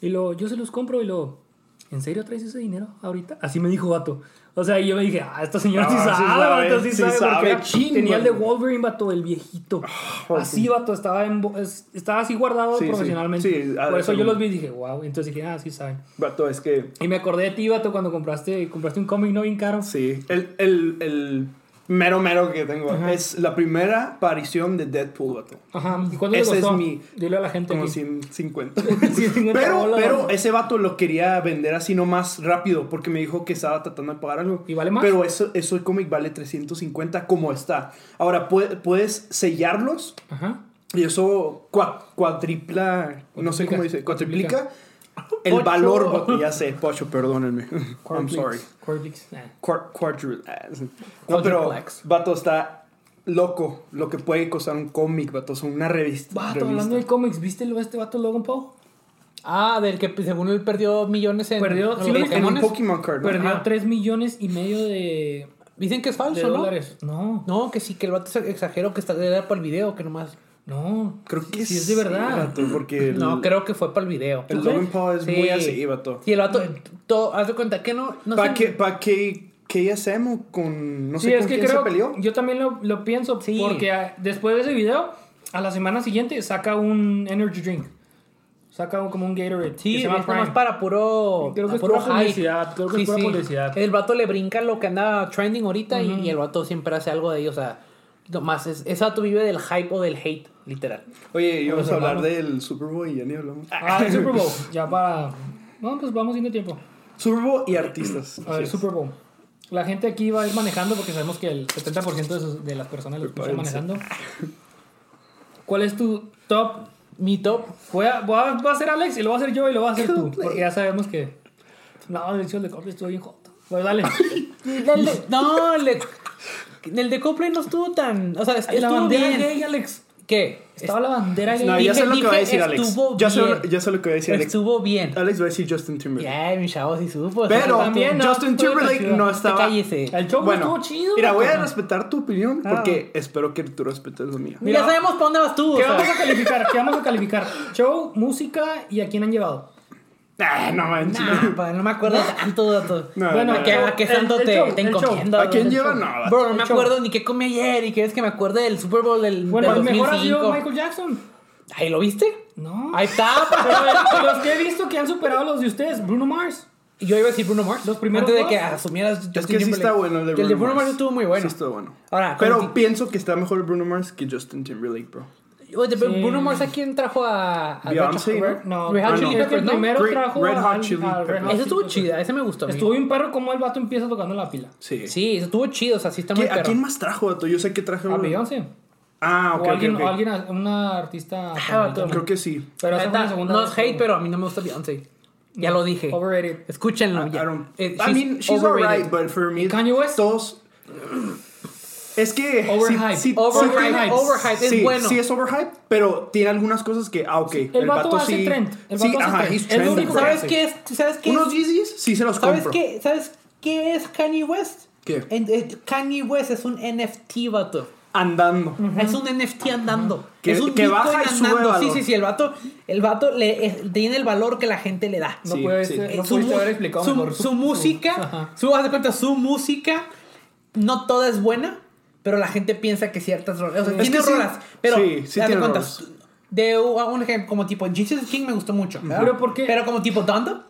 Speaker 3: Y lo, yo se los compro. Y lo, ¿en serio traes ese dinero ahorita? Así me dijo vato. O sea, y yo me dije, ah, esta señora sí
Speaker 4: Ah, sí
Speaker 3: sabe,
Speaker 4: sabe,
Speaker 3: vato, sí
Speaker 4: sí
Speaker 3: sabe, porque
Speaker 4: sabe,
Speaker 3: era-
Speaker 4: chin,
Speaker 3: Tenía el de
Speaker 4: güey.
Speaker 3: Wolverine, vato, el viejito.
Speaker 4: joder.
Speaker 3: así, vato, estaba, en bo- es- estaba así guardado
Speaker 4: Sí, sí.
Speaker 3: profesionalmente.
Speaker 4: Sí, ha de
Speaker 3: Por eso
Speaker 4: ser
Speaker 3: yo
Speaker 4: un-
Speaker 3: los vi y dije, wow. Entonces dije, ah, sí saben.
Speaker 4: Vato, es que.
Speaker 3: Y me acordé de ti, vato, cuando compraste, compraste un cómic no bien caro.
Speaker 4: Sí. El, el, el mero mero que tengo es la primera aparición de Deadpool, vato.
Speaker 3: Ajá, ¿y cuándo te
Speaker 4: Ese es
Speaker 3: costó?
Speaker 4: mi-
Speaker 3: Dile a la gente
Speaker 4: Como
Speaker 3: aquí.
Speaker 4: 150.
Speaker 3: 150
Speaker 4: pero,
Speaker 3: bolas.
Speaker 4: pero eh, ese vato lo quería vender así nomás rápido porque me dijo que estaba tratando de pagar algo.
Speaker 3: ¿Y vale más?
Speaker 4: Pero eso, eso el cómic vale 350 como está. Ahora, pu- puedes sellarlos
Speaker 3: Ajá.
Speaker 4: y eso cua- cuadripla, no sé cómo dice, cuatriplica El
Speaker 3: Pocho.
Speaker 4: valor, Boto, ya sé, Pocho, perdónenme. I'm sorry.
Speaker 3: Corblix. Ah.
Speaker 4: Quar- quadru- ah, sí. No, pero
Speaker 2: Quadruplex.
Speaker 4: Vato está loco lo que puede costar un cómic, Vato, o sea, una revista.
Speaker 3: Vato,
Speaker 4: revista.
Speaker 3: hablando de cómics, ¿viste lo de este vato Logan Paul?
Speaker 2: Ah, del que según él perdió millones en
Speaker 3: Perdió,
Speaker 2: en
Speaker 3: sí,
Speaker 2: los
Speaker 3: en
Speaker 4: en un
Speaker 2: Pokémones.
Speaker 4: Pokémon card. ¿no?
Speaker 3: Perdió
Speaker 2: Ajá.
Speaker 3: 3 millones y medio de,
Speaker 2: Dicen que es
Speaker 3: de
Speaker 2: falso, ¿no?
Speaker 3: dólares. No,
Speaker 2: No, que sí, que el vato se exageró que está, era para el video, que nomás.
Speaker 3: no.
Speaker 4: Creo que
Speaker 3: sí, es de verdad.
Speaker 4: vato, porque el,
Speaker 2: No, creo que fue para el video.
Speaker 4: el Logan Paul es muy así, Vato.
Speaker 2: Sí, el vato, todo, haz de cuenta que no. no
Speaker 4: ¿Para
Speaker 2: sé-
Speaker 4: qué, pa qué, qué hacemos con. No sé
Speaker 3: sí,
Speaker 4: con
Speaker 3: es que
Speaker 4: quién
Speaker 3: creo.
Speaker 4: se peleó?
Speaker 3: Yo también lo, lo pienso.
Speaker 2: Sí.
Speaker 3: Porque ah, después de ese video, a la semana siguiente saca un energy drink. Saca un- como un Gatorade. que
Speaker 2: Sí,
Speaker 3: se
Speaker 2: es
Speaker 3: llama
Speaker 2: nomás
Speaker 3: Prime.
Speaker 2: para puro.
Speaker 3: Creo que
Speaker 2: a
Speaker 3: es
Speaker 2: puro
Speaker 3: pura
Speaker 2: hype.
Speaker 3: publicidad, creo que es pura publicidad.
Speaker 2: El vato le brinca lo que anda trending ahorita y- y, el vato siempre hace algo de ello. O sea, nomás es, ese vato vive del hype o del hate, literal.
Speaker 4: Oye,
Speaker 3: Con
Speaker 4: íbamos
Speaker 3: los
Speaker 4: a hablar
Speaker 3: hermanos.
Speaker 4: del Super Bowl y ya ni hablamos.
Speaker 3: Ah, el Super Bowl. Ya para. No, pues vamos siendo tiempo.
Speaker 4: Super Bowl y artistas.
Speaker 3: A ver,
Speaker 4: Así es.
Speaker 3: Super Bowl. La gente aquí va a ir manejando porque sabemos que el 70% de, sus- de las personas lo escuchan
Speaker 4: Prepárense.
Speaker 3: manejando. ¿Cuál es tu top?
Speaker 2: Mi top.
Speaker 3: Voy a, voy a, va a ser Alex y lo va a hacer yo y lo va a hacer tú. Porque ya sabemos que. No, el hecho de Coldplay estuvo bien joto. Pues dale.
Speaker 2: El de- no, el de, el de Coldplay no estuvo tan. O sea, est-
Speaker 3: la
Speaker 2: estuvo
Speaker 3: bandera
Speaker 2: bien.
Speaker 3: gay, Alex.
Speaker 2: ¿Qué?
Speaker 3: Estaba la bandera gay.
Speaker 4: No, ya
Speaker 2: Dije-
Speaker 4: sé lo que va a
Speaker 2: dije
Speaker 4: decir Alex.
Speaker 2: estuvo
Speaker 4: Ya sé,
Speaker 2: bien.
Speaker 4: ya sé lo que va a decir Alex.
Speaker 2: Estuvo bien.
Speaker 4: Alex va a decir Justin Timberlake.
Speaker 2: Ya, mi chavo sí supo. o sea,
Speaker 4: Pero
Speaker 3: también, ¿no?
Speaker 4: Justin
Speaker 3: Estoy
Speaker 4: Timberlake
Speaker 3: agradecido.
Speaker 4: no
Speaker 3: Te
Speaker 4: estaba.
Speaker 2: cállese.
Speaker 3: El show estuvo chido. Ah.
Speaker 4: Mira, voy a
Speaker 3: vato.
Speaker 4: respetar tu opinión porque espero que tú respetes lo mío.
Speaker 2: ya sabemos para dónde vas tú. o
Speaker 3: ¿Qué
Speaker 2: sea.
Speaker 3: vamos a calificar? ¿Qué vamos a calificar? Show, música y a quién han llevado.
Speaker 4: Ah, no manches.
Speaker 2: Nah, pa, no me acuerdo tanto, dato.
Speaker 4: No,
Speaker 2: bueno,
Speaker 4: no,
Speaker 2: ¿a qué,
Speaker 3: no.
Speaker 2: a qué
Speaker 3: El-
Speaker 2: santo
Speaker 3: el
Speaker 2: te,
Speaker 3: show,
Speaker 2: te
Speaker 3: el show.
Speaker 2: encomiendas?
Speaker 4: ¿A quién
Speaker 2: El
Speaker 4: lleva?
Speaker 2: show.
Speaker 4: No, vato.
Speaker 2: Bro, no me
Speaker 3: El show.
Speaker 2: acuerdo ni qué comí ayer y quieres que me acuerde del Super Bowl del,
Speaker 3: Bueno, el
Speaker 2: del
Speaker 3: mejor ha sido
Speaker 2: 2005.
Speaker 3: Michael Jackson.
Speaker 2: Ahí lo viste?
Speaker 3: No.
Speaker 2: Ahí está.
Speaker 3: Pero
Speaker 2: pa.
Speaker 3: de- de los que he visto que han superado a los de ustedes, Bruno Mars.
Speaker 2: Y Yo iba a decir Bruno Mars.
Speaker 3: Los primeros
Speaker 2: Antes de
Speaker 3: dos.
Speaker 2: que asumieras. Justin
Speaker 4: Es que sí
Speaker 2: Timberlake.
Speaker 4: está bueno el de Bruno,
Speaker 2: El de Bruno Mars estuvo muy bueno.
Speaker 4: Sí estuvo bueno.
Speaker 2: Ahora,
Speaker 4: Pero
Speaker 2: conti-
Speaker 4: pienso que está mejor Bruno Mars que Justin Timberlake, bro.
Speaker 2: Oye, pero Bruno Mars a quién trajo a. a Red
Speaker 4: Beyoncé,
Speaker 2: Hot-
Speaker 3: No,
Speaker 2: Red Hot
Speaker 3: no,
Speaker 2: Chili
Speaker 3: creo que
Speaker 2: Peppers,
Speaker 3: el
Speaker 2: ¿no?
Speaker 3: primero
Speaker 4: Red-
Speaker 3: trajo
Speaker 4: Red
Speaker 3: al-
Speaker 4: Hot Chili
Speaker 3: al Red Hot
Speaker 2: Esa estuvo
Speaker 3: Chili
Speaker 2: chida, ese me gustó. a mí.
Speaker 3: Estuvo bien perro como el vato empieza tocando la pila.
Speaker 4: Sí.
Speaker 2: Sí, eso estuvo chido, o sea, sí está muy
Speaker 4: ¿Qué- ¿A
Speaker 2: perro.
Speaker 4: quién más trajo, vato? Yo sé que trajo.
Speaker 3: A Beyoncé.
Speaker 4: Ah, ok,
Speaker 3: o
Speaker 4: ok,
Speaker 3: alguien,
Speaker 4: ok. Ah,
Speaker 3: o alguien, una artista.
Speaker 2: vato.
Speaker 3: americana.
Speaker 4: Creo que sí.
Speaker 3: Pero
Speaker 2: La
Speaker 3: esa fue
Speaker 2: neta,
Speaker 3: la segunda.
Speaker 2: no
Speaker 3: vez
Speaker 2: es
Speaker 3: que-
Speaker 2: hate, pero a mí no me gusta Beyoncé. Ya lo dije.
Speaker 3: Overrated.
Speaker 2: Escúchenlo.
Speaker 4: I
Speaker 2: ya.
Speaker 4: don't.
Speaker 2: Eh,
Speaker 4: I mean, she's alright, but for me,
Speaker 3: ¿Y Kanye West?
Speaker 4: todos. Es que sí-
Speaker 3: Overhyped.
Speaker 4: sí- sí-
Speaker 2: Overhyped,
Speaker 3: Overhyped.
Speaker 2: overhyped, es
Speaker 4: sí,
Speaker 2: bueno.
Speaker 4: sí es overhyped, pero tiene algunas cosas que, ah, ok.
Speaker 3: el vato hace
Speaker 4: sí,
Speaker 3: trend, el
Speaker 4: sí,
Speaker 3: vato hace
Speaker 4: ajá,
Speaker 3: trend.
Speaker 4: he's
Speaker 3: Es lo
Speaker 4: trendy,
Speaker 3: único que
Speaker 4: güey,
Speaker 2: ¿Sabes
Speaker 4: sí.
Speaker 2: qué es? ¿Sabes qué
Speaker 4: Unos
Speaker 2: es?
Speaker 4: Yeezys sí se los
Speaker 2: ¿Sabes
Speaker 4: compro.
Speaker 2: qué? ¿Sabes qué es Kanye West?
Speaker 4: ¿Qué?
Speaker 2: En- eh, Kanye West es un NFT, vato.
Speaker 4: Andando.
Speaker 2: Es un NFT andando.
Speaker 4: Que-
Speaker 2: es un
Speaker 4: que
Speaker 2: Bitcoin
Speaker 4: baja y sube
Speaker 2: Sí,
Speaker 4: valor.
Speaker 2: sí, sí. El vato, el vato le, es- tiene el valor que la gente le da.
Speaker 3: No
Speaker 4: Sí,
Speaker 3: puede
Speaker 4: sí.
Speaker 3: ser- no
Speaker 2: su,
Speaker 3: pudiste
Speaker 2: mu-
Speaker 3: haber explicado
Speaker 2: su-
Speaker 3: mejor.
Speaker 2: su música,
Speaker 3: Ajá.
Speaker 2: su, haz de cuenta, su música, no toda es buena, pero la gente piensa que ciertas rolas, o sea,
Speaker 4: Es
Speaker 2: tiene
Speaker 4: que sí,
Speaker 2: rolas, pero
Speaker 4: sí, sí
Speaker 2: haz de
Speaker 4: tiene
Speaker 2: cuenta,
Speaker 4: rolas.
Speaker 2: de u- a un ejemplo, como tipo Jesus King me gustó mucho,
Speaker 3: Pero ¿por qué?
Speaker 2: pero como tipo Donda,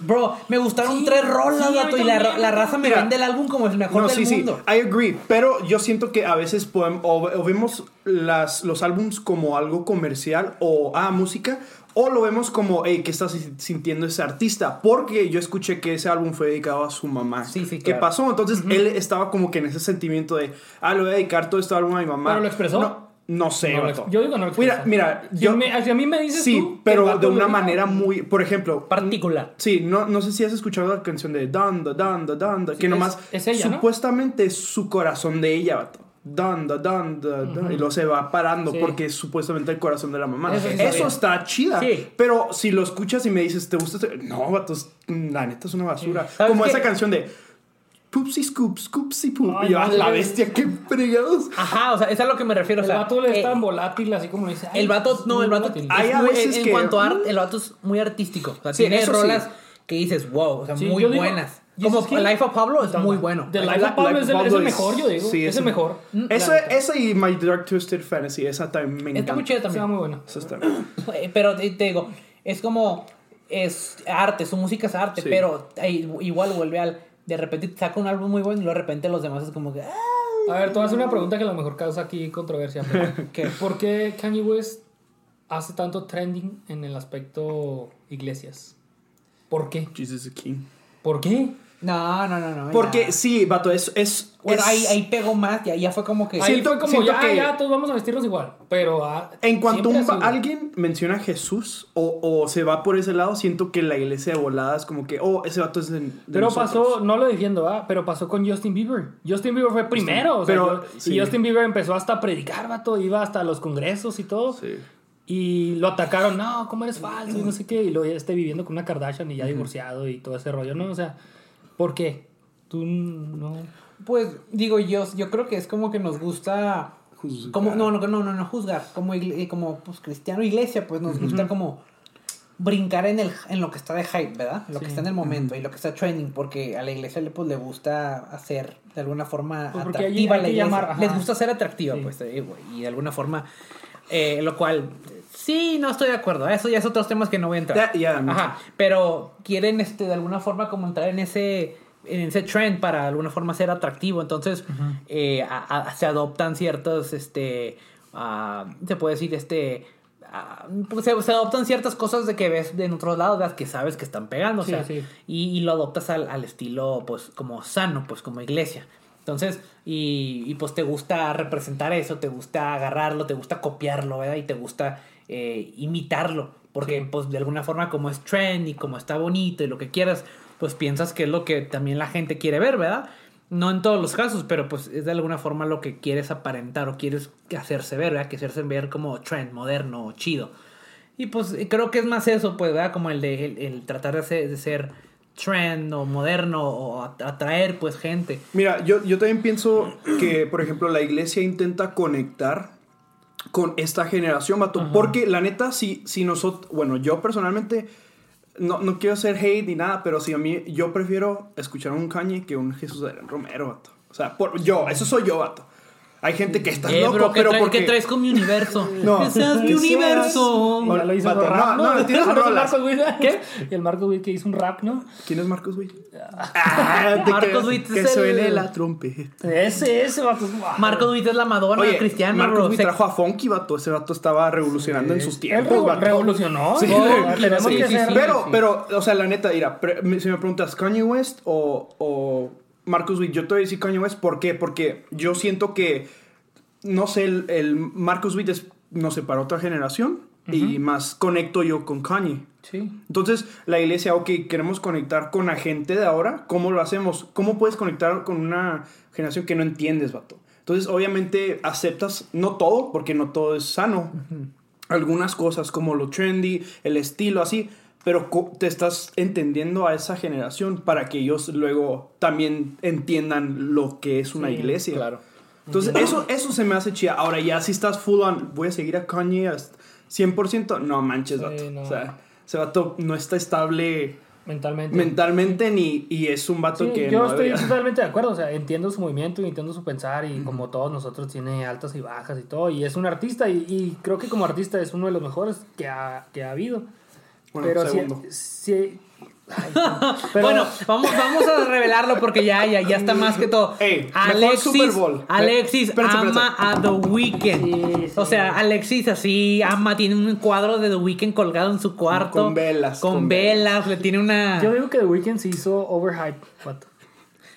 Speaker 2: bro, me gustaron
Speaker 3: Sí,
Speaker 2: tres rolas,
Speaker 3: sí, a mí
Speaker 2: vato, y la,
Speaker 3: también.
Speaker 2: la raza me
Speaker 4: Mira.
Speaker 2: vende el álbum como el mejor
Speaker 4: No,
Speaker 2: del
Speaker 4: sí, sí,
Speaker 2: mundo.
Speaker 4: I agree, pero yo siento que a veces podemos, o, o vemos las, los álbums como algo comercial o ah, música, o lo vemos como, hey, ¿qué está si- sintiendo ese artista? Porque yo escuché que ese álbum fue dedicado a su mamá.
Speaker 2: Sí, sí,
Speaker 4: ¿Qué
Speaker 2: claro.
Speaker 4: pasó? Entonces él estaba como que en ese sentimiento de, ah, le voy a dedicar todo este álbum a mi mamá.
Speaker 3: ¿Pero lo expresó?
Speaker 4: No, no sé,
Speaker 3: No, lo
Speaker 4: vato.
Speaker 3: ex- yo digo no lo
Speaker 4: Mira,
Speaker 3: expresó.
Speaker 4: mira,
Speaker 3: Si
Speaker 4: yo.
Speaker 3: me- si a mí me dices
Speaker 4: sí,
Speaker 3: tú, el
Speaker 4: pero
Speaker 3: vato
Speaker 4: de
Speaker 3: lo
Speaker 4: una
Speaker 3: dijo.
Speaker 4: manera muy. Por ejemplo,
Speaker 2: Particular.
Speaker 4: Sí, no, no sé si has escuchado la canción de Danda, Danda, Danda, que
Speaker 3: es-
Speaker 4: nomás
Speaker 3: es ella, ¿no?
Speaker 4: supuestamente es su corazón de ella, vato. Danda, danda, danda, y lo se va parando
Speaker 3: Sí.
Speaker 4: porque es supuestamente el corazón de la mamá.
Speaker 3: Eso
Speaker 4: Eso,
Speaker 3: sí sabía.
Speaker 4: está chida,
Speaker 2: Sí.
Speaker 4: pero si lo escuchas y me dices, ¿te gusta? este-?" No, vato, es- la neta es una basura.
Speaker 2: ¿Sabes
Speaker 4: Como
Speaker 2: qué?
Speaker 4: esa canción de Poopsy Scoop, Scoopsy Poop.
Speaker 3: Ay,
Speaker 4: y yo, "Ah,
Speaker 3: madre.
Speaker 4: la bestia, qué fregados.
Speaker 2: Ajá, o sea, es a lo que me refiero, o
Speaker 3: El
Speaker 2: sea,
Speaker 3: vato le es
Speaker 2: eh,
Speaker 3: tan volátil, así como le dice. ay,
Speaker 2: El vato,
Speaker 3: es
Speaker 2: no,
Speaker 3: muy
Speaker 2: el vato
Speaker 3: volátil.
Speaker 4: Hay
Speaker 2: es
Speaker 4: a
Speaker 2: muy-
Speaker 4: veces
Speaker 2: en
Speaker 4: que-
Speaker 2: cuanto a arte, el vato es muy artístico. O sea,
Speaker 4: Sí,
Speaker 2: tiene
Speaker 4: eso sí.
Speaker 2: rolas que dices, wow, o sea,
Speaker 3: Sí,
Speaker 2: muy
Speaker 3: yo digo,
Speaker 2: buenas.
Speaker 3: Jesus
Speaker 2: Como
Speaker 3: King,
Speaker 2: Life of Pablo es
Speaker 3: Tonda.
Speaker 2: muy bueno.
Speaker 3: The Life
Speaker 4: La-
Speaker 3: of Pablo
Speaker 4: la-
Speaker 3: es el, es
Speaker 4: Pablo
Speaker 3: el mejor, yo digo.
Speaker 4: sí,
Speaker 3: es el mejor.
Speaker 4: Eso,
Speaker 3: La neta.
Speaker 4: esa y My Dark Twisted Fantasy, esa también
Speaker 2: Está
Speaker 4: me encanta.
Speaker 2: muy chido
Speaker 3: Estaba
Speaker 2: también.
Speaker 3: muy buena.
Speaker 4: Esa está bien.
Speaker 2: Eh, Pero te, te digo, es como, es arte, su música es arte,
Speaker 4: Sí.
Speaker 2: pero eh, igual vuelve al... De repente te saca un álbum muy bueno y luego de repente los demás es como que... ah,
Speaker 3: A ver, te voy a hacer una pregunta que a lo mejor causa aquí controversia. pero-
Speaker 2: ¿Qué?
Speaker 3: ¿Por qué Kanye West hace tanto trending en el aspecto iglesias? ¿Por qué?
Speaker 4: Jesus is King.
Speaker 3: ¿Por qué?
Speaker 2: No, no, no, no.
Speaker 4: Porque
Speaker 2: ya.
Speaker 4: sí, vato, es. es,
Speaker 2: Bueno,
Speaker 4: es-
Speaker 2: ahí, ahí pegó más, ya, ya fue como que.
Speaker 4: Sí.
Speaker 3: Ahí
Speaker 4: Siento-
Speaker 3: fue como,
Speaker 4: siento
Speaker 3: ya,
Speaker 4: que-
Speaker 3: ya, todos vamos a vestirnos igual. Pero ah,
Speaker 4: En cuanto
Speaker 3: siempre
Speaker 4: un
Speaker 3: ha
Speaker 4: pa-
Speaker 3: sido.
Speaker 4: alguien menciona a Jesús o, o se va por ese lado, siento que la iglesia de volada es como que, oh, ese vato es de. de
Speaker 3: Pero
Speaker 4: nosotros".
Speaker 3: pasó, no lo defiendo, ¿ah? Pero pasó con Justin Bieber. Justin Bieber fue primero. o sea,
Speaker 4: pero,
Speaker 3: yo-
Speaker 4: sí.
Speaker 3: Y Justin Bieber empezó hasta a predicar, vato. Iba hasta los congresos y todo.
Speaker 4: Sí.
Speaker 3: Y lo atacaron, no, ¿cómo eres falso? Y no sé qué. Y luego ya esté viviendo con una Kardashian y ya divorciado y todo ese rollo, ¿no? O sea, ¿por qué? Tú no.
Speaker 2: Pues digo, yo, yo creo que es como que nos gusta.
Speaker 4: Juzgar.
Speaker 2: Como, no, no, no, no, no juzgar. Como, igle- como pues, cristiano iglesia, pues nos gusta como brincar en, el, en lo que está de hype, ¿verdad? Lo que
Speaker 3: Sí.
Speaker 2: está en el momento y lo que está trending, porque a la iglesia le, pues, le gusta hacer de alguna forma
Speaker 3: Pues, porque hay-
Speaker 2: atractiva
Speaker 3: hay
Speaker 2: la
Speaker 3: que
Speaker 2: iglesia.
Speaker 3: llamar, ajá.
Speaker 2: Les gusta ser atractiva,
Speaker 3: Sí.
Speaker 2: pues, eh, güey, y de alguna forma, eh, lo cual, eh, sí, no estoy de acuerdo. Eso ya es otros temas que no voy a entrar.
Speaker 4: Ya, ya,
Speaker 2: Ajá, pero quieren este de alguna forma como entrar en ese en ese trend para de alguna forma ser atractivo, entonces eh, a- a- se adoptan ciertos este ah, se puede decir este ah, pues, se, se adoptan ciertas cosas de que ves de en otros lados las que sabes que están pegando, o
Speaker 3: Sí,
Speaker 2: sea,
Speaker 3: sí.
Speaker 2: Y, y lo adoptas al, al estilo pues como sano, pues como iglesia. Entonces, y, y, pues te gusta representar eso, te gusta agarrarlo, te gusta copiarlo, ¿verdad? Y te gusta eh, imitarlo. Porque,
Speaker 3: Sí.
Speaker 2: pues, de alguna forma, como es trend y como está bonito y lo que quieras, pues piensas que es lo que también la gente quiere ver, ¿verdad? No en todos los casos, pero pues es de alguna forma lo que quieres aparentar o quieres que hacerse ver, ¿verdad? Que hacerse ver como trend, moderno, o chido. Y pues eh, creo que es más eso, pues, ¿verdad? Como el de el, el tratar de ser, de ser trend o moderno o at- atraer, pues, gente.
Speaker 4: Mira, yo, yo también pienso que, por ejemplo, la iglesia intenta conectar con esta generación, vato. Porque la neta, si, si nosotros, bueno, yo personalmente, no, no quiero hacer hate ni nada, pero si a mí, yo prefiero escuchar un Kanye que un Jesús Adrián Romero, vato. O sea, por, yo, eso soy yo, vato. Hay gente que está
Speaker 2: Eh,
Speaker 4: loco,
Speaker 2: bro, ¿qué,
Speaker 4: pero
Speaker 2: traes-
Speaker 4: porque...
Speaker 2: qué traes con mi universo?
Speaker 4: No.
Speaker 2: Que seas mi
Speaker 4: Que seas-
Speaker 2: universo.
Speaker 4: Hola,
Speaker 3: Ya lo hizo
Speaker 4: vato,
Speaker 3: con rap,
Speaker 4: no, no, tienes
Speaker 3: Ahora es el
Speaker 4: rolas.
Speaker 3: Marcos Witt. Y el Marcos Witt que hizo un rap, ¿no?
Speaker 4: ¿Quién es Marcos Witt? Ah, te
Speaker 2: Marcos
Speaker 4: creo.
Speaker 2: Witt es
Speaker 4: Que
Speaker 2: el-
Speaker 4: suene la trompeta.
Speaker 3: Ese, ese, vato. Wow.
Speaker 2: Marco Duit es la Madonna
Speaker 4: Oye,
Speaker 2: cristiana,
Speaker 4: Marcos
Speaker 2: bro.
Speaker 4: Witt
Speaker 2: Se-
Speaker 4: trajo a Funky, vato. Ese vato estaba revolucionando en sus
Speaker 3: Él
Speaker 4: tiempos,
Speaker 3: revo-
Speaker 4: Pues, vato.
Speaker 3: revolucionó.
Speaker 4: Sí,
Speaker 3: ¿no?
Speaker 4: sí,
Speaker 3: Tenemos
Speaker 4: sí,
Speaker 3: que
Speaker 4: sí,
Speaker 3: ser-
Speaker 4: sí. pero, pero, o sea, la neta, mira, pre- me- si me preguntas Kanye West o, o Marcus Witt, yo te voy a decir Kanye West, ¿por qué? Porque yo siento que, no sé, el, el Marcus Witt es, no sé, para otra generación y más conecto yo con Kanye.
Speaker 3: Sí.
Speaker 4: Entonces, la iglesia, ok, queremos conectar con la gente de ahora, ¿cómo lo hacemos? ¿Cómo puedes conectar con una generación que no entiendes, vato? Entonces, obviamente, aceptas, no todo, porque no todo es sano. Algunas cosas como lo trendy, el estilo, así, pero co- te estás entendiendo a esa generación para que ellos luego también entiendan lo que es una
Speaker 3: Sí,
Speaker 4: iglesia.
Speaker 3: claro.
Speaker 4: Entonces, eso, eso se me hace chida. Ahora, ya si estás full on, voy a seguir a Kanye hasta 100%, no manches,
Speaker 3: Sí,
Speaker 4: vato.
Speaker 3: no.
Speaker 4: O sea, ese vato no está estable
Speaker 3: Mentalmente.
Speaker 4: mentalmente ni y es un vato
Speaker 3: Sí,
Speaker 4: que
Speaker 3: yo
Speaker 4: no
Speaker 3: estoy
Speaker 4: debería.
Speaker 3: totalmente de acuerdo, o sea, entiendo su movimiento, y entiendo su pensar y como todos nosotros tiene altas y bajas y todo, y es un artista y, y creo que como artista es uno de los mejores que ha, que ha habido.
Speaker 4: Bueno,
Speaker 3: pero sí-
Speaker 4: segundo.
Speaker 3: sí- ay, pero-
Speaker 2: Bueno, vamos, vamos a revelarlo porque ya, ya, ya está más que todo.
Speaker 4: Ey, mejor
Speaker 2: Alexis,
Speaker 4: Super Bowl.
Speaker 2: Alexis
Speaker 4: Espérate, espérate.
Speaker 2: ama a The Weeknd.
Speaker 3: Sí, sí.
Speaker 2: O sea, Alexis así ama, tiene un cuadro de The Weeknd colgado en su cuarto.
Speaker 4: Con velas,
Speaker 2: Con,
Speaker 4: con
Speaker 2: velas, le tiene una...
Speaker 3: yo digo que The Weeknd se hizo overhype, vato.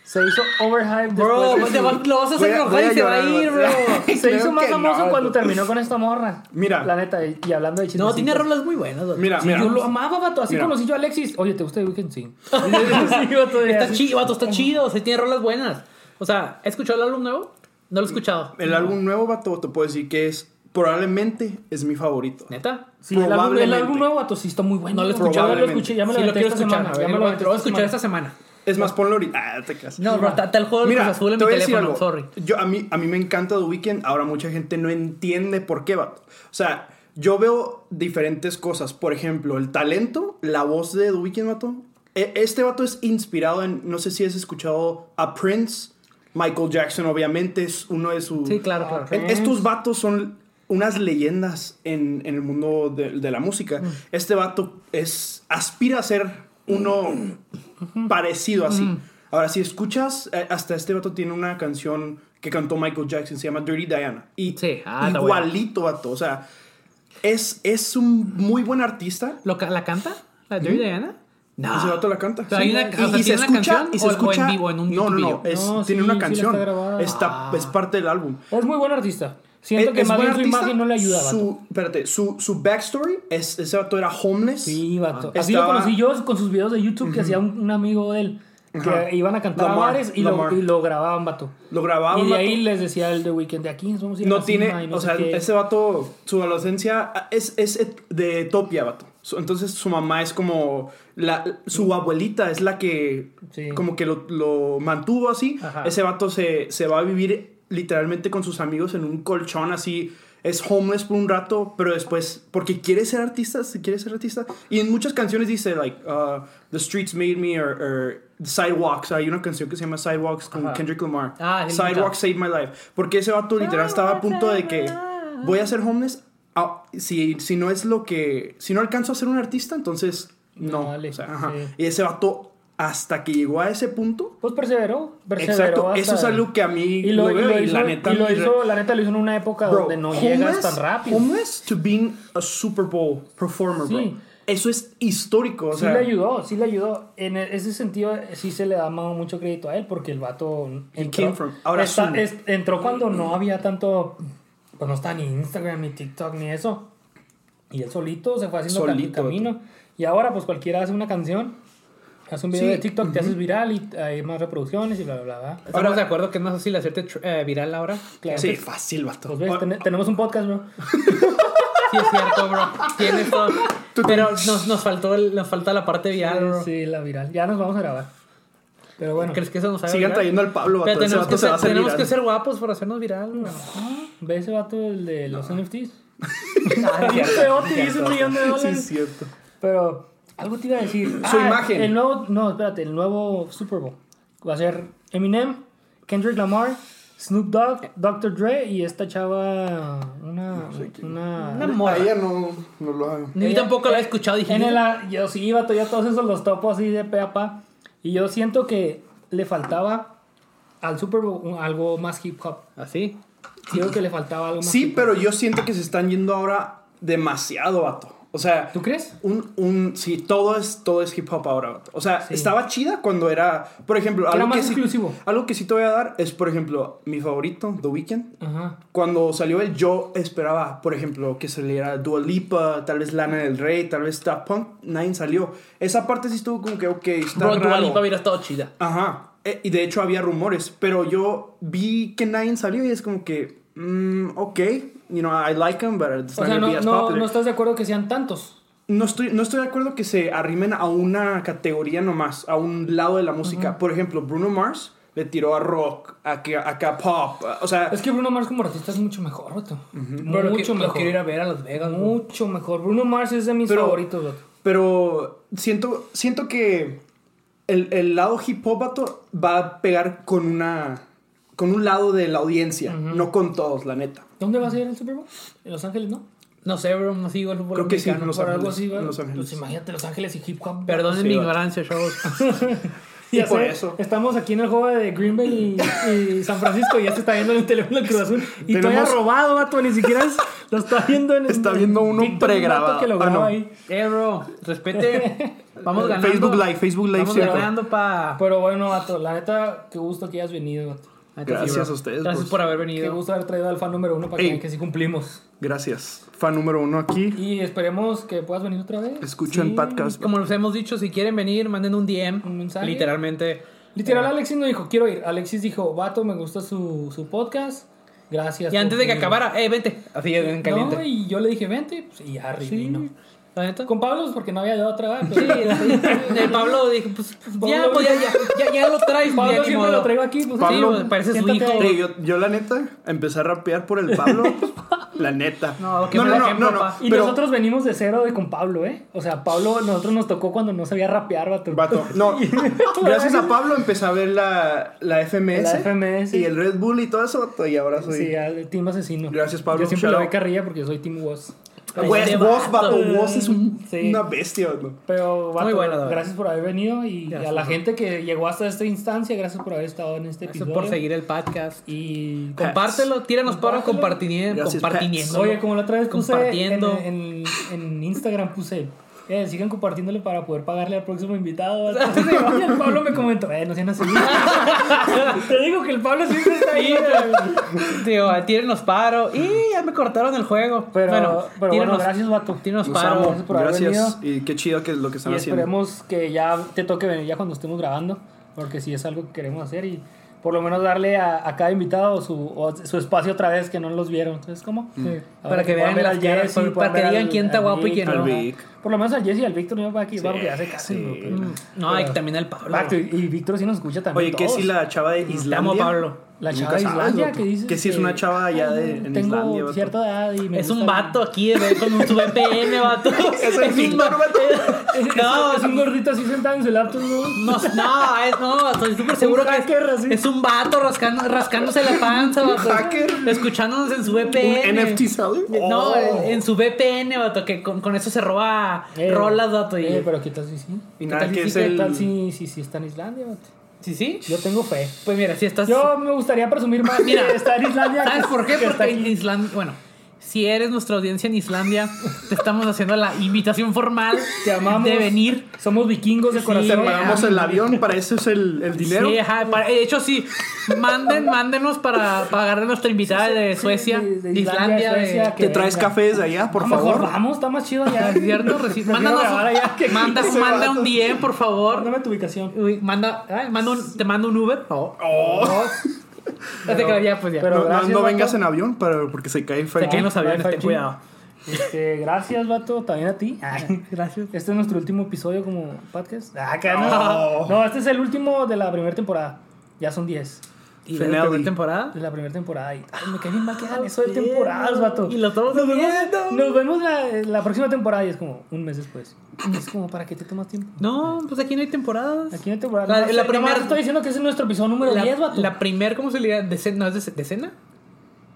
Speaker 3: Se hizo overhype
Speaker 2: Bro, pues,
Speaker 3: después de-
Speaker 2: te vas- lo vas a hacer
Speaker 4: Voy a- voy
Speaker 2: enojar
Speaker 4: a
Speaker 2: y se va a
Speaker 4: llorar,
Speaker 2: ir,
Speaker 4: güey.
Speaker 2: bro.
Speaker 3: se hizo
Speaker 4: Creo
Speaker 3: más
Speaker 4: que
Speaker 3: famoso
Speaker 4: no,
Speaker 3: cuando
Speaker 4: vato.
Speaker 3: terminó con esta morra.
Speaker 4: Mira.
Speaker 3: la neta, y, y hablando de chismes.
Speaker 2: pues. No, tiene rolas muy buenas. doctor.
Speaker 4: Mira,
Speaker 3: Sí,
Speaker 4: mira.
Speaker 3: yo lo amaba, vato. Así
Speaker 4: Mira.
Speaker 3: conocí yo a Alexis. Oye, ¿te gusta The Weeknd? Sí. sí, vato. de-
Speaker 2: Está chido, vato, está chido. Se tiene rolas buenas. O sea, ¿he escuchado el álbum nuevo? No lo he escuchado.
Speaker 4: El álbum nuevo, vato, te puedo decir que es probablemente es mi favorito.
Speaker 2: ¿Neta?
Speaker 3: Sí, el álbum, el
Speaker 4: Probablemente.
Speaker 3: álbum nuevo, vato, sí está muy bueno.
Speaker 2: No lo he
Speaker 4: escuchado.
Speaker 3: Ya lo escuché, ya me lo
Speaker 2: sí, lo
Speaker 3: aventé
Speaker 2: quiero
Speaker 3: esta
Speaker 2: escuchar.
Speaker 3: semana,
Speaker 2: a ver,
Speaker 3: ya me
Speaker 2: lo,
Speaker 3: lo
Speaker 2: voy-
Speaker 3: aventé
Speaker 2: lo voy a
Speaker 3: esta
Speaker 2: escuchar esta
Speaker 3: semana.
Speaker 2: semana.
Speaker 4: Es más, ponlo ahorita. Ah, te creas.
Speaker 2: No, bro, está, está el juego del
Speaker 4: Mira,
Speaker 2: Cruz Azul en mi
Speaker 4: te voy a decir
Speaker 2: teléfono,
Speaker 4: algo.
Speaker 2: sorry.
Speaker 4: Yo, a, mí, a mí me encanta The Weeknd. Ahora mucha gente no entiende por qué, vato. O sea, yo veo diferentes cosas. Por ejemplo, el talento, la voz de The Weeknd, vato. E- Este vato es inspirado en, no sé si has escuchado a Prince, Michael Jackson, obviamente, es uno de sus...
Speaker 2: Sí, claro, claro.
Speaker 4: E- Estos vatos son unas leyendas en, en el mundo de, de la música.
Speaker 2: Mm.
Speaker 4: Este vato es, aspira a ser uno parecido así.
Speaker 2: Mm.
Speaker 4: Ahora, si escuchas, eh, hasta este vato tiene una canción que cantó Michael Jackson, se llama Dirty Diana. Y
Speaker 2: Sí, ah, está buena.
Speaker 4: igualito, vato. O sea, es, es un muy buen artista.
Speaker 2: ¿Lo ca- ¿La canta? ¿La Dirty Diana? No.
Speaker 4: Mm. Ese vato la canta.
Speaker 2: Pero hay una- o sea, ¿tiene una canción o- o en vivo, en un
Speaker 4: no, Eh, no, no.
Speaker 2: YouTube? Ah.
Speaker 4: es-
Speaker 3: No,
Speaker 4: tiene
Speaker 3: sí,
Speaker 4: una
Speaker 3: sí la está
Speaker 4: canción.
Speaker 3: grabada.
Speaker 4: Está- es parte del álbum.
Speaker 3: Es muy buen artista. Siento
Speaker 4: Es-
Speaker 3: que
Speaker 4: E- es
Speaker 3: más
Speaker 4: buen
Speaker 3: bien su
Speaker 4: artista.
Speaker 3: imagen no le ayuda, vato.
Speaker 4: Su, espérate, su, su backstory, es, ese vato era homeless.
Speaker 3: Sí, vato.
Speaker 4: Ah,
Speaker 3: Así
Speaker 4: estaba-
Speaker 3: lo conocí yo con sus videos de YouTube que hacía un, un amigo de él. Que
Speaker 4: Ajá.
Speaker 3: iban a cantar a
Speaker 4: Lamar,
Speaker 3: bares y
Speaker 4: Lamar.
Speaker 3: lo, y lo grababan, vato.
Speaker 4: Lo grababa.
Speaker 3: Y de
Speaker 4: vato.
Speaker 3: ahí les decía el de Weekend de aquí, nos vamos a ir a
Speaker 4: no
Speaker 3: la
Speaker 4: tiene,
Speaker 3: cima y no
Speaker 4: o
Speaker 3: sé
Speaker 4: sea,
Speaker 3: qué".
Speaker 4: ese vato, su adolescencia ah, es, es et- de Etopia, vato. Su- Entonces su mamá es como, la, su abuelita es la que
Speaker 3: Sí.
Speaker 4: como que lo, lo mantuvo así.
Speaker 3: Ajá.
Speaker 4: Ese vato se, se va a vivir literalmente con sus amigos en un colchón así. Es homeless por un rato, pero después, porque quiere ser artista, se quiere ser artista. Y en muchas canciones dice, like, uh, The Streets Made Me or, or Sidewalks. Hay una canción que se llama Sidewalks con Kendrick Lamar.
Speaker 2: Ah, sí,
Speaker 4: Sidewalks Save My Life. Porque ese vato literal estaba a punto de que voy a ser homeless. ah, si, si no es lo que. Si no alcanzo a ser un artista, entonces no.
Speaker 3: No, vale,
Speaker 4: o sea, ajá.
Speaker 3: sí.
Speaker 4: Y ese vato, hasta que llegó a ese punto.
Speaker 3: Pues perseveró, perseveró.
Speaker 4: exacto.
Speaker 3: hasta-
Speaker 4: Eso es algo que a mí
Speaker 3: Y lo,
Speaker 4: lo
Speaker 3: y
Speaker 4: veo
Speaker 3: lo
Speaker 4: y
Speaker 3: hizo,
Speaker 4: la neta.
Speaker 3: y lo
Speaker 4: me-
Speaker 3: hizo, la neta lo hizo en una época
Speaker 4: Bro,
Speaker 3: donde no
Speaker 4: homeless-
Speaker 3: llegas tan rápido.
Speaker 4: Homeless to being a Super Bowl performer,
Speaker 3: Sí.
Speaker 4: bro. Eso es histórico. O
Speaker 3: Sí
Speaker 4: sea,
Speaker 3: le ayudó, sí le ayudó. En e- ese sentido, sí se le da ma- mucho crédito a él porque el vato
Speaker 4: came from- ahora
Speaker 3: está-
Speaker 4: su-
Speaker 3: es- entró cuando no había tanto, pues no está ni Instagram, ni TikTok, ni eso. Y él solito se fue haciendo cam-
Speaker 4: Solito,
Speaker 3: camino. Y ahora, pues cualquiera hace una canción, hace un video
Speaker 4: Sí,
Speaker 3: de TikTok, te haces viral y hay más reproducciones y bla, bla, bla. bla.
Speaker 2: Estamos de acuerdo que es más fácil hacerte tr- eh, viral ahora.
Speaker 3: Claro.
Speaker 4: Sí, fácil, vato. Ah,
Speaker 3: Pues ves,
Speaker 4: Ahora-
Speaker 3: ten- tenemos un podcast, bro.
Speaker 2: Sí, es cierto, bro. Tienes todo. Pero nos, nos, faltó el- nos falta la parte viral, bro.
Speaker 3: Sí, la viral. Ya nos vamos a grabar. Pero bueno,
Speaker 2: ¿Crees que eso nos haga
Speaker 4: Sigan
Speaker 2: viral?
Speaker 4: trayendo al Pablo, vato.
Speaker 2: Pero
Speaker 4: Ese
Speaker 2: tenemos,
Speaker 4: vato
Speaker 2: que
Speaker 4: se va
Speaker 2: ser,
Speaker 4: a hacer
Speaker 2: tenemos
Speaker 4: viral. Ah,
Speaker 2: que ser guapos para hacernos viral, bro.
Speaker 3: ¿ve ese vato el de los NFTs?
Speaker 2: Ah, sí,
Speaker 3: Ese vato hizo un millón de
Speaker 4: Sí,
Speaker 3: dólares.
Speaker 4: es cierto.
Speaker 3: Pero algo te iba a decir. Ah,
Speaker 4: Su imagen.
Speaker 3: El nuevo, no, espérate, el nuevo Super Bowl va a ser Eminem, Kendrick Lamar, Snoop Dogg, Dr. Dre y esta chava, una,
Speaker 2: Una
Speaker 3: una.
Speaker 2: morra.
Speaker 4: Ayer no, no lo hago.
Speaker 2: Ni
Speaker 3: Ella-
Speaker 2: tampoco la he escuchado. Dije, "Mm,
Speaker 3: En el, yo sí iba, yo todos esos los topo así de pe a pa. Y yo siento que le faltaba al Super Bowl un- algo más hip hop.
Speaker 2: así.
Speaker 3: Creo que le faltaba algo más.
Speaker 4: Sí,
Speaker 3: hip hop.
Speaker 4: pero yo siento que se están yendo ahora demasiado, vato. O sea,
Speaker 3: ¿Tú crees?
Speaker 4: un, un, sí, todo es, todo es hip hop ahora, vato. O sea, estaba chida cuando era, por ejemplo, algo,
Speaker 3: más
Speaker 4: que
Speaker 3: exclusivo.
Speaker 4: Sí, algo que sí te voy a dar es, por ejemplo, mi favorito, The Weeknd.
Speaker 3: Ajá.
Speaker 4: Cuando salió él, yo esperaba, por ejemplo, que saliera Dua Lipa, tal vez Lana del Rey, tal vez Daft Punk. Nadie salió. Esa parte sí estuvo como que, ok, está
Speaker 2: Bro, tu
Speaker 4: raro.
Speaker 2: alipa hubiera estado chida.
Speaker 4: Ajá. Eh, y de hecho había rumores, pero yo vi que nadie salió y es como que, mm, ok, you know, I like him, but it's
Speaker 3: O sea,
Speaker 4: not gonna be
Speaker 3: no,
Speaker 4: as
Speaker 3: no,
Speaker 4: popular.
Speaker 3: no estás de acuerdo que sean tantos.
Speaker 4: No estoy, no estoy de acuerdo que se arrimen a una categoría nomás, a un lado de la música. Por ejemplo, Bruno Mars le tiró a rock, a que- acá pop, a- o sea,
Speaker 3: Es que Bruno Mars como artista es mucho mejor, vato.
Speaker 6: Pero
Speaker 3: Mucho
Speaker 6: que- lo
Speaker 3: mejor.
Speaker 6: quiero ir a ver a Las Vegas, güey.
Speaker 3: Mucho mejor. Bruno Mars es de mis
Speaker 4: Pero-
Speaker 3: favoritos, vato.
Speaker 4: pero siento, siento que el, el lado hip hop vato, va a pegar con una con un lado de la audiencia, no con todos, la neta.
Speaker 3: ¿Dónde va a ser el Super Bowl? En Los Ángeles, ¿no?
Speaker 2: No sé, bro, no sigo el fútbol
Speaker 4: Creo que sí,
Speaker 2: americano.
Speaker 4: en Los
Speaker 3: Por algo
Speaker 4: Ángeles.
Speaker 3: así,
Speaker 4: en
Speaker 3: ¿verdad?
Speaker 4: Los Ángeles.
Speaker 3: Pues imagínate Los Ángeles y hip hop.
Speaker 2: Perdonen
Speaker 4: Sí,
Speaker 2: mi
Speaker 4: va.
Speaker 2: ignorancia, chavos.
Speaker 4: Y
Speaker 3: Ya
Speaker 4: por
Speaker 3: sé,
Speaker 4: eso.
Speaker 3: Estamos aquí en el juego de Green Bay y, y San Francisco y ya se está viendo en el teléfono el Cruz Azul. Y
Speaker 4: Tenemos-
Speaker 3: todavía robado, vato. Ni siquiera es- lo está viendo en
Speaker 4: Está
Speaker 3: en
Speaker 4: viendo uno
Speaker 3: TikTok, un vato
Speaker 4: pregrabado.
Speaker 3: que lo
Speaker 4: Ah,
Speaker 3: graba
Speaker 4: no.
Speaker 3: ahí.
Speaker 2: eh, bro, respete. Vamos ganando.
Speaker 4: Eh, Facebook Live, Facebook Live
Speaker 2: Vamos
Speaker 4: siempre.
Speaker 2: ganando pa...
Speaker 3: Pero bueno, vato, la neta, qué gusto que hayas venido, vato.
Speaker 2: Neta,
Speaker 4: Gracias
Speaker 2: bro.
Speaker 4: a ustedes,
Speaker 2: Gracias
Speaker 4: bros.
Speaker 2: por haber
Speaker 3: Qué
Speaker 2: venido.
Speaker 3: gusto haber traído al fan número uno para
Speaker 4: Ey.
Speaker 3: que vean que sí cumplimos.
Speaker 4: Gracias. Fan número uno aquí.
Speaker 3: Y esperemos que puedas venir otra vez.
Speaker 4: Escuchen
Speaker 3: Sí.
Speaker 4: podcast.
Speaker 2: Pues Como les hemos dicho, si quieren venir, manden un DM.
Speaker 3: Un mensaje.
Speaker 2: Literalmente.
Speaker 3: Literal, Alexis no dijo, quiero ir. Alexis dijo, vato, me gusta su, su podcast. Gracias.
Speaker 2: Y antes de que
Speaker 3: por tu-
Speaker 2: acabara, eh, vente. Así en caliente.
Speaker 3: No, y yo le dije, vente. pues, y ya arribino.
Speaker 2: ¿La neta?
Speaker 3: Con Pablo, porque no había de otra vez.
Speaker 2: Sí,
Speaker 3: pero-
Speaker 2: la- el Pablo dijo, pues, pues, ya,
Speaker 3: Pablo-
Speaker 2: pues, ya, ya, ya, ya lo traes. ya,
Speaker 3: Pablo
Speaker 2: ni
Speaker 3: siempre
Speaker 2: modo.
Speaker 3: lo traigo aquí. Pues,
Speaker 2: Pablo,
Speaker 3: sí, pues,
Speaker 2: parece su
Speaker 3: siéntate
Speaker 2: hijo.
Speaker 3: ahí.
Speaker 4: Ey, yo, yo la neta, empecé a rapear por el Pablo. la neta.
Speaker 2: No, que me la ejemplo, pa.
Speaker 3: Y
Speaker 4: pero-
Speaker 3: nosotros venimos de cero de con Pablo, ¿eh? O sea, Pablo, nosotros nos tocó cuando no sabía rapear, vato.
Speaker 4: Vato, no. Gracias a Pablo empecé a ver la, la FMS.
Speaker 3: La FMS.
Speaker 4: Y el Red Bull y todo eso, vato, y ahora soy.
Speaker 3: Sí, al Team Asesino.
Speaker 4: Gracias, Pablo.
Speaker 3: Yo siempre
Speaker 4: Shout
Speaker 3: le doy
Speaker 4: out.
Speaker 3: carrilla porque yo soy Team Woz.
Speaker 4: Wes,
Speaker 2: Este
Speaker 4: Pues, Woz, vato,
Speaker 2: vato.
Speaker 4: Woz es un-
Speaker 3: Sí.
Speaker 4: una bestia, vato.
Speaker 3: Pero vato,
Speaker 2: Muy bueno, la verdad.
Speaker 3: gracias por haber venido y
Speaker 2: Gracias,
Speaker 3: a la
Speaker 2: bro.
Speaker 3: gente que llegó hasta esta instancia, gracias por haber estado en este
Speaker 2: Gracias
Speaker 3: episodio.
Speaker 2: por seguir el podcast.
Speaker 3: Y
Speaker 2: Compártelo, tíranos para
Speaker 3: Compártelo.
Speaker 2: compartir,
Speaker 4: Gracias,
Speaker 2: compartiendo.
Speaker 3: Oye, como la otra vez puse en,
Speaker 2: Compartiendo.
Speaker 3: en, en Instagram puse Eh, sigan compartiéndole para poder pagarle al próximo invitado. Entonces, y el Pablo me comentó, eh, no sean así. Te digo que el Pablo siempre está ahí. güey.
Speaker 2: Digo, tírenos paro. Y ya me cortaron el juego.
Speaker 3: Pero,
Speaker 2: bueno,
Speaker 3: pero bueno,
Speaker 2: tírenos-
Speaker 3: gracias, vato.
Speaker 2: Tírenos
Speaker 4: Los
Speaker 2: paro.
Speaker 4: amo.
Speaker 3: gracias por haber
Speaker 4: Gracias. Y qué chido que es lo que están
Speaker 3: Y
Speaker 4: haciendo.
Speaker 3: esperemos que ya te toque venir ya cuando estemos grabando, porque si es algo que queremos hacer y por lo menos darle a, a cada invitado su, o- su espacio otra vez que no los vieron. Entonces, ¿cómo?
Speaker 4: Mm.
Speaker 3: Ahora
Speaker 2: Para que vean
Speaker 3: puedan
Speaker 2: las
Speaker 3: al
Speaker 2: caras,
Speaker 3: Jesse,
Speaker 2: para- para
Speaker 3: puedan
Speaker 2: que
Speaker 3: ver
Speaker 2: digan
Speaker 3: al-
Speaker 2: quién está
Speaker 3: al
Speaker 2: guapo y
Speaker 3: Vic,
Speaker 2: quién
Speaker 3: ¿no?
Speaker 4: al
Speaker 2: no.
Speaker 4: Vic.
Speaker 3: Por lo menos al Jesse y al Víctor no para aquí, vamos, que ya se casen.
Speaker 4: sí.
Speaker 3: güey, pero-
Speaker 2: Mm, No, y también el Pablo.
Speaker 3: Vato, y, y Víctor sí nos escucha también.
Speaker 4: Oye, ¿qué
Speaker 3: todos.
Speaker 4: si la chava de
Speaker 2: Te
Speaker 4: Islandia?
Speaker 2: amo, Pablo.
Speaker 3: La
Speaker 4: Nunca
Speaker 3: chava de
Speaker 4: sabes,
Speaker 3: Islandia
Speaker 4: vato.
Speaker 3: que dices.
Speaker 4: Que si es una chava allá
Speaker 3: "Ay,
Speaker 4: de- en
Speaker 3: Tengo
Speaker 4: Islandia, vato".
Speaker 3: cierta edad y me
Speaker 2: Es un
Speaker 3: gusta-
Speaker 2: vato aquí, de- con un- su VPN, vato.
Speaker 4: Eso es Víctor, vato.
Speaker 3: No,
Speaker 2: No,
Speaker 3: es un gordito así sentado en su laptop, ¿no?
Speaker 2: No, no, es, no, estoy súper seguro que
Speaker 3: hacker
Speaker 2: es,
Speaker 3: así.
Speaker 2: es un vato rascando, rascándose la panza, vato.
Speaker 4: hacker.
Speaker 2: Escuchándonos en su
Speaker 4: ¿Un
Speaker 2: VPN.
Speaker 4: NFT sale?
Speaker 2: No,
Speaker 4: Oh.
Speaker 2: en su VPN, vato, que con, con eso se roba
Speaker 3: Eh,
Speaker 2: rolas, vato. Y,
Speaker 3: Eh, pero ¿qué tal si sí? ¿Qué
Speaker 4: Y nada,
Speaker 3: tal si
Speaker 4: que
Speaker 3: sí?
Speaker 4: es
Speaker 3: ¿Qué
Speaker 4: el-
Speaker 3: tal si, si, si está en Islandia? vato?
Speaker 2: ¿Sí, sí?
Speaker 3: Yo tengo fe.
Speaker 2: Pues mira, si estás...
Speaker 3: Yo me gustaría presumir más
Speaker 2: Mira,
Speaker 3: que está en Islandia.
Speaker 2: ¿Sabes
Speaker 3: que-
Speaker 2: por qué?
Speaker 3: que está
Speaker 2: Porque en
Speaker 3: aquí.
Speaker 2: Islandia... Bueno, si eres nuestra audiencia en Islandia, te estamos haciendo la invitación formal
Speaker 3: Te amamos.
Speaker 2: de venir.
Speaker 3: Somos vikingos de
Speaker 4: Te
Speaker 3: corazón.
Speaker 4: pagamos el avión, para eso es el, el dinero.
Speaker 2: Sí, ajá, para- de hecho sí, manden, mándenos para pagar a nuestra invitada de Suecia,
Speaker 3: de- de
Speaker 2: de Islandia,
Speaker 3: Islandia,
Speaker 2: de-
Speaker 3: Suecia,
Speaker 4: ¿Te traes
Speaker 3: venga.
Speaker 4: cafés de allá, por
Speaker 3: A lo mejor
Speaker 4: favor?
Speaker 3: vamos, está más chido
Speaker 2: Ah,
Speaker 3: ya.
Speaker 2: es cierto, reci-
Speaker 3: Prefiero
Speaker 2: mándanos
Speaker 3: grabar
Speaker 2: un-
Speaker 3: allá que-
Speaker 2: manda,
Speaker 4: ese
Speaker 2: manda
Speaker 4: vato.
Speaker 2: un DM, por favor.
Speaker 3: Mándame tu ubicación.
Speaker 2: Uy, manda, ay, manda un- te mando un Uber. Oh. Ya te quedaría, pues ya.
Speaker 3: pero
Speaker 4: No, no-
Speaker 3: gracias,
Speaker 4: no vengas
Speaker 3: vato.
Speaker 4: en avión para, porque se cae el
Speaker 2: te caen los aviones,
Speaker 3: Wi-Fi
Speaker 2: ten
Speaker 3: chino.
Speaker 2: cuidado.
Speaker 3: Este, gracias, vato. También a ti. Ay.
Speaker 2: Gracias.
Speaker 3: Este es nuestro último episodio como podcast. Ah, que
Speaker 4: No.
Speaker 3: no. No, este es el último de la primera temporada. Ya son 10.
Speaker 2: Y de la
Speaker 4: Finale.
Speaker 2: primera temporada.
Speaker 3: De la primera temporada. Y, ay, me cae bien mal que hagan eso de temporadas, vato.
Speaker 2: Ah, Y lo estamos
Speaker 3: nos vemos,
Speaker 2: viendo.
Speaker 3: nos vemos la, la próxima temporada y es como un mes después. Es como, ¿para qué te tomas tiempo?
Speaker 2: No, pues aquí no hay temporadas.
Speaker 3: Aquí en la temporada.
Speaker 2: La-
Speaker 3: no sé,
Speaker 2: la
Speaker 3: nomás
Speaker 2: primera-
Speaker 3: estoy diciendo que ese es nuestro episodio número
Speaker 2: La,
Speaker 3: 10, vato.
Speaker 2: la primer, ¿cómo se le diría? Decena, ¿No es dece- decena?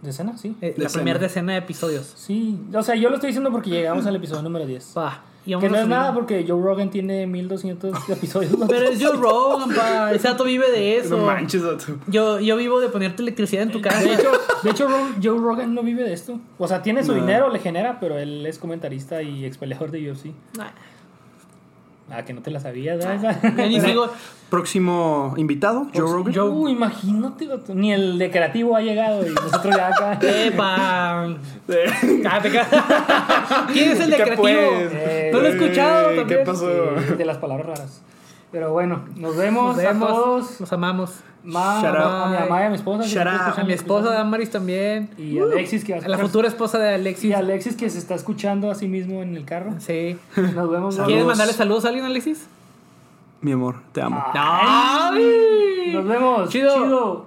Speaker 3: ¿Decena? Sí.
Speaker 2: Eh, La
Speaker 4: Decena.
Speaker 2: primera decena de episodios.
Speaker 3: Sí. O sea, yo lo estoy diciendo porque llegamos al episodio número 10.
Speaker 2: Pa. Y
Speaker 3: Que
Speaker 2: vamos
Speaker 3: no
Speaker 2: a
Speaker 3: es
Speaker 2: subir-
Speaker 3: nada porque Joe Rogan tiene 1200 episodios. vato.
Speaker 2: Pero es Joe Rogan, pa. Ese dato vive de eso.
Speaker 4: No manches, vato.
Speaker 2: Yo, yo vivo de ponerte electricidad en tu casa.
Speaker 3: De hecho, de hecho, Ro- Joe Rogan no vive de esto. O sea, tiene su dinero, le genera, pero él es comentarista y ex peleador de UFC.
Speaker 2: Ah,
Speaker 3: Ah, que no te la sabías, ¿verdad?
Speaker 2: ya ni sigo.
Speaker 4: Próximo invitado, Joe Rogan.
Speaker 3: Yo, uh, imagínate, vato, ni el de creativo ha llegado y nosotros ya acá.
Speaker 2: Epa. Ah, te ca- ¿Quién es el de
Speaker 4: ¿Qué
Speaker 2: creativo?
Speaker 4: pues?
Speaker 2: No lo he escuchado
Speaker 4: Eh, ¿qué
Speaker 2: también.
Speaker 4: pasó?
Speaker 3: Sí, de las palabras raras. Pero bueno, nos vemos,
Speaker 2: Nos vemos.
Speaker 3: a todos.
Speaker 2: Nos amamos.
Speaker 3: Ma,
Speaker 4: Shout out.
Speaker 3: a mi mamá y a mi esposa. que
Speaker 4: Shout
Speaker 3: siempre
Speaker 4: out.
Speaker 3: escuchan
Speaker 2: A mi
Speaker 3: el
Speaker 2: esposa
Speaker 3: episodio.
Speaker 2: Damaris también.
Speaker 3: Y a Alexis que va a
Speaker 2: A la
Speaker 3: escuchar-
Speaker 2: futura esposa de Alexis.
Speaker 3: Y a Alexis que se está escuchando a sí mismo en el carro.
Speaker 2: Sí.
Speaker 3: Nos vemos.
Speaker 4: Saludos.
Speaker 2: ¿Quieres mandarle saludos a alguien, Alexis?
Speaker 4: Mi amor, te amo.
Speaker 3: Ay. Nos vemos.
Speaker 2: Chido.
Speaker 3: Chido.